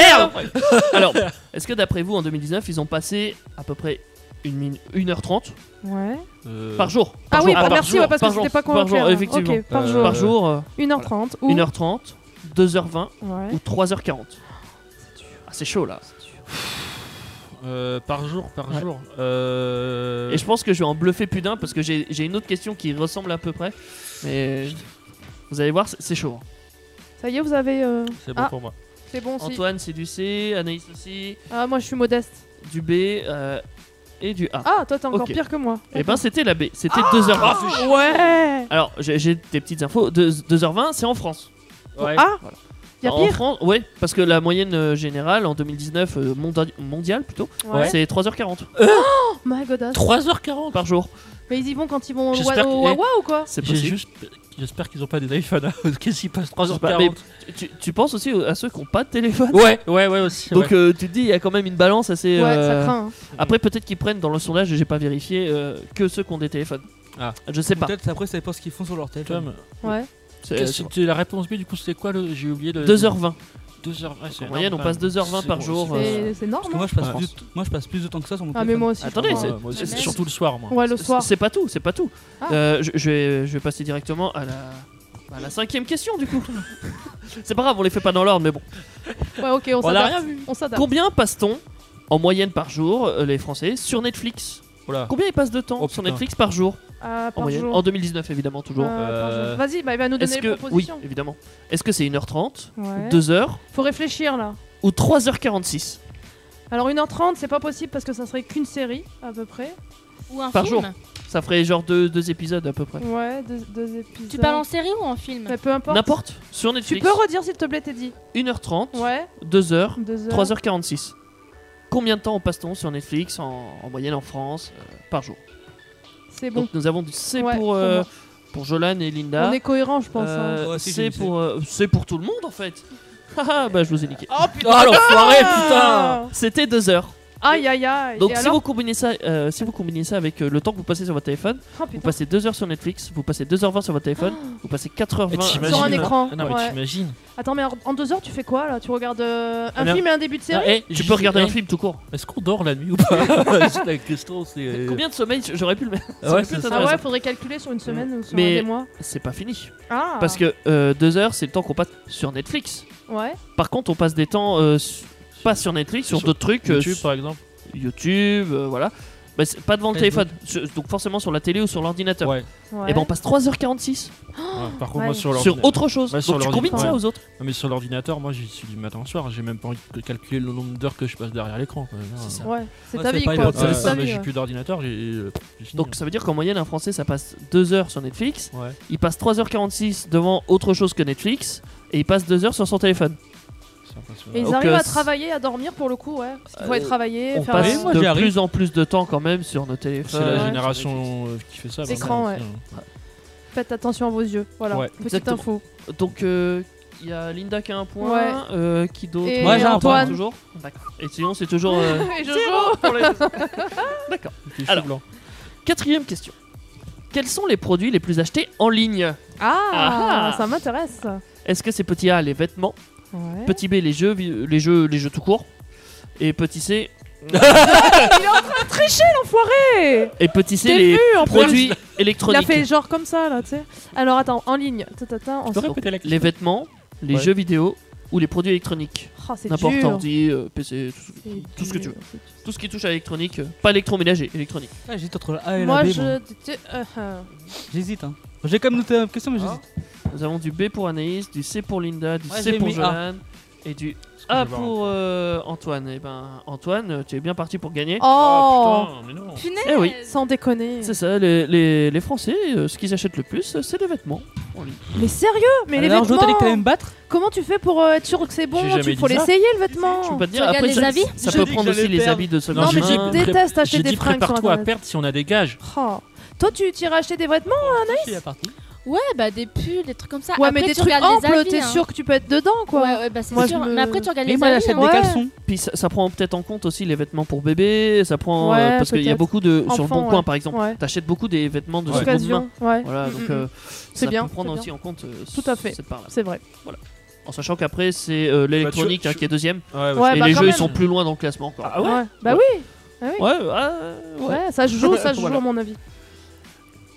Speaker 4: Alors, est-ce que d'après vous, en 2019, ils ont passé à peu près 1h30
Speaker 3: Ouais.
Speaker 5: euh,
Speaker 4: par jour
Speaker 3: Ah
Speaker 4: Par
Speaker 3: oui,
Speaker 4: jour,
Speaker 3: bah
Speaker 4: par
Speaker 3: merci,
Speaker 4: jour,
Speaker 3: ouais, parce que
Speaker 4: par jour,
Speaker 3: c'était pas
Speaker 4: Par
Speaker 3: complètement
Speaker 4: jour,
Speaker 3: clair.
Speaker 4: effectivement.
Speaker 3: Ok, par
Speaker 5: Euh,
Speaker 3: jour.
Speaker 4: Par jour, euh,
Speaker 3: 1h30 ou
Speaker 4: 1h30, 2h20
Speaker 3: Ouais.
Speaker 4: ou 3h40. Ah, c'est chaud là.
Speaker 5: euh, par jour par
Speaker 4: Ouais.
Speaker 5: jour. euh,
Speaker 4: Et je pense que je vais en bluffer plus d'un parce que j'ai j'ai une autre question qui ressemble à peu près. Mais vous allez voir, c'est- c'est chaud. hein.
Speaker 3: Ça y est, vous avez euh,
Speaker 5: C'est bon
Speaker 3: Ah.
Speaker 5: pour moi.
Speaker 3: c'est bon aussi.
Speaker 4: Antoine, c'est du C, Anaïs aussi,
Speaker 3: Ah, moi je suis modeste.
Speaker 4: du B euh, et du A.
Speaker 3: Ah, toi t'es encore
Speaker 4: Ok.
Speaker 3: pire que moi.
Speaker 4: et ben c'était la B, c'était 2h20.
Speaker 3: ah, Ouais.
Speaker 4: Alors j'ai j'ai des petites infos. Deux- 2h20, c'est en France.
Speaker 5: Ouais.
Speaker 3: Ah,
Speaker 4: Voilà.
Speaker 3: y a
Speaker 4: Bah, en
Speaker 3: pire.
Speaker 4: France, oui, parce que la moyenne euh, générale en 2019 euh, monda- mondiale plutôt,
Speaker 3: Ouais.
Speaker 4: c'est 3h40
Speaker 3: Oh my godasse.
Speaker 5: 3h40
Speaker 4: par jour.
Speaker 3: Mais ils y vont quand ils vont au
Speaker 5: J'espère
Speaker 3: wa- au
Speaker 5: que- eh.
Speaker 3: Wawa ou quoi
Speaker 4: C'est
Speaker 5: J'ai
Speaker 4: possible. bah,
Speaker 5: juste- J'espère qu'ils ont pas des iPhones. hein. Qu'est-ce qui passe
Speaker 4: Je sais pas, mais
Speaker 5: 3h40
Speaker 4: tu- tu, tu penses aussi à ceux qui n'ont pas de téléphone.
Speaker 5: Ouais, ouais, ouais aussi.
Speaker 4: Donc euh, tu te dis, il y a quand même une balance assez.
Speaker 3: Ouais,
Speaker 4: euh,
Speaker 3: ça craint. hein.
Speaker 4: Après, peut-être qu'ils prennent dans le sondage, et j'ai pas vérifié, euh, que ceux qui ont des téléphones.
Speaker 5: Ah.
Speaker 4: Je
Speaker 3: Bah.
Speaker 4: sais pas.
Speaker 7: Peut-être après, ça dépend ce qu'ils font sur leur téléphone.
Speaker 5: Tom,
Speaker 3: Ouais.
Speaker 4: euh, C'est-
Speaker 5: qu'est-ce que
Speaker 4: c'est-
Speaker 5: c'était la réponse B du coup c'était quoi le j'ai oublié le
Speaker 4: 2h20.
Speaker 5: 2h
Speaker 4: En moyenne, on passe 2h20 par jour. euh,
Speaker 3: C'est c'est
Speaker 7: Parce
Speaker 3: énorme.
Speaker 7: que
Speaker 3: hein.
Speaker 7: moi, je passe,
Speaker 4: Ouais.
Speaker 7: plus, de- moi, je passe plus de temps que ça sur mon
Speaker 3: Ah, mais
Speaker 7: téléphone.
Speaker 3: moi aussi.
Speaker 4: Attendez, c'est-
Speaker 6: c'est-
Speaker 4: c'est-
Speaker 5: surtout le soir moi.
Speaker 3: Ouais, le soir.
Speaker 4: C'est pas tout, c'est pas tout.
Speaker 3: Ah.
Speaker 4: Euh, je, je vais, je vais passer directement à la, à la cinquième question du coup. c'est pas grave, on les fait pas dans l'ordre, mais bon.
Speaker 3: Ouais, ok, on
Speaker 5: On a
Speaker 3: s'adapte.
Speaker 5: rien vu.
Speaker 3: On s'adapte.
Speaker 4: Combien passe-t-on en moyenne par jour, euh, les Français, sur Netflix
Speaker 5: Voilà.
Speaker 4: Combien ils passent de temps
Speaker 5: Oh,
Speaker 4: sur
Speaker 5: putain.
Speaker 4: Netflix par jour
Speaker 3: Ah,
Speaker 4: en
Speaker 3: par
Speaker 4: moyenne
Speaker 3: jour.
Speaker 4: En 2019, évidemment, toujours.
Speaker 3: Ah, par
Speaker 5: Euh,
Speaker 3: jour. Vas-y, bah, il va nous
Speaker 4: Est-ce
Speaker 3: donner des
Speaker 4: que. Oui,
Speaker 3: propositions.
Speaker 4: évidemment. Est-ce que c'est 1h30,
Speaker 3: Ouais.
Speaker 4: 2h
Speaker 3: Faut réfléchir là.
Speaker 4: ou 3h46
Speaker 3: Alors 1h30, c'est pas possible parce que ça serait qu'une série à peu près.
Speaker 6: Ou un
Speaker 4: Par
Speaker 6: film
Speaker 4: jour. Ça ferait genre deux, deux épisodes à peu près.
Speaker 3: Ouais, deux, deux épisodes.
Speaker 6: Tu parles en série ou en film
Speaker 3: Mais peu importe.
Speaker 4: N'importe, sur
Speaker 3: Tu
Speaker 4: Netflix,
Speaker 3: peux redire s'il te plaît, Teddy
Speaker 4: 1h30,
Speaker 3: Ouais,
Speaker 4: 2h,
Speaker 3: 2 heures.
Speaker 4: 3h46. Combien de temps passe-t-on sur Netflix en, en moyenne en France euh, par jour
Speaker 3: C'est bon.
Speaker 4: Donc nous avons du C
Speaker 3: Ouais,
Speaker 4: pour,
Speaker 3: pour
Speaker 4: euh,
Speaker 3: moi.
Speaker 4: pour Jolan et Linda.
Speaker 3: On est cohérent, je pense. hein.
Speaker 4: Euh,
Speaker 7: Moi aussi, j'ai
Speaker 4: c'est
Speaker 7: mis
Speaker 4: pour, euh, c'est pour tout le monde en fait. Ah bah je vous ai niqué.
Speaker 3: Oh putain
Speaker 4: Ah l'enfoiré putain C'était deux heures.
Speaker 3: Aïe aïe aïe
Speaker 4: Donc
Speaker 3: Ah Et
Speaker 4: si
Speaker 3: alors
Speaker 4: vous combinez ça, euh, si vous combinez ça avec euh, le temps que vous passez sur votre téléphone,
Speaker 3: Oh,
Speaker 4: vous
Speaker 3: putain. Ah.
Speaker 4: passez deux heures sur Netflix, vous passez 2h20 sur votre téléphone, vous passez 4h20
Speaker 5: t'imagines,
Speaker 3: Sur un
Speaker 5: euh,
Speaker 3: écran.
Speaker 5: Ah, Non, mais
Speaker 3: ouais.
Speaker 5: t'imagines.
Speaker 3: Attends, mais en- en 2 heures, tu fais quoi là Tu regardes euh, un
Speaker 5: Merde.
Speaker 3: film et un début de série
Speaker 4: Ah, eh, tu peux
Speaker 5: Juste-
Speaker 4: regarder un
Speaker 5: eh.
Speaker 4: film tout court.
Speaker 5: Est-ce qu'on dort la nuit ou pas C'est la question, c'est. euh,
Speaker 4: Combien de sommeil j'aurais pu le mettre
Speaker 5: Ah
Speaker 4: ça peut
Speaker 5: ouais,
Speaker 4: être
Speaker 5: c'est ça.
Speaker 3: Ah
Speaker 4: intéressant.
Speaker 3: ouais, faudrait calculer sur une semaine ou sur
Speaker 4: Mais-
Speaker 3: un des mois.
Speaker 4: C'est pas fini.
Speaker 3: Ah
Speaker 4: Parce que 2h c'est le temps qu'on passe sur Netflix.
Speaker 3: Ouais.
Speaker 4: Par contre on passe des temps euh, su- pas sur Netflix, sur
Speaker 5: Sur
Speaker 4: d'autres trucs. euh,
Speaker 5: YouTube
Speaker 4: su-
Speaker 5: par exemple.
Speaker 4: YouTube, euh, voilà. Bah, c'est pas devant le
Speaker 7: Facebook.
Speaker 4: téléphone, Sur- donc forcément sur la télé ou sur l'ordinateur.
Speaker 5: Ouais.
Speaker 3: ouais.
Speaker 4: Et ben on passe 3h46
Speaker 5: Ouais, Ah, Par contre,
Speaker 3: Ouais.
Speaker 5: moi sur
Speaker 4: sur
Speaker 5: l'ordinateur.
Speaker 4: autre chose.
Speaker 5: Ouais, sur
Speaker 4: donc tu
Speaker 5: l'ordi-
Speaker 4: combines ça
Speaker 5: ouais.
Speaker 4: aux autres.
Speaker 5: Non, mais sur l'ordinateur, moi j'y suis du matin au soir. J'ai même pas envie de calculer le nombre d'heures que je passe derrière l'écran. quoi. Non,
Speaker 4: C'est ça.
Speaker 3: Ouais, c'est
Speaker 7: Ouais,
Speaker 3: ta
Speaker 7: c'est
Speaker 3: vie
Speaker 7: pas
Speaker 3: quoi.
Speaker 7: une autre
Speaker 3: C'est
Speaker 5: Ouais,
Speaker 7: série.
Speaker 3: ta
Speaker 5: ah, mais
Speaker 3: vie,
Speaker 5: j'ai
Speaker 3: ouais.
Speaker 5: plus d'ordinateur, j'ai. euh, j'ai fini.
Speaker 4: Donc ça veut dire qu'en moyenne un Français ça passe 2h sur Netflix.
Speaker 5: ouais.
Speaker 4: Il passe 3h46 devant autre chose que Netflix et il passe 2 heures sur son téléphone.
Speaker 5: c'est
Speaker 3: Et
Speaker 5: impressionnant.
Speaker 3: ils
Speaker 4: Donc,
Speaker 3: arrivent
Speaker 4: euh,
Speaker 3: à travailler, à dormir pour le coup, ouais. Parce qu'il faut
Speaker 4: Euh,
Speaker 3: aller travailler,
Speaker 4: On
Speaker 3: faire
Speaker 4: passe
Speaker 7: moi, j'y
Speaker 4: de
Speaker 7: arrive.
Speaker 4: plus en plus de temps quand même sur nos
Speaker 5: C'est
Speaker 4: téléphones.
Speaker 5: la
Speaker 3: Ouais.
Speaker 5: génération euh, qui fait ça.
Speaker 3: C'est
Speaker 5: maintenant,
Speaker 3: grand, ouais.
Speaker 5: aussi, hein.
Speaker 3: Faites attention à vos yeux. Voilà,
Speaker 5: Ouais.
Speaker 3: petite
Speaker 4: Exactement.
Speaker 3: info.
Speaker 4: Donc euh, il y a Linda qui a un point,
Speaker 3: Ouais.
Speaker 4: euh, qui d'autre
Speaker 3: Et
Speaker 7: Moi, j'ai un
Speaker 3: Antoine.
Speaker 7: point.
Speaker 4: toujours. D'accord. Et sinon c'est toujours euh,
Speaker 3: Et Jojo
Speaker 4: zéro pour les autres. D'accord.
Speaker 5: Il fait chaud
Speaker 4: Alors.
Speaker 5: blanc.
Speaker 4: Quatrième question. Quels sont les produits les plus achetés en ligne
Speaker 3: Ah,
Speaker 4: Ah.
Speaker 3: ça m'intéresse.
Speaker 4: Est-ce que c'est petit A les vêtements,
Speaker 3: Ouais.
Speaker 4: petit B les jeux, vi- les jeux, les jeux tout court, et petit C
Speaker 3: Hey,
Speaker 4: et petit C
Speaker 3: t'es
Speaker 4: les
Speaker 3: vu, en plus.
Speaker 4: produits
Speaker 3: Il a
Speaker 4: électroniques,
Speaker 3: fait genre comme ça là, tu sais. Alors attends, en ligne. Tata, en...
Speaker 5: Tu peux répéter
Speaker 4: les
Speaker 5: la
Speaker 7: Ah,
Speaker 5: question
Speaker 4: vêtements, les
Speaker 5: Ouais.
Speaker 4: jeux vidéo ou les produits électroniques.
Speaker 3: Oh, c'est
Speaker 4: N'importe
Speaker 3: dur.
Speaker 4: ordi, euh, PC, tout,
Speaker 3: C'est
Speaker 4: tout ce que tu
Speaker 3: dur,
Speaker 4: veux.
Speaker 3: c'est dur.
Speaker 4: Tout ce qui touche à l'électronique, euh, pas électroménager, électronique.
Speaker 7: Ah, J'hésite entre la A et
Speaker 3: Moi
Speaker 7: la B.
Speaker 3: je.
Speaker 7: moi.
Speaker 3: tu- euh, euh.
Speaker 7: J'hésite. Hein. J'ai quand même noté la question, mais
Speaker 4: Ah.
Speaker 7: j'hésite.
Speaker 4: Nous avons du B pour Anaïs, du C pour Linda, du
Speaker 7: Ouais,
Speaker 4: C
Speaker 7: j'ai
Speaker 4: pour
Speaker 7: mis A.
Speaker 4: Jolan et du
Speaker 5: Parce que
Speaker 4: A
Speaker 5: je vais
Speaker 4: pour euh, Antoine. Et ben Antoine, euh, tu es bien parti pour gagner.
Speaker 3: Oh,
Speaker 5: voir. Ah, Putain, mais non.
Speaker 6: Punaise
Speaker 4: Eh oui.
Speaker 3: Sans déconner.
Speaker 4: C'est ça, les, les- les Français, euh, ce qu'ils achètent le plus, euh, c'est des vêtements. en ligne.
Speaker 3: Mais sérieux Mais les
Speaker 7: Alors, Jojo, t'as dit
Speaker 3: vêtements
Speaker 7: que t'allais me battre
Speaker 3: Comment tu fais pour euh, être sûr que c'est bon
Speaker 5: J'ai jamais
Speaker 3: Il
Speaker 5: dit
Speaker 3: faut
Speaker 5: ça.
Speaker 3: l'essayer le vêtement
Speaker 4: Je peux pas te dire,
Speaker 6: Tu regardes
Speaker 4: après
Speaker 6: les
Speaker 4: ça,
Speaker 6: habits
Speaker 4: ça
Speaker 7: J'ai
Speaker 4: peut
Speaker 7: dit que
Speaker 4: prendre aussi
Speaker 7: j'allais
Speaker 4: les
Speaker 7: perdre.
Speaker 4: habits de seconde
Speaker 5: Non,
Speaker 3: mais
Speaker 5: j'ai
Speaker 4: main.
Speaker 5: dit-
Speaker 3: je déteste acheter
Speaker 5: J'ai
Speaker 3: des
Speaker 5: dit
Speaker 3: fringues sur
Speaker 5: prépare-toi à
Speaker 3: internet.
Speaker 5: perdre si on a des gages.
Speaker 3: Oh. Toi, tu t'irais acheter des vêtements
Speaker 7: Je suis parti.
Speaker 6: Ouais, bah des pulls, des trucs comme ça.
Speaker 3: Ouais,
Speaker 6: Après,
Speaker 3: mais des
Speaker 6: tu
Speaker 3: trucs
Speaker 6: regardes les
Speaker 3: amples,
Speaker 6: avis,
Speaker 3: t'es
Speaker 6: hein.
Speaker 3: sûr que tu peux être dedans, quoi.
Speaker 6: Ouais, ouais, bah c'est
Speaker 3: Moi,
Speaker 6: sûr.
Speaker 3: je me-
Speaker 6: Mais après, tu regardes
Speaker 7: Et
Speaker 6: les
Speaker 7: moi,
Speaker 6: avis.
Speaker 7: j'achète
Speaker 6: hein.
Speaker 7: des
Speaker 3: ouais.
Speaker 7: caleçons.
Speaker 4: Puis ça, ça prend peut-être en compte aussi les vêtements pour bébé, ça prend. euh,
Speaker 3: Ouais,
Speaker 4: parce qu'il y a
Speaker 3: peut-être.
Speaker 4: beaucoup de. sur le
Speaker 3: Enfants,
Speaker 4: bon coin
Speaker 3: ouais.
Speaker 4: par exemple,
Speaker 3: Ouais.
Speaker 4: t'achètes beaucoup des vêtements de seconde main.
Speaker 3: Occasion, ouais.
Speaker 4: Voilà,
Speaker 3: Mm,
Speaker 4: donc
Speaker 3: mm,
Speaker 4: euh,
Speaker 3: mm.
Speaker 4: ça
Speaker 3: C'est bien,
Speaker 4: peut prendre
Speaker 3: c'est
Speaker 4: aussi en compte euh,
Speaker 3: Tout à fait.
Speaker 4: cette part-là.
Speaker 3: C'est vrai.
Speaker 4: En sachant qu'après, c'est euh, l'électronique
Speaker 5: Bah, tu-
Speaker 4: hein, qui est deuxième.
Speaker 3: Ouais,
Speaker 4: et
Speaker 3: bah,
Speaker 4: les jeux,
Speaker 3: quand
Speaker 4: ils
Speaker 3: même.
Speaker 4: sont plus loin dans le classement encore.
Speaker 5: Ah ouais
Speaker 3: Bah oui. Ah oui.
Speaker 4: Ouais, ah, ouais.
Speaker 3: Ouais, ça se joue, ça se joue
Speaker 4: Voilà.
Speaker 3: à mon avis.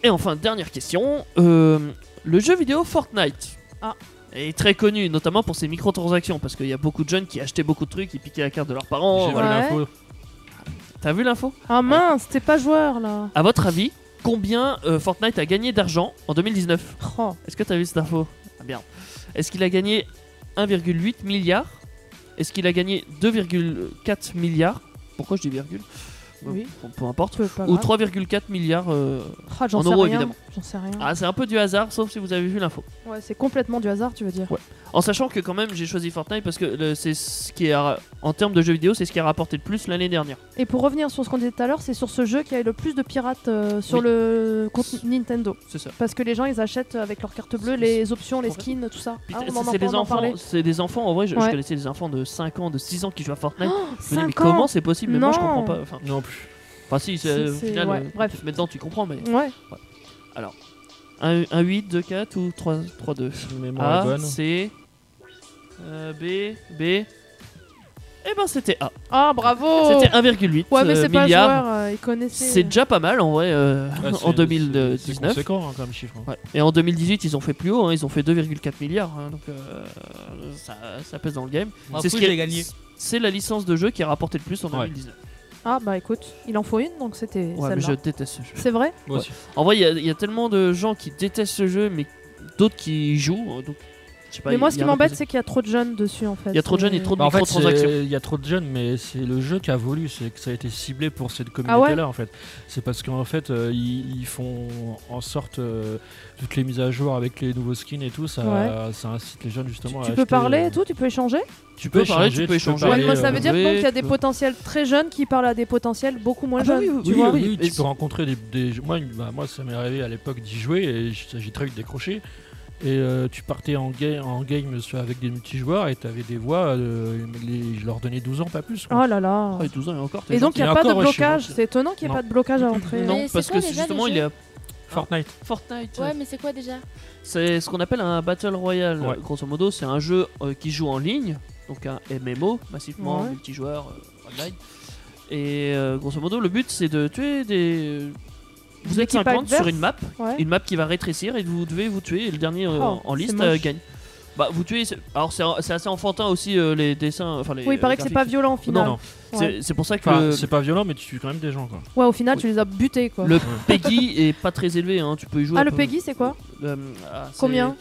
Speaker 4: Et enfin, dernière question. euh, le jeu vidéo Fortnite
Speaker 3: Ah.
Speaker 4: est très connu, notamment pour ses microtransactions, parce qu'il y a beaucoup de jeunes qui achetaient beaucoup de trucs, ils piquaient la carte de leurs
Speaker 5: J'ai
Speaker 7: Oh,
Speaker 4: parents.
Speaker 5: vu
Speaker 4: voilà.
Speaker 5: l'info.
Speaker 4: T'as vu l'info
Speaker 3: Ah mince, t'es pas joueur là.
Speaker 4: À votre avis, combien euh, Fortnite a gagné d'argent en 2019
Speaker 3: Oh.
Speaker 4: Est-ce que t'as vu cette info Ah merde. Est-ce qu'il a gagné 1,8 milliard Est-ce qu'il a gagné 2,4 milliards Pourquoi je dis virgule
Speaker 3: Oui.
Speaker 4: Bon, Peu importe.
Speaker 3: Peu, pas
Speaker 4: Ou
Speaker 3: grave.
Speaker 4: 3,4 milliards euh,
Speaker 3: Ah, j'en
Speaker 4: en
Speaker 3: sais
Speaker 4: euros,
Speaker 3: rien.
Speaker 4: évidemment.
Speaker 3: J'en sais rien.
Speaker 4: Ah, c'est un peu du hasard, sauf si vous avez vu l'info.
Speaker 3: Ouais, c'est complètement du hasard, tu veux dire.
Speaker 4: Ouais. En sachant que quand même j'ai choisi Fortnite parce que le- c'est ce qui est à- en termes de jeux vidéo, c'est ce qui a rapporté le plus l'année dernière.
Speaker 3: Et pour revenir sur ce qu'on disait tout à l'heure, c'est sur ce jeu qu'il y a eu le plus de pirates euh, sur
Speaker 4: Oui.
Speaker 3: le compte Nintendo.
Speaker 4: C'est ça.
Speaker 3: Parce que les gens, ils achètent avec leur carte bleue
Speaker 4: C'est-
Speaker 3: les options, les
Speaker 4: Pour-
Speaker 3: skins, tout ça. Ah,
Speaker 4: Putain,
Speaker 3: on en,
Speaker 4: c'est
Speaker 3: on
Speaker 4: des
Speaker 3: en parlait.
Speaker 4: enfants, c'est des enfants en vrai, je, je
Speaker 3: Ouais.
Speaker 4: connaissais des enfants de 5 ans, de 6 ans qui jouent à Fortnite. je me dis, mais
Speaker 3: 5
Speaker 4: comment
Speaker 3: ans
Speaker 4: c'est possible Mais moi je
Speaker 3: Non.
Speaker 4: comprends pas. Enfin,
Speaker 5: Non plus.
Speaker 4: enfin, si, c'est-
Speaker 3: C'est-
Speaker 4: au
Speaker 3: c'est-
Speaker 4: final,
Speaker 3: ouais,
Speaker 4: euh,
Speaker 3: bref.
Speaker 4: tu te mets dedans, tu comprends, mais
Speaker 3: Ouais.
Speaker 4: 1, 8, 2, 4 ou 3, 3 2
Speaker 5: Mais moi,
Speaker 4: A,
Speaker 5: bonne.
Speaker 4: C, euh, B, B. Eh ben c'était A.
Speaker 3: Ah, bravo
Speaker 4: C'était 1,8
Speaker 3: Ouais, mais
Speaker 4: euh,
Speaker 3: c'est pas
Speaker 4: milliard.
Speaker 3: joueur, euh, ils connaissaient.
Speaker 4: C'est déjà pas mal en vrai euh,
Speaker 5: Ah, c'est-
Speaker 4: en
Speaker 5: c'est- C'est
Speaker 4: 2019.
Speaker 5: conséquent hein, comme chiffre. hein.
Speaker 4: Ouais. Et en 2018, ils ont fait plus haut, hein, ils ont fait 2,4 milliards, hein, donc euh, ça, ça pèse dans le game.
Speaker 7: Moi,
Speaker 4: C'est
Speaker 7: fou,
Speaker 4: qui
Speaker 7: je l'ai
Speaker 4: est-
Speaker 7: gagné.
Speaker 4: C'est la licence de jeu qui a rapporté le plus en
Speaker 5: Ouais.
Speaker 4: 2019.
Speaker 3: Ah, bah écoute, il en faut une, donc c'était
Speaker 4: Ouais, mais
Speaker 3: celle-là.
Speaker 4: je déteste ce jeu.
Speaker 3: C'est vrai
Speaker 5: Moi aussi.
Speaker 4: En vrai, il y a- il y, a tellement de gens qui détestent ce jeu, mais d'autres qui y jouent, euh, donc je sais pas,
Speaker 3: mais moi,
Speaker 4: il
Speaker 3: ce
Speaker 4: y
Speaker 3: qui
Speaker 4: a un
Speaker 3: m'embête,
Speaker 4: opposé.
Speaker 3: c'est qu'il y a trop de jeunes dessus, en fait.
Speaker 4: Il y a trop de jeunes et trop de
Speaker 5: Bah, en fait,
Speaker 4: microtransactions.
Speaker 5: c'est- il y a trop de jeunes, mais c'est le jeu qui a voulu, c'est que ça a été ciblé pour cette communauté-là,
Speaker 3: Ah
Speaker 5: en fait. C'est parce qu'en fait, euh, ils, ils font en sorte euh, toutes les mises à jour avec les nouveaux skins et tout, ça,
Speaker 3: Ouais.
Speaker 5: ça incite les jeunes justement.
Speaker 3: Tu
Speaker 5: à
Speaker 3: tu peux
Speaker 5: acheter,
Speaker 3: parler
Speaker 5: euh,
Speaker 3: et tout, tu peux échanger.
Speaker 5: Tu
Speaker 4: peux parler, tu peux échanger.
Speaker 3: Ouais,
Speaker 4: Allez,
Speaker 3: moi, ça
Speaker 4: euh,
Speaker 3: veut dire donc, qu'il y a des
Speaker 4: oui,
Speaker 3: potentiels très jeunes qui parlent à des potentiels beaucoup moins
Speaker 4: Ah bah
Speaker 3: jeunes.
Speaker 4: oui,
Speaker 3: tu
Speaker 4: oui,
Speaker 3: vois.
Speaker 5: oui,
Speaker 4: oui,
Speaker 5: tu
Speaker 4: mais-
Speaker 5: peux rencontrer des, des- moi, une- bah, moi, ça m'est arrivé à l'époque d'y jouer et j- j'ai très vite décroché. Et euh, tu partais en, ga- en game sur- avec des multijoueurs et t'avais des voix, euh, les- je leur donnais 12 ans, pas plus. quoi.
Speaker 3: Oh là là.
Speaker 4: Ah, et 12 ans et encore. t'es
Speaker 3: Et donc, euh,
Speaker 4: gentil.
Speaker 3: il n'y
Speaker 5: Et
Speaker 3: a pas de
Speaker 5: encore, ouais, je suis
Speaker 3: blocage.
Speaker 5: gentil.
Speaker 3: C'est étonnant qu'il n'y ait
Speaker 5: Non.
Speaker 3: pas de blocage à hein. l'entrée.
Speaker 4: non,
Speaker 6: Mais c'est
Speaker 4: parce
Speaker 6: quoi
Speaker 4: que
Speaker 6: déjà,
Speaker 4: justement,
Speaker 6: les
Speaker 4: il y a
Speaker 5: Fortnite.
Speaker 4: Fortnite. euh,
Speaker 6: Ouais, mais c'est quoi déjà
Speaker 4: C'est ce qu'on appelle un Battle Royale.
Speaker 5: Ouais.
Speaker 4: Grosso modo, c'est un jeu euh, qui joue en ligne, donc un MMO, massivement
Speaker 3: Ouais.
Speaker 4: multijoueur euh, online. Et euh, grosso modo, le but c'est de tuer des. Vous êtes
Speaker 3: L'équipe
Speaker 4: 50 sur
Speaker 3: adverse.
Speaker 4: une map,
Speaker 3: Ouais.
Speaker 4: une map qui va rétrécir et vous devez vous tuer et le dernier euh,
Speaker 3: Oh,
Speaker 4: en- en
Speaker 3: c'est
Speaker 4: liste
Speaker 3: moche.
Speaker 4: euh, gagne. Bah, vous tuez. c'est- Alors, c'est c'est assez enfantin aussi euh, les dessins. Enfin, les,
Speaker 3: Oui, il paraît que c'est pas
Speaker 4: graphiques.
Speaker 3: violent au final.
Speaker 5: non.
Speaker 3: Ouais.
Speaker 4: C'est- C'est pour ça que
Speaker 5: Enfin,
Speaker 4: le-
Speaker 5: c'est pas violent, mais tu tues quand même des gens. Quoi.
Speaker 3: Ouais, au final,
Speaker 4: Oui.
Speaker 3: tu les as butés quoi.
Speaker 4: le Peggy est pas très élevé. hein, Tu peux y jouer.
Speaker 3: Ah,
Speaker 4: un
Speaker 3: le
Speaker 4: peu-
Speaker 3: Peggy, c'est quoi
Speaker 4: Euh, ah, c'est
Speaker 3: Combien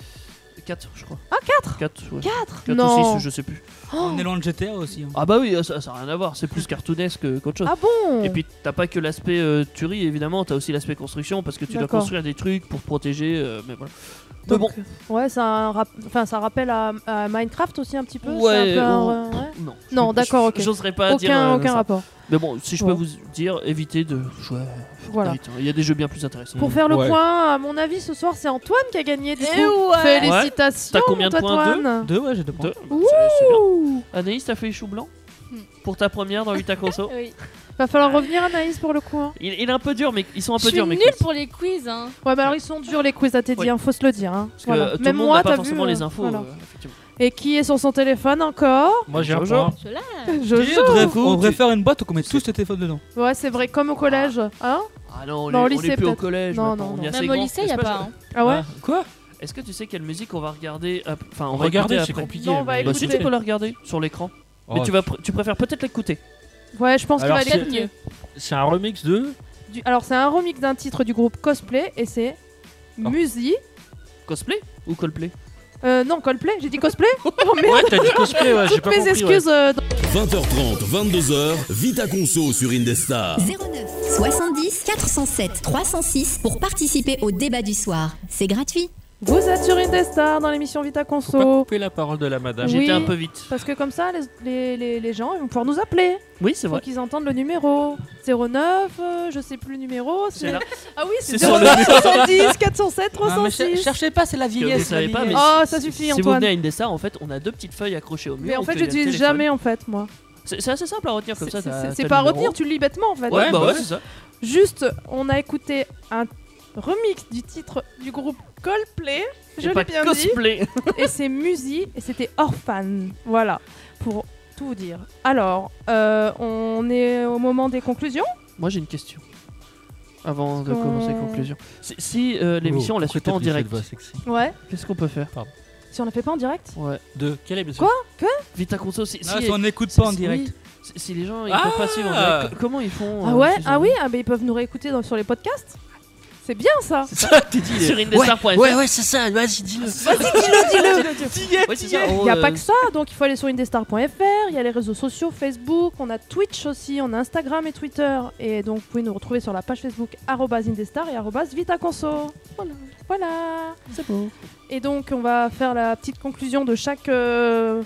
Speaker 4: 4, je crois.
Speaker 3: Ah, 4
Speaker 4: 4, ouais.
Speaker 3: 4
Speaker 4: 4
Speaker 3: Non.
Speaker 4: ou 6, je sais plus.
Speaker 7: On est loin de GTA aussi. hein.
Speaker 4: Ah bah oui, ça n'a rien à voir, c'est plus cartoonesque que- qu'autre chose.
Speaker 3: Ah bon
Speaker 4: Et puis t'as pas que l'aspect euh, tuerie évidemment, t'as aussi l'aspect construction parce que tu dois
Speaker 3: D'accord.
Speaker 4: construire des trucs pour protéger. euh, mais voilà. Mais
Speaker 3: Donc,
Speaker 4: bon,
Speaker 3: Ouais, ça, a un rap- enfin, ça rappelle à, à Minecraft aussi un petit peu. c'est
Speaker 4: ouais,
Speaker 3: un peu un-
Speaker 4: on-
Speaker 3: ouais.
Speaker 4: non.
Speaker 3: Non,
Speaker 4: Je-
Speaker 3: d'accord, ok.
Speaker 4: J'oserais pas dire.
Speaker 3: Aucun,
Speaker 4: euh,
Speaker 3: aucun
Speaker 4: ça.
Speaker 3: rapport.
Speaker 4: Mais bon, si je peux
Speaker 3: Bon.
Speaker 4: vous dire, évitez de jouer. à
Speaker 3: Voilà.
Speaker 4: Fortnite, hein. Il y a des jeux bien plus intéressants.
Speaker 3: Pour faire le
Speaker 5: Ouais.
Speaker 3: point, à mon avis, ce soir, c'est Antoine qui a gagné. Du coup,
Speaker 6: ouais
Speaker 3: félicitations,
Speaker 4: Eh T'as combien de
Speaker 3: mon
Speaker 4: points, deux
Speaker 3: Antoine.
Speaker 7: Deux, ouais, j'ai deux points.
Speaker 4: Deux, bah, c'est- c'est bien.
Speaker 3: Ouh.
Speaker 4: Anaïs, t'as fait les choux blancs
Speaker 6: Hmm.
Speaker 4: pour ta première dans Vita Conso.
Speaker 6: Oui.
Speaker 3: Va falloir revenir, Anaïs, pour le coup. hein.
Speaker 4: il, il est un peu dur, mais ils sont un
Speaker 6: Je
Speaker 4: peu
Speaker 6: suis
Speaker 4: durs, mais
Speaker 6: nulle pour les quiz, hein.
Speaker 3: Ouais, mais alors ils sont durs les quiz à Teddy,
Speaker 4: Oui.
Speaker 3: hein, faut se le dire. hein.
Speaker 4: Parce que
Speaker 3: Voilà.
Speaker 4: euh, tout
Speaker 3: Même
Speaker 4: le monde
Speaker 3: moi,
Speaker 4: n'a pas
Speaker 3: t'as
Speaker 4: forcément
Speaker 3: vu,
Speaker 4: les
Speaker 3: euh,
Speaker 4: infos.
Speaker 3: voilà.
Speaker 4: euh, effectivement.
Speaker 3: Et qui est sur son téléphone encore
Speaker 5: Moi, j'ai un
Speaker 4: Jojo.
Speaker 5: point.
Speaker 6: Cela.
Speaker 7: Qui,
Speaker 3: Jojo.
Speaker 7: bref,
Speaker 4: coup,
Speaker 7: on devrait
Speaker 4: tu-
Speaker 7: faire une boîte où on met tous ce téléphone dedans.
Speaker 3: Ouais, c'est vrai, comme au collège. Hein
Speaker 4: Ah non, on
Speaker 3: Non, au
Speaker 4: est- on
Speaker 3: lycée,
Speaker 4: est plus au
Speaker 3: peut-être.
Speaker 4: collège.
Speaker 3: Non,
Speaker 4: maintenant,
Speaker 3: non,
Speaker 4: on
Speaker 3: non.
Speaker 4: est assez
Speaker 6: Même au
Speaker 4: grand.
Speaker 6: lycée, y a
Speaker 4: N'est-ce
Speaker 6: pas. hein.
Speaker 3: Ah ouais
Speaker 7: Quoi
Speaker 4: Est-ce que tu sais quelle musique on va regarder ap- Enfin, on va
Speaker 5: Regardez,
Speaker 4: écouter
Speaker 5: c'est
Speaker 4: après.
Speaker 5: compliqué.
Speaker 3: Non, on va
Speaker 5: mais-
Speaker 4: Bah si, tu
Speaker 3: Écoutez.
Speaker 4: peux la regarder sur l'écran.
Speaker 5: Oh,
Speaker 4: mais tu, vas pr- tu préfères peut-être l'écouter. Ah.
Speaker 3: Ouais, je pense qu'il
Speaker 5: Alors,
Speaker 3: va
Speaker 5: c'est-
Speaker 3: l'écouter.
Speaker 6: mieux.
Speaker 5: C'est un remix de.
Speaker 3: Du- Alors, c'est un remix d'un titre du groupe Cosplay et c'est
Speaker 5: Oh.
Speaker 3: Musi.
Speaker 4: Cosplay ou Coldplay
Speaker 3: Euh, non, Coldplay, j'ai dit Cosplay Oh merde,
Speaker 5: Ouais, t'as dit cosplay, ouais, j'ai
Speaker 3: toutes
Speaker 5: pas
Speaker 3: mes
Speaker 5: compris. ouais.
Speaker 3: excuses. euh, dans-
Speaker 1: 20h30, 22h, Vita Conso sur Indestar.
Speaker 2: 09 70 407 306 pour participer au débat du soir. C'est gratuit.
Speaker 3: Vous êtes sur Indestar dans l'émission Vita
Speaker 5: Faut pas
Speaker 3: Conso.
Speaker 5: couper la parole de la madame.
Speaker 3: Oh. Oui.
Speaker 4: J'étais un peu vite.
Speaker 3: Parce que comme ça, les, les- les- les gens ils vont pouvoir nous appeler.
Speaker 4: Oui, c'est
Speaker 3: Faut
Speaker 4: vrai.
Speaker 3: qu'ils entendent le numéro. 09, euh, je sais plus le numéro.
Speaker 4: C'est là.
Speaker 3: Ah oui, c'est
Speaker 4: C'est sur le-
Speaker 3: 0970 407
Speaker 7: Non, mais cher-
Speaker 3: 306.
Speaker 7: cherchez pas, c'est la
Speaker 4: Que vous
Speaker 7: vieillesse. la
Speaker 4: savez pas, mais
Speaker 7: vieillesse.
Speaker 3: Oh,
Speaker 4: si-
Speaker 3: ça suffit,
Speaker 4: Si vous
Speaker 3: Antoine.
Speaker 4: venez à Indestar, en fait, on a deux petites feuilles accrochées au mur.
Speaker 3: Mais en
Speaker 4: on
Speaker 3: fait,
Speaker 4: cueille le
Speaker 3: j'utilise
Speaker 4: téléphone.
Speaker 3: jamais en fait moi.
Speaker 4: C'est c'est assez simple à retenir comme
Speaker 3: C'est
Speaker 4: ça. t'as-
Speaker 3: c'est-
Speaker 4: t'as
Speaker 3: c'est
Speaker 4: le
Speaker 3: pas à
Speaker 4: numéro.
Speaker 3: retenir, tu le lis bêtement en fait.
Speaker 4: Ouais, bah ouais, c'est ça.
Speaker 3: Juste, on a écouté un remix du titre du groupe Coldplay. Je
Speaker 4: Et pas
Speaker 3: l'ai bien dit.
Speaker 4: cosplay.
Speaker 3: et c'est Musi et c'était Orphan. Voilà, pour tout vous dire. Alors, euh, on est au moment des conclusions.
Speaker 4: Moi, j'ai une question. Avant de
Speaker 3: qu'on-
Speaker 4: commencer les conclusions. Si- Si euh, l'émission, on la
Speaker 5: Pourquoi
Speaker 4: suit
Speaker 5: t'as
Speaker 4: pas en
Speaker 5: pris cette
Speaker 4: direct,
Speaker 5: voix sexy
Speaker 3: Ouais.
Speaker 4: qu'est-ce qu'on peut faire
Speaker 3: Si on la fait pas en direct
Speaker 4: Ouais.
Speaker 5: De quelle émission
Speaker 3: Quoi
Speaker 4: Vita Conso, si,
Speaker 7: Non,
Speaker 4: si-
Speaker 7: si on n'écoute pas en
Speaker 4: si-
Speaker 7: direct.
Speaker 4: oui. Si, si les gens ils
Speaker 5: Ah
Speaker 4: peuvent pas suivre, en direct, co- comment ils font
Speaker 3: Ah
Speaker 4: euh,
Speaker 3: ouais
Speaker 4: ces gens
Speaker 3: Ah oui Ah bah ils peuvent nous réécouter dans- sur les podcasts C'est bien ça
Speaker 5: Ça, t'es dit.
Speaker 4: Sur indestar.fr.
Speaker 5: ouais, c'est ça, vas-y, dis-le.
Speaker 4: Ouais, c'est ça,
Speaker 3: Il
Speaker 4: on,
Speaker 3: n'y a
Speaker 4: euh,
Speaker 3: pas que ça, donc il faut aller sur indestar.fr, il y a les réseaux sociaux, Facebook, on a Twitch aussi, on a Instagram et Twitter. Et donc vous pouvez nous retrouver sur la page Facebook arrobase indestar et arrobase vitaconso. Voilà. Voilà.
Speaker 4: C'est beau.
Speaker 3: Et donc on va faire la petite conclusion de chaque... euh,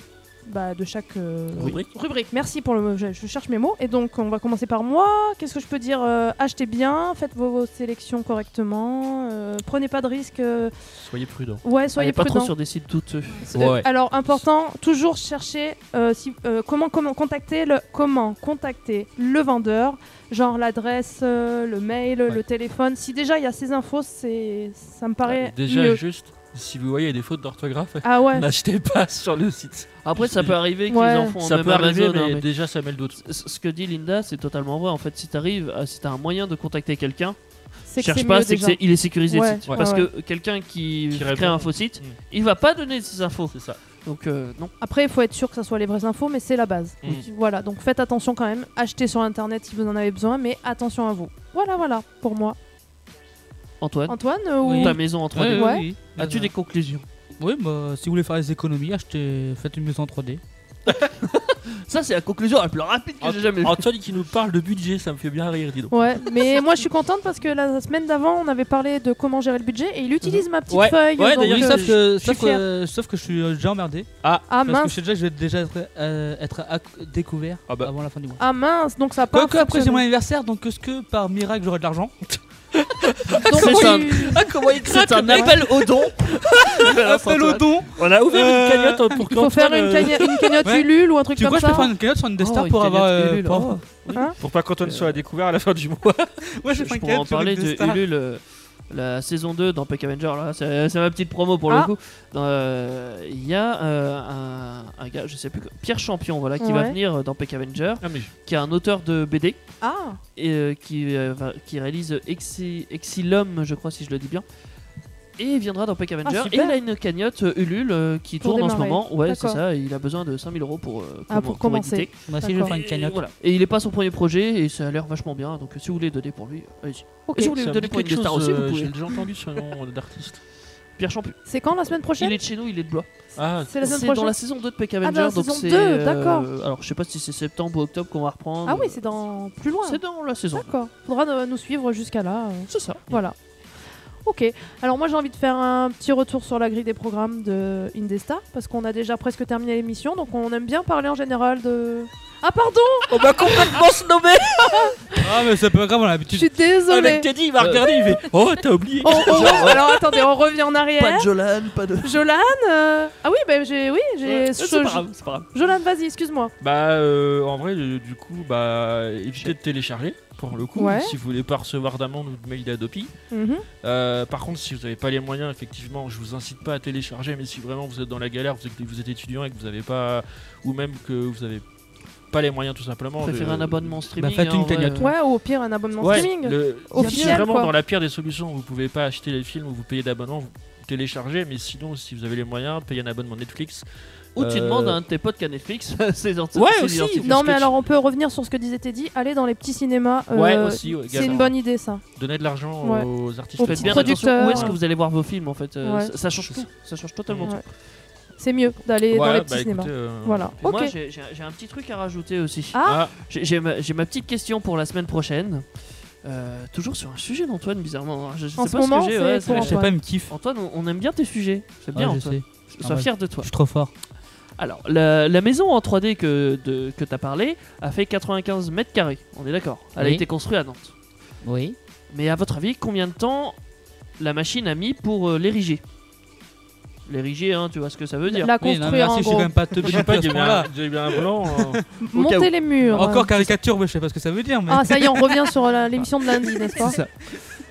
Speaker 3: bah, de chaque euh,
Speaker 5: Rubrique.
Speaker 3: Merci pour le je, je cherche mes mots. Et donc on va commencer par moi. Qu'est-ce que je peux dire Euh, Achetez bien, faites vos, vos sélections correctement, euh, prenez pas de risques. euh,
Speaker 5: Soyez prudent.
Speaker 3: ouais,
Speaker 4: Soyez
Speaker 3: soyez
Speaker 4: Ah, pas trop
Speaker 3: prudents.
Speaker 4: sur des sites douteux.
Speaker 3: Euh,
Speaker 5: Ouais.
Speaker 3: alors important, toujours chercher euh, si, euh, comment, comment contacter le comment contacter le vendeur, genre l'adresse, euh, le mail, le
Speaker 5: Ouais.
Speaker 3: téléphone. Si déjà il y a ces infos, c'est ça me paraît
Speaker 5: Déjà,
Speaker 3: mieux.
Speaker 5: juste, si vous voyez des fautes d'orthographe,
Speaker 3: Ah ouais.
Speaker 5: n'achetez pas sur le site.
Speaker 4: Après, ça peut arriver qu'ils
Speaker 3: Ouais.
Speaker 4: en font
Speaker 5: Ça
Speaker 4: même
Speaker 5: peut arriver,
Speaker 4: Amazon, hein,
Speaker 5: mais
Speaker 4: mais
Speaker 5: déjà, ça met le doute.
Speaker 4: c- Ce que dit Linda, c'est totalement vrai. En fait, si t'arrives, à- si t'as un moyen de contacter quelqu'un,
Speaker 3: C'est que
Speaker 4: cherche
Speaker 3: c'est
Speaker 4: pas,
Speaker 3: mieux
Speaker 4: c'est que
Speaker 3: déjà.
Speaker 4: c'est- il est sécurisé
Speaker 3: Ouais,
Speaker 4: le site.
Speaker 3: ouais,
Speaker 4: Parce
Speaker 3: ouais.
Speaker 4: que quelqu'un qui,
Speaker 5: Qui
Speaker 4: crée
Speaker 5: répond.
Speaker 4: un faux site,
Speaker 5: Mm.
Speaker 4: il va pas donner ses infos.
Speaker 5: C'est ça.
Speaker 4: Donc euh, non.
Speaker 3: Après, il faut être sûr que ça soit les vraies infos, mais c'est la base.
Speaker 5: Mm.
Speaker 3: Voilà, donc faites attention quand même. Achetez sur internet si vous en avez besoin, mais attention à vous. Voilà, voilà, pour moi.
Speaker 4: Antoine,
Speaker 3: Antoine euh, ou-
Speaker 7: Oui.
Speaker 4: ta maison en 3D.
Speaker 3: Ouais.
Speaker 7: oui.
Speaker 4: As-tu des conclusions
Speaker 7: Oui, bah, si vous voulez faire des économies, achetez, faites une maison en 3D.
Speaker 4: Ça, c'est la conclusion la plus rapide que j'ai jamais vue.
Speaker 5: Antoine qui nous parle de budget, ça me fait bien rire, dis donc.
Speaker 3: Ouais, mais moi je suis contente parce que la semaine d'avant on avait parlé de comment gérer le budget et il utilise ma petite
Speaker 7: Ouais.
Speaker 3: feuille.
Speaker 7: Ouais,
Speaker 3: donc,
Speaker 7: d'ailleurs,
Speaker 3: euh,
Speaker 7: sauf, que,
Speaker 3: je
Speaker 7: sauf
Speaker 3: suis
Speaker 7: que-
Speaker 3: fière.
Speaker 7: sauf que je suis euh, déjà emmerdé.
Speaker 3: Ah
Speaker 7: parce que
Speaker 3: mince,
Speaker 7: je sais déjà que je vais déjà être, euh, être acc- découvert
Speaker 5: Ah bah.
Speaker 7: avant la fin du mois.
Speaker 3: ah mince, donc ça a pas.
Speaker 7: Quoique, après, c'est mon
Speaker 3: fonctionné.
Speaker 7: anniversaire, donc est-ce que par miracle j'aurai de l'argent
Speaker 3: Donc,
Speaker 4: C'est
Speaker 3: tu-
Speaker 4: Ah, comment il C'est un appel au don.
Speaker 7: Appel au don
Speaker 5: On a ouvert
Speaker 7: Ah, Euh,
Speaker 5: une cagnotte pour
Speaker 3: Il faut faire une, cagna-
Speaker 4: euh,
Speaker 3: une cagnotte
Speaker 7: Ouais.
Speaker 3: Ulule ou un truc
Speaker 7: Tu
Speaker 3: comme
Speaker 7: vois, je
Speaker 3: ça.
Speaker 7: peux faire une cagnotte sur une Destar
Speaker 4: une
Speaker 7: pour avoir.
Speaker 4: cagnotte
Speaker 7: euh,
Speaker 4: Ulule,
Speaker 7: pour
Speaker 4: oh.
Speaker 7: avoir-
Speaker 5: Pour pas qu'Antoine soit découvert à la fin du mois.
Speaker 7: Ouais,
Speaker 4: Je
Speaker 7: je vais faire une
Speaker 4: pourrais en
Speaker 7: cagnotte sur
Speaker 4: parler
Speaker 7: une
Speaker 4: de
Speaker 7: Destar.
Speaker 4: Ulule. euh, La saison 2 dans Peck Avenger, là, c'est c'est ma petite promo pour
Speaker 3: Ah.
Speaker 4: le coup. Dans, euh, Il y a euh, un, un gars, je sais plus, quoi, Pierre Champion, voilà, qui va
Speaker 3: Ouais.
Speaker 4: venir euh, dans Peck Avenger,
Speaker 5: Ah, mais
Speaker 4: qui est un auteur de BD
Speaker 3: Ah,
Speaker 4: et euh, qui, euh, va- qui réalise Exi- Exilum, je crois si je le dis bien. Et il viendra dans Peck Avenger. et il
Speaker 3: Ah, super.
Speaker 4: a une cagnotte euh, Ulule euh, qui
Speaker 3: Pour
Speaker 4: tourne en ce
Speaker 3: démarrer.
Speaker 4: moment. Ouais, c'est
Speaker 3: D'accord.
Speaker 4: ça. et Il a besoin de 5000 euros pour, euh,
Speaker 3: Ah,
Speaker 4: commen-
Speaker 3: pour commencer.
Speaker 4: éditer.
Speaker 7: Moi aussi, je vais
Speaker 3: D'accord.
Speaker 7: faire une
Speaker 4: Et,
Speaker 7: cagnotte.
Speaker 4: voilà. et il est pas son premier projet et ça a l'air vachement bien. Donc euh, si vous voulez donner pour lui, euh, allez-y.
Speaker 3: ok.
Speaker 4: Et si vous voulez
Speaker 5: ça me
Speaker 4: donner
Speaker 5: dit
Speaker 4: pour une
Speaker 5: quelque
Speaker 4: star
Speaker 5: chose,
Speaker 4: aussi,
Speaker 5: euh,
Speaker 4: vous
Speaker 5: J'ai
Speaker 4: pouvez.
Speaker 5: déjà entendu ce nom d'artiste.
Speaker 4: Pierre Champion.
Speaker 3: C'est quand la semaine
Speaker 4: Il
Speaker 3: prochaine
Speaker 4: est de chez nous, il est de Blois.
Speaker 5: Ah,
Speaker 3: C'est la semaine
Speaker 4: C'est dans
Speaker 3: prochaine. Ah,
Speaker 4: la saison 2 de Peck
Speaker 3: dans
Speaker 4: Avenger.
Speaker 3: la
Speaker 4: donc
Speaker 3: saison
Speaker 4: c'est,
Speaker 3: 2,
Speaker 4: euh,
Speaker 3: d'accord.
Speaker 4: alors je sais pas si c'est septembre ou octobre qu'on va reprendre.
Speaker 3: Ah oui, c'est dans plus loin.
Speaker 4: C'est dans la saison.
Speaker 3: D'accord. Faudra euh, nous suivre jusqu'à là. euh.
Speaker 4: C'est ça.
Speaker 3: Voilà. Ok. Alors moi j'ai envie de faire un petit retour sur la grille des programmes de Indesta parce qu'on a déjà presque terminé l'émission donc on aime bien parler en général de. Ah pardon,
Speaker 4: On va complètement se nommer.
Speaker 7: Ah, mais c'est pas grave, on a
Speaker 3: je
Speaker 7: l'habitude.
Speaker 3: suis désolée.
Speaker 5: Teddy, il va
Speaker 4: Euh,
Speaker 5: regarder, il fait Oh, t'as oublié
Speaker 3: On- on- Alors attendez, on revient en
Speaker 4: Pas
Speaker 3: arrière.
Speaker 4: de Jolan, pas de.
Speaker 3: Jolan, euh, ah oui, ben j'ai, oui, j'ai.
Speaker 4: Ouais,
Speaker 3: je-
Speaker 5: Ah,
Speaker 4: C'est pas grave, c'est pas grave.
Speaker 3: Jolan, vas-y, excuse-moi.
Speaker 5: Bah, euh, en vrai, euh, du coup, bah, évitez de télécharger, pour le coup,
Speaker 3: Ouais.
Speaker 5: si vous voulez pas recevoir d'amende ou de mail d'Adopi.
Speaker 3: Mhm.
Speaker 5: Euh, par contre, si vous n'avez pas les moyens, effectivement, je vous incite pas à télécharger, mais si vraiment vous êtes dans la galère, vous êtes, vous êtes étudiant et que vous n'avez pas, ou même que vous n'avez pas les moyens tout simplement.
Speaker 4: Préférez
Speaker 5: Oh, le-
Speaker 4: un abonnement streaming.
Speaker 7: faites une
Speaker 4: en vrai,
Speaker 7: cagnotte.
Speaker 4: euh,
Speaker 3: Ouais, ou au pire un abonnement
Speaker 5: Ouais,
Speaker 3: streaming.
Speaker 5: le-
Speaker 3: Officiel,
Speaker 5: si vraiment
Speaker 3: quoi.
Speaker 5: dans la pire des solutions, vous pouvez pas acheter les films ou vous payez d'abonnement, vous téléchargez, mais sinon, si vous avez les moyens, payez un abonnement Netflix.
Speaker 4: Ou tu
Speaker 5: Euh,
Speaker 4: demandes à un de tes potes qui a Netflix. C'est dans
Speaker 5: Ouais,
Speaker 4: c'est
Speaker 5: aussi.
Speaker 4: identifié.
Speaker 3: Non, mais
Speaker 5: sketch.
Speaker 3: alors on peut revenir sur ce que disait Teddy. Aller dans les petits cinémas. euh,
Speaker 5: ouais, aussi, ouais,
Speaker 3: C'est
Speaker 5: également.
Speaker 3: une bonne idée ça.
Speaker 5: Donner de l'argent
Speaker 3: Ouais.
Speaker 5: aux artistes.
Speaker 3: Aux
Speaker 5: locaux.
Speaker 4: Faites bien
Speaker 3: producteurs.
Speaker 4: attention où est-ce que vous allez voir vos films en fait. euh,
Speaker 3: Ouais.
Speaker 4: ça, ça change
Speaker 5: Je
Speaker 4: tout. Ça change totalement
Speaker 3: Ouais.
Speaker 4: tout.
Speaker 3: C'est mieux d'aller dans
Speaker 5: Voilà,
Speaker 3: les petits
Speaker 5: bah,
Speaker 3: cinémas.
Speaker 5: écoutez, euh,
Speaker 3: Voilà.
Speaker 4: Puis
Speaker 3: Ok.
Speaker 4: Moi, j'ai- j'ai j'ai un petit truc à rajouter aussi.
Speaker 3: Ah.
Speaker 5: Ah,
Speaker 4: J'ai- J'ai ma, j'ai ma petite question pour la semaine prochaine. Euh, toujours sur un sujet d'Antoine, bizarrement. hein. Je, je sais
Speaker 3: En
Speaker 4: pas
Speaker 3: ce moment,
Speaker 4: que j'ai,
Speaker 3: c'est
Speaker 4: ouais, c'est-
Speaker 3: pour
Speaker 7: Je sais
Speaker 3: Antoine.
Speaker 7: pas, il me kiffe.
Speaker 4: Antoine, on, on aime bien tes sujets. C'est bien,
Speaker 7: Ouais, je
Speaker 4: Antoine.
Speaker 7: sais.
Speaker 4: Sois
Speaker 7: ouais.
Speaker 4: fier de toi.
Speaker 7: Je suis trop fort.
Speaker 4: Alors, la, la maison en 3D que, de- que t'as parlé a fait 95 mètres carrés. On est d'accord. Elle a
Speaker 7: Oui.
Speaker 4: été construite à Nantes.
Speaker 7: Oui.
Speaker 4: Mais à votre avis, combien de temps la machine a mis pour euh, l'ériger L'ériger, hein, tu vois ce que ça veut dire.
Speaker 3: La
Speaker 7: Oui, non, mais
Speaker 3: construire
Speaker 7: merci,
Speaker 3: en
Speaker 7: je suis quand
Speaker 3: gros.
Speaker 7: même pas teubé
Speaker 5: je
Speaker 7: non
Speaker 5: sais
Speaker 7: plus
Speaker 5: pas,
Speaker 7: à
Speaker 5: il
Speaker 7: ce
Speaker 5: y avait un-
Speaker 7: point-là.
Speaker 5: il y avait un blanc. euh,
Speaker 4: Au cas
Speaker 3: Monter
Speaker 4: où.
Speaker 3: les murs.
Speaker 7: Encore caricature, mais je sais pas ce que ça veut dire. Mais...
Speaker 3: Ah, ça y est, on revient sur la- l'émission de lundi, n'est-ce pas
Speaker 7: C'est ça.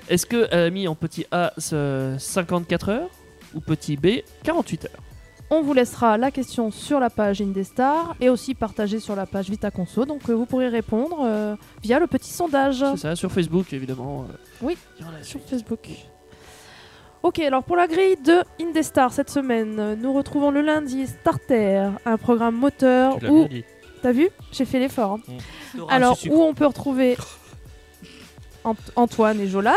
Speaker 4: Est-ce qu'elle a mis en petit A ce 54 heures ou petit B 48 heures
Speaker 3: On vous laissera la question sur la page Indestar et aussi partagée sur la page Vita Conso. Donc euh, vous pourrez répondre euh, via le petit sondage
Speaker 4: C'est ça, sur Facebook évidemment. euh,
Speaker 3: Oui.
Speaker 4: il y en a
Speaker 3: sur
Speaker 4: sur-
Speaker 3: Facebook. Ok, alors pour la grille de Indestar cette semaine, euh, nous retrouvons le lundi Starter, un programme moteur
Speaker 5: tu l'as bien
Speaker 3: où.
Speaker 5: dit.
Speaker 3: T'as vu J'ai fait l'effort. hein.
Speaker 4: Mmh.
Speaker 7: Dora,
Speaker 3: Alors,
Speaker 7: je suis
Speaker 3: où on peut retrouver Ant- Antoine et Jolan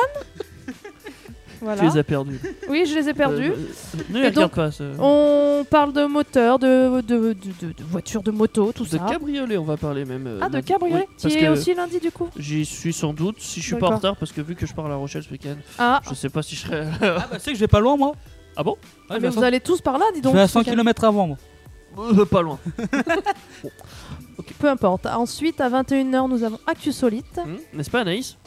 Speaker 3: Voilà.
Speaker 4: Tu les as perdus.
Speaker 3: Oui, je les ai perdus.
Speaker 4: Euh, euh, ne les
Speaker 3: Et
Speaker 4: regarde
Speaker 3: donc,
Speaker 4: pas. ce-
Speaker 3: On parle de moteur, de, de, de, de- de voiture, de moto, tout
Speaker 4: De
Speaker 3: ça.
Speaker 4: cabriolet, on va parler même. euh,
Speaker 3: Ah, de
Speaker 4: lundi.
Speaker 3: cabriolet
Speaker 4: Oui,
Speaker 3: Tu
Speaker 4: parce
Speaker 3: y es
Speaker 4: que
Speaker 3: aussi lundi du coup
Speaker 4: J'y suis sans doute. Si je suis pas en
Speaker 3: D'accord.
Speaker 4: retard, parce que vu que je pars à La Rochelle ce week-end,
Speaker 3: Ah,
Speaker 4: je sais pas si je serai.
Speaker 7: Ah bah, tu sais que je vais pas loin, moi.
Speaker 4: Ah bon
Speaker 7: Ouais, je vais
Speaker 3: mais
Speaker 7: à
Speaker 3: vous
Speaker 7: 100
Speaker 3: allez tous par là, dis
Speaker 7: je
Speaker 3: donc.
Speaker 7: vais à 100
Speaker 3: Sofiane.
Speaker 7: km avant, moi.
Speaker 4: Euh, pas loin.
Speaker 3: Peu importe. Ensuite, à 21h, nous avons Actu Solite.
Speaker 4: Hmm, N'est-ce pas, Anaïs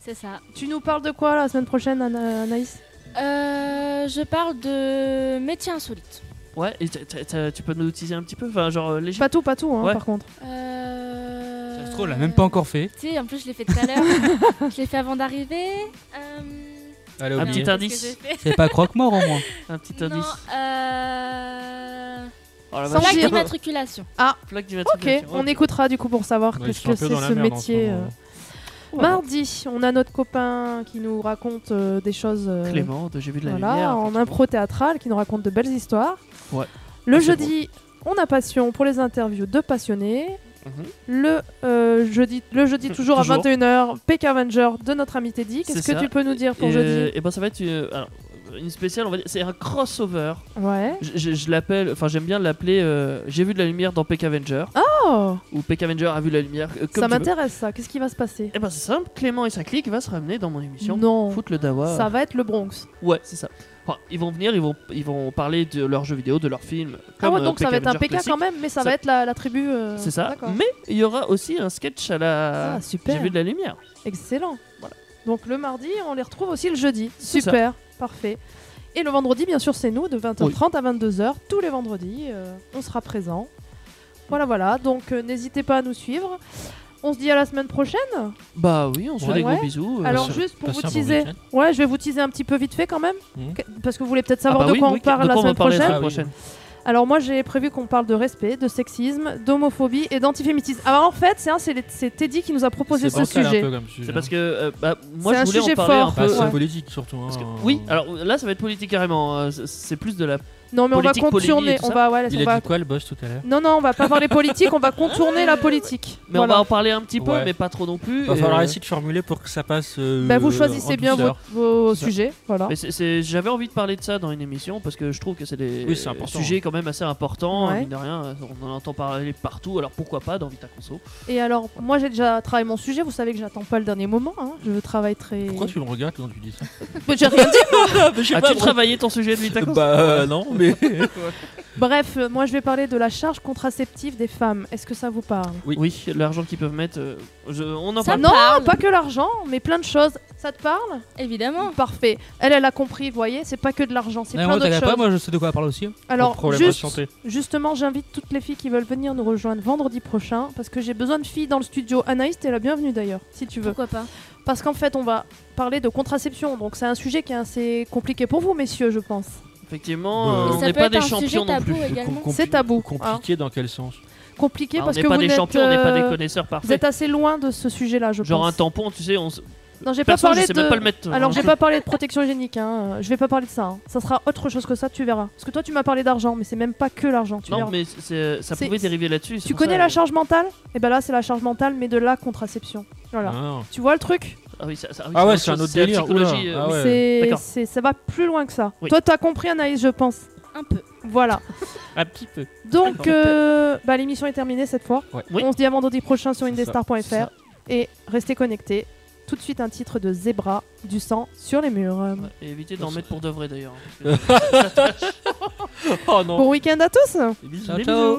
Speaker 6: C'est ça.
Speaker 3: Tu nous parles de quoi la semaine prochaine, Ana- Anaïs
Speaker 6: Euh, je parle de métier insolite.
Speaker 4: Ouais, et t'as- t'as- t'as- tu peux nous teaser un petit peu Enfin, genre euh, léger.
Speaker 3: Pas tout, pas tout, hein,
Speaker 4: Ouais.
Speaker 3: par contre.
Speaker 6: Euh...
Speaker 7: Ça
Speaker 5: Oh,
Speaker 7: se trouve, on l'a même pas encore fait.
Speaker 6: Si, en plus, je l'ai fait tout à l'heure. je l'ai fait avant d'arriver. Euh...
Speaker 5: Allez,
Speaker 4: Un
Speaker 6: non,
Speaker 4: petit
Speaker 6: qu'est-ce
Speaker 4: indice.
Speaker 6: que j'ai fait
Speaker 7: C'est pas croque-mort, au moins.
Speaker 4: Un petit
Speaker 6: Non,
Speaker 4: indice.
Speaker 6: euh...
Speaker 4: Oh, la
Speaker 3: Sans
Speaker 4: vache.
Speaker 6: Plaque
Speaker 3: dire.
Speaker 6: d'immatriculation.
Speaker 4: Plaque
Speaker 3: Ok,
Speaker 4: d'immatriculation.
Speaker 3: on écoutera du coup pour savoir
Speaker 5: Ouais, ils
Speaker 3: qu'est-ce
Speaker 5: sont un
Speaker 3: que
Speaker 5: peu
Speaker 3: c'est
Speaker 5: dans la
Speaker 3: ce
Speaker 5: merde en ce
Speaker 3: métier.
Speaker 5: moment. hein.
Speaker 3: euh. Mardi, on a notre copain qui nous raconte euh, des choses. euh,
Speaker 4: Clément, de J'ai vu de la
Speaker 3: Voilà,
Speaker 4: lumière.
Speaker 3: en impro théâtral qui nous raconte de belles histoires.
Speaker 4: Ouais.
Speaker 3: Le
Speaker 4: C'est
Speaker 3: jeudi, on a passion pour les interviews de passionnés.
Speaker 4: Mhm.
Speaker 3: Le euh, jeudi, le jeudi toujours,
Speaker 4: Toujours.
Speaker 3: à 21h, PK Avenger de notre ami Teddy.
Speaker 4: C'est
Speaker 3: Qu'est-ce que
Speaker 4: ça.
Speaker 3: tu peux nous dire pour
Speaker 4: et,
Speaker 3: jeudi
Speaker 4: et ben ça va être. euh, alors, une spéciale, on va dire. C'est un crossover.
Speaker 3: Ouais.
Speaker 4: Je, je- je l'appelle, enfin j'aime bien l'appeler. euh, J'ai vu de la lumière dans Peck Avenger
Speaker 3: Oh,
Speaker 4: ou Peck Avenger a vu la lumière. euh, comme
Speaker 3: ça
Speaker 4: tu veux.
Speaker 3: m'intéresse ça. Qu'est-ce qui va se passer
Speaker 4: Eh ben c'est simple, Clément et sa clique va se ramener dans mon émission.
Speaker 3: Non.
Speaker 4: Foutre le dawa.
Speaker 3: Ça va être le Bronx. Ah
Speaker 4: Ouais, c'est ça. Enfin, ils vont venir, ils vont, ils vont parler de leurs jeux vidéo, de leurs films.
Speaker 3: Ah
Speaker 4: comme,
Speaker 3: ouais,
Speaker 4: euh,
Speaker 3: donc ça va
Speaker 4: Peck
Speaker 3: être un
Speaker 4: Avenger
Speaker 3: PK quand
Speaker 4: classique.
Speaker 3: même, mais ça,
Speaker 4: Ça-
Speaker 3: va être la, la tribu. euh,
Speaker 4: C'est ça.
Speaker 3: d'accord.
Speaker 4: Mais il y aura aussi un sketch à la.
Speaker 3: Ah,
Speaker 4: J'ai
Speaker 3: super.
Speaker 4: vu de la lumière.
Speaker 3: Excellent.
Speaker 4: Voilà.
Speaker 3: Donc le mardi, on les retrouve aussi le jeudi.
Speaker 4: C'est ça.
Speaker 3: Super, parfait. Et le vendredi, bien sûr, c'est nous, de 20h30 à 22h, tous les vendredis, euh, on sera présent. Voilà, voilà, donc euh, n'hésitez pas à nous suivre. On se dit à la semaine prochaine.
Speaker 4: Bah oui, on se fait
Speaker 5: Ouais.
Speaker 4: des gros
Speaker 3: Ouais.
Speaker 4: bisous. euh,
Speaker 3: Alors
Speaker 5: passez-
Speaker 3: juste pour vous
Speaker 5: passez un bon
Speaker 3: teaser,
Speaker 5: week-end.
Speaker 3: ouais, je vais vous teaser un petit peu vite fait quand même,
Speaker 5: Mhm.
Speaker 3: que- parce que vous voulez peut-être
Speaker 4: Ah
Speaker 3: savoir
Speaker 4: bah
Speaker 3: de
Speaker 4: oui,
Speaker 3: quoi
Speaker 4: oui,
Speaker 3: on parle
Speaker 4: de
Speaker 3: la
Speaker 4: quoi on va
Speaker 3: semaine
Speaker 4: parler
Speaker 3: prochaine.
Speaker 5: Ah oui.
Speaker 4: prochaine.
Speaker 3: Alors moi j'ai prévu qu'on parle de respect, de sexisme, d'homophobie et d'antiféminisme. Alors en fait c'est hein, c'est les- c'est Teddy qui nous a proposé ce
Speaker 5: bancal un
Speaker 3: sujet.
Speaker 5: peu comme sujet.
Speaker 4: C'est parce que euh, bah, moi
Speaker 3: C'est
Speaker 4: je
Speaker 3: un
Speaker 4: voulais en
Speaker 3: sujet
Speaker 4: parler
Speaker 3: fort.
Speaker 4: un
Speaker 5: Bah,
Speaker 4: peu. euh,
Speaker 5: c'est
Speaker 3: Ouais.
Speaker 5: politique surtout. hein.
Speaker 4: parce que- oui, alors là ça va être politique carrément. euh, c'est- C'est plus de la.
Speaker 3: Non mais on va
Speaker 4: Politique, polémie et
Speaker 3: contourner,
Speaker 4: tout
Speaker 3: on
Speaker 4: ça.
Speaker 3: va, ouais, on
Speaker 5: euh, Il a
Speaker 3: va-
Speaker 5: dit quoi le boss tout à l'heure
Speaker 3: Non non on va pas parler politique, on va contourner la politique.
Speaker 4: Mais on
Speaker 3: Voilà.
Speaker 4: va en parler un petit peu,
Speaker 5: Ouais.
Speaker 4: mais pas trop non plus.
Speaker 5: Il va
Speaker 4: et,
Speaker 5: falloir
Speaker 4: euh,
Speaker 5: essayer de formuler pour que ça passe. euh,
Speaker 3: Bah, vous choisissez bien vos, vos
Speaker 4: C'est ça.
Speaker 3: sujets, voilà.
Speaker 5: hein.
Speaker 4: mais c'est- c'est- J'avais envie de parler de ça dans une émission parce que je trouve que c'est des
Speaker 5: Oui, c'est important. hein.
Speaker 4: sujets quand même assez importants.
Speaker 3: Ouais.
Speaker 4: Mine de rien, euh, on en entend parler partout. Alors pourquoi pas dans Vita Conso
Speaker 3: Et alors moi j'ai déjà travaillé mon sujet, vous savez que j'attends pas le dernier moment, hein. je travaille très.
Speaker 5: Pourquoi tu le regardes quand tu dis ça
Speaker 3: Mais j'ai rien dit.
Speaker 4: As-tu travaillé ton sujet de Vita Conso
Speaker 5: Bah euh, non, mais.
Speaker 3: Bref, euh, moi je vais parler de la charge contraceptive des femmes. Est-ce que ça vous parle Ah
Speaker 4: Oui, l'argent qu'ils peuvent mettre. euh, je- on en
Speaker 6: Ça
Speaker 4: parle.
Speaker 3: Non,
Speaker 6: parle.
Speaker 3: pas que l'argent, mais plein de choses. Ça te parle
Speaker 6: Évidemment.
Speaker 3: Parfait. Elle, elle a compris, vous voyez, c'est pas que de l'argent, c'est plein d'autres choses.
Speaker 7: pas, moi je sais de quoi elle parle aussi.
Speaker 3: Alors,
Speaker 5: problème
Speaker 3: juste-
Speaker 5: à santé.
Speaker 3: justement, j'invite toutes les filles qui veulent venir nous rejoindre vendredi prochain parce que j'ai besoin de filles dans le studio. Anaïs, t'es la bienvenue d'ailleurs, si tu veux.
Speaker 6: Pourquoi pas
Speaker 3: Parce qu'en fait, on va parler de contraception, donc c'est un sujet qui est assez compliqué pour vous, messieurs, je pense.
Speaker 4: Effectivement, euh,
Speaker 5: Euh, Mais
Speaker 4: on
Speaker 6: ça
Speaker 4: n'est
Speaker 6: peut
Speaker 4: pas
Speaker 6: être
Speaker 4: des
Speaker 6: un sujet
Speaker 4: champions non
Speaker 6: tabou
Speaker 4: plus.
Speaker 6: et- également.
Speaker 5: Com-
Speaker 3: C'est hein. tabou,
Speaker 5: Compliqué dans quel sens
Speaker 3: Compliqué
Speaker 4: Ah, on
Speaker 3: parce
Speaker 4: n'est
Speaker 3: que
Speaker 4: pas
Speaker 3: vous
Speaker 4: des
Speaker 3: n'êtes,
Speaker 4: champions, on n'est pas des
Speaker 3: euh,
Speaker 4: connaisseurs
Speaker 3: vous
Speaker 4: parfaits.
Speaker 3: êtes assez loin de ce sujet-là, je
Speaker 4: Genre
Speaker 3: pense.
Speaker 4: un tampon, tu sais, on s-
Speaker 3: Non, j'ai pas
Speaker 4: perso, je
Speaker 3: parlé
Speaker 4: sais même
Speaker 3: de.
Speaker 4: pas le mettre.
Speaker 3: Alors
Speaker 4: hein.
Speaker 3: j'ai pas parlé de protection hygiénique, hein. euh, je vais pas parler de ça. hein. Ça sera autre chose que ça, tu verras. Parce que toi tu m'as parlé d'argent, mais c'est même pas que l'argent, tu
Speaker 4: Non,
Speaker 3: verras.
Speaker 4: mais c'est- ça
Speaker 3: C'est-
Speaker 4: pouvait dériver là-dessus. c'est
Speaker 3: Tu
Speaker 4: pour
Speaker 3: connais
Speaker 4: ça,
Speaker 3: la
Speaker 4: euh,
Speaker 3: charge mentale Et ben là c'est la charge mentale, mais de la contraception. Voilà.
Speaker 5: Ah,
Speaker 3: Tu vois le truc
Speaker 4: Ah, oui, ça- ça- oui,
Speaker 5: Ah ouais,
Speaker 4: autre
Speaker 5: c'est un
Speaker 4: chose,
Speaker 5: autre
Speaker 4: la
Speaker 5: délire.
Speaker 4: psychologie,
Speaker 5: oula.
Speaker 4: euh,
Speaker 5: Ah
Speaker 4: oui.
Speaker 5: ouais.
Speaker 3: C'est-
Speaker 4: d'accord.
Speaker 3: c'est- ça va plus loin que ça.
Speaker 4: Oui.
Speaker 3: Toi t'as compris Anaïs, je pense.
Speaker 6: Un peu.
Speaker 3: Voilà.
Speaker 5: Un petit peu.
Speaker 3: Donc euh, bah, l'émission est terminée cette fois.
Speaker 5: Ouais.
Speaker 4: Oui.
Speaker 3: On se dit à vendredi prochain sur
Speaker 5: C'est ça,
Speaker 3: indestar.fr et restez connectés. Tout de suite un titre de Zebra, du sang sur les murs.
Speaker 4: Ouais, et évitez d'en
Speaker 5: Ça-
Speaker 4: mettre pour de vrai d'ailleurs. hein,
Speaker 5: Oh non.
Speaker 3: Bon week-end à tous
Speaker 4: parce
Speaker 5: Ciao,
Speaker 4: que-
Speaker 5: ciao.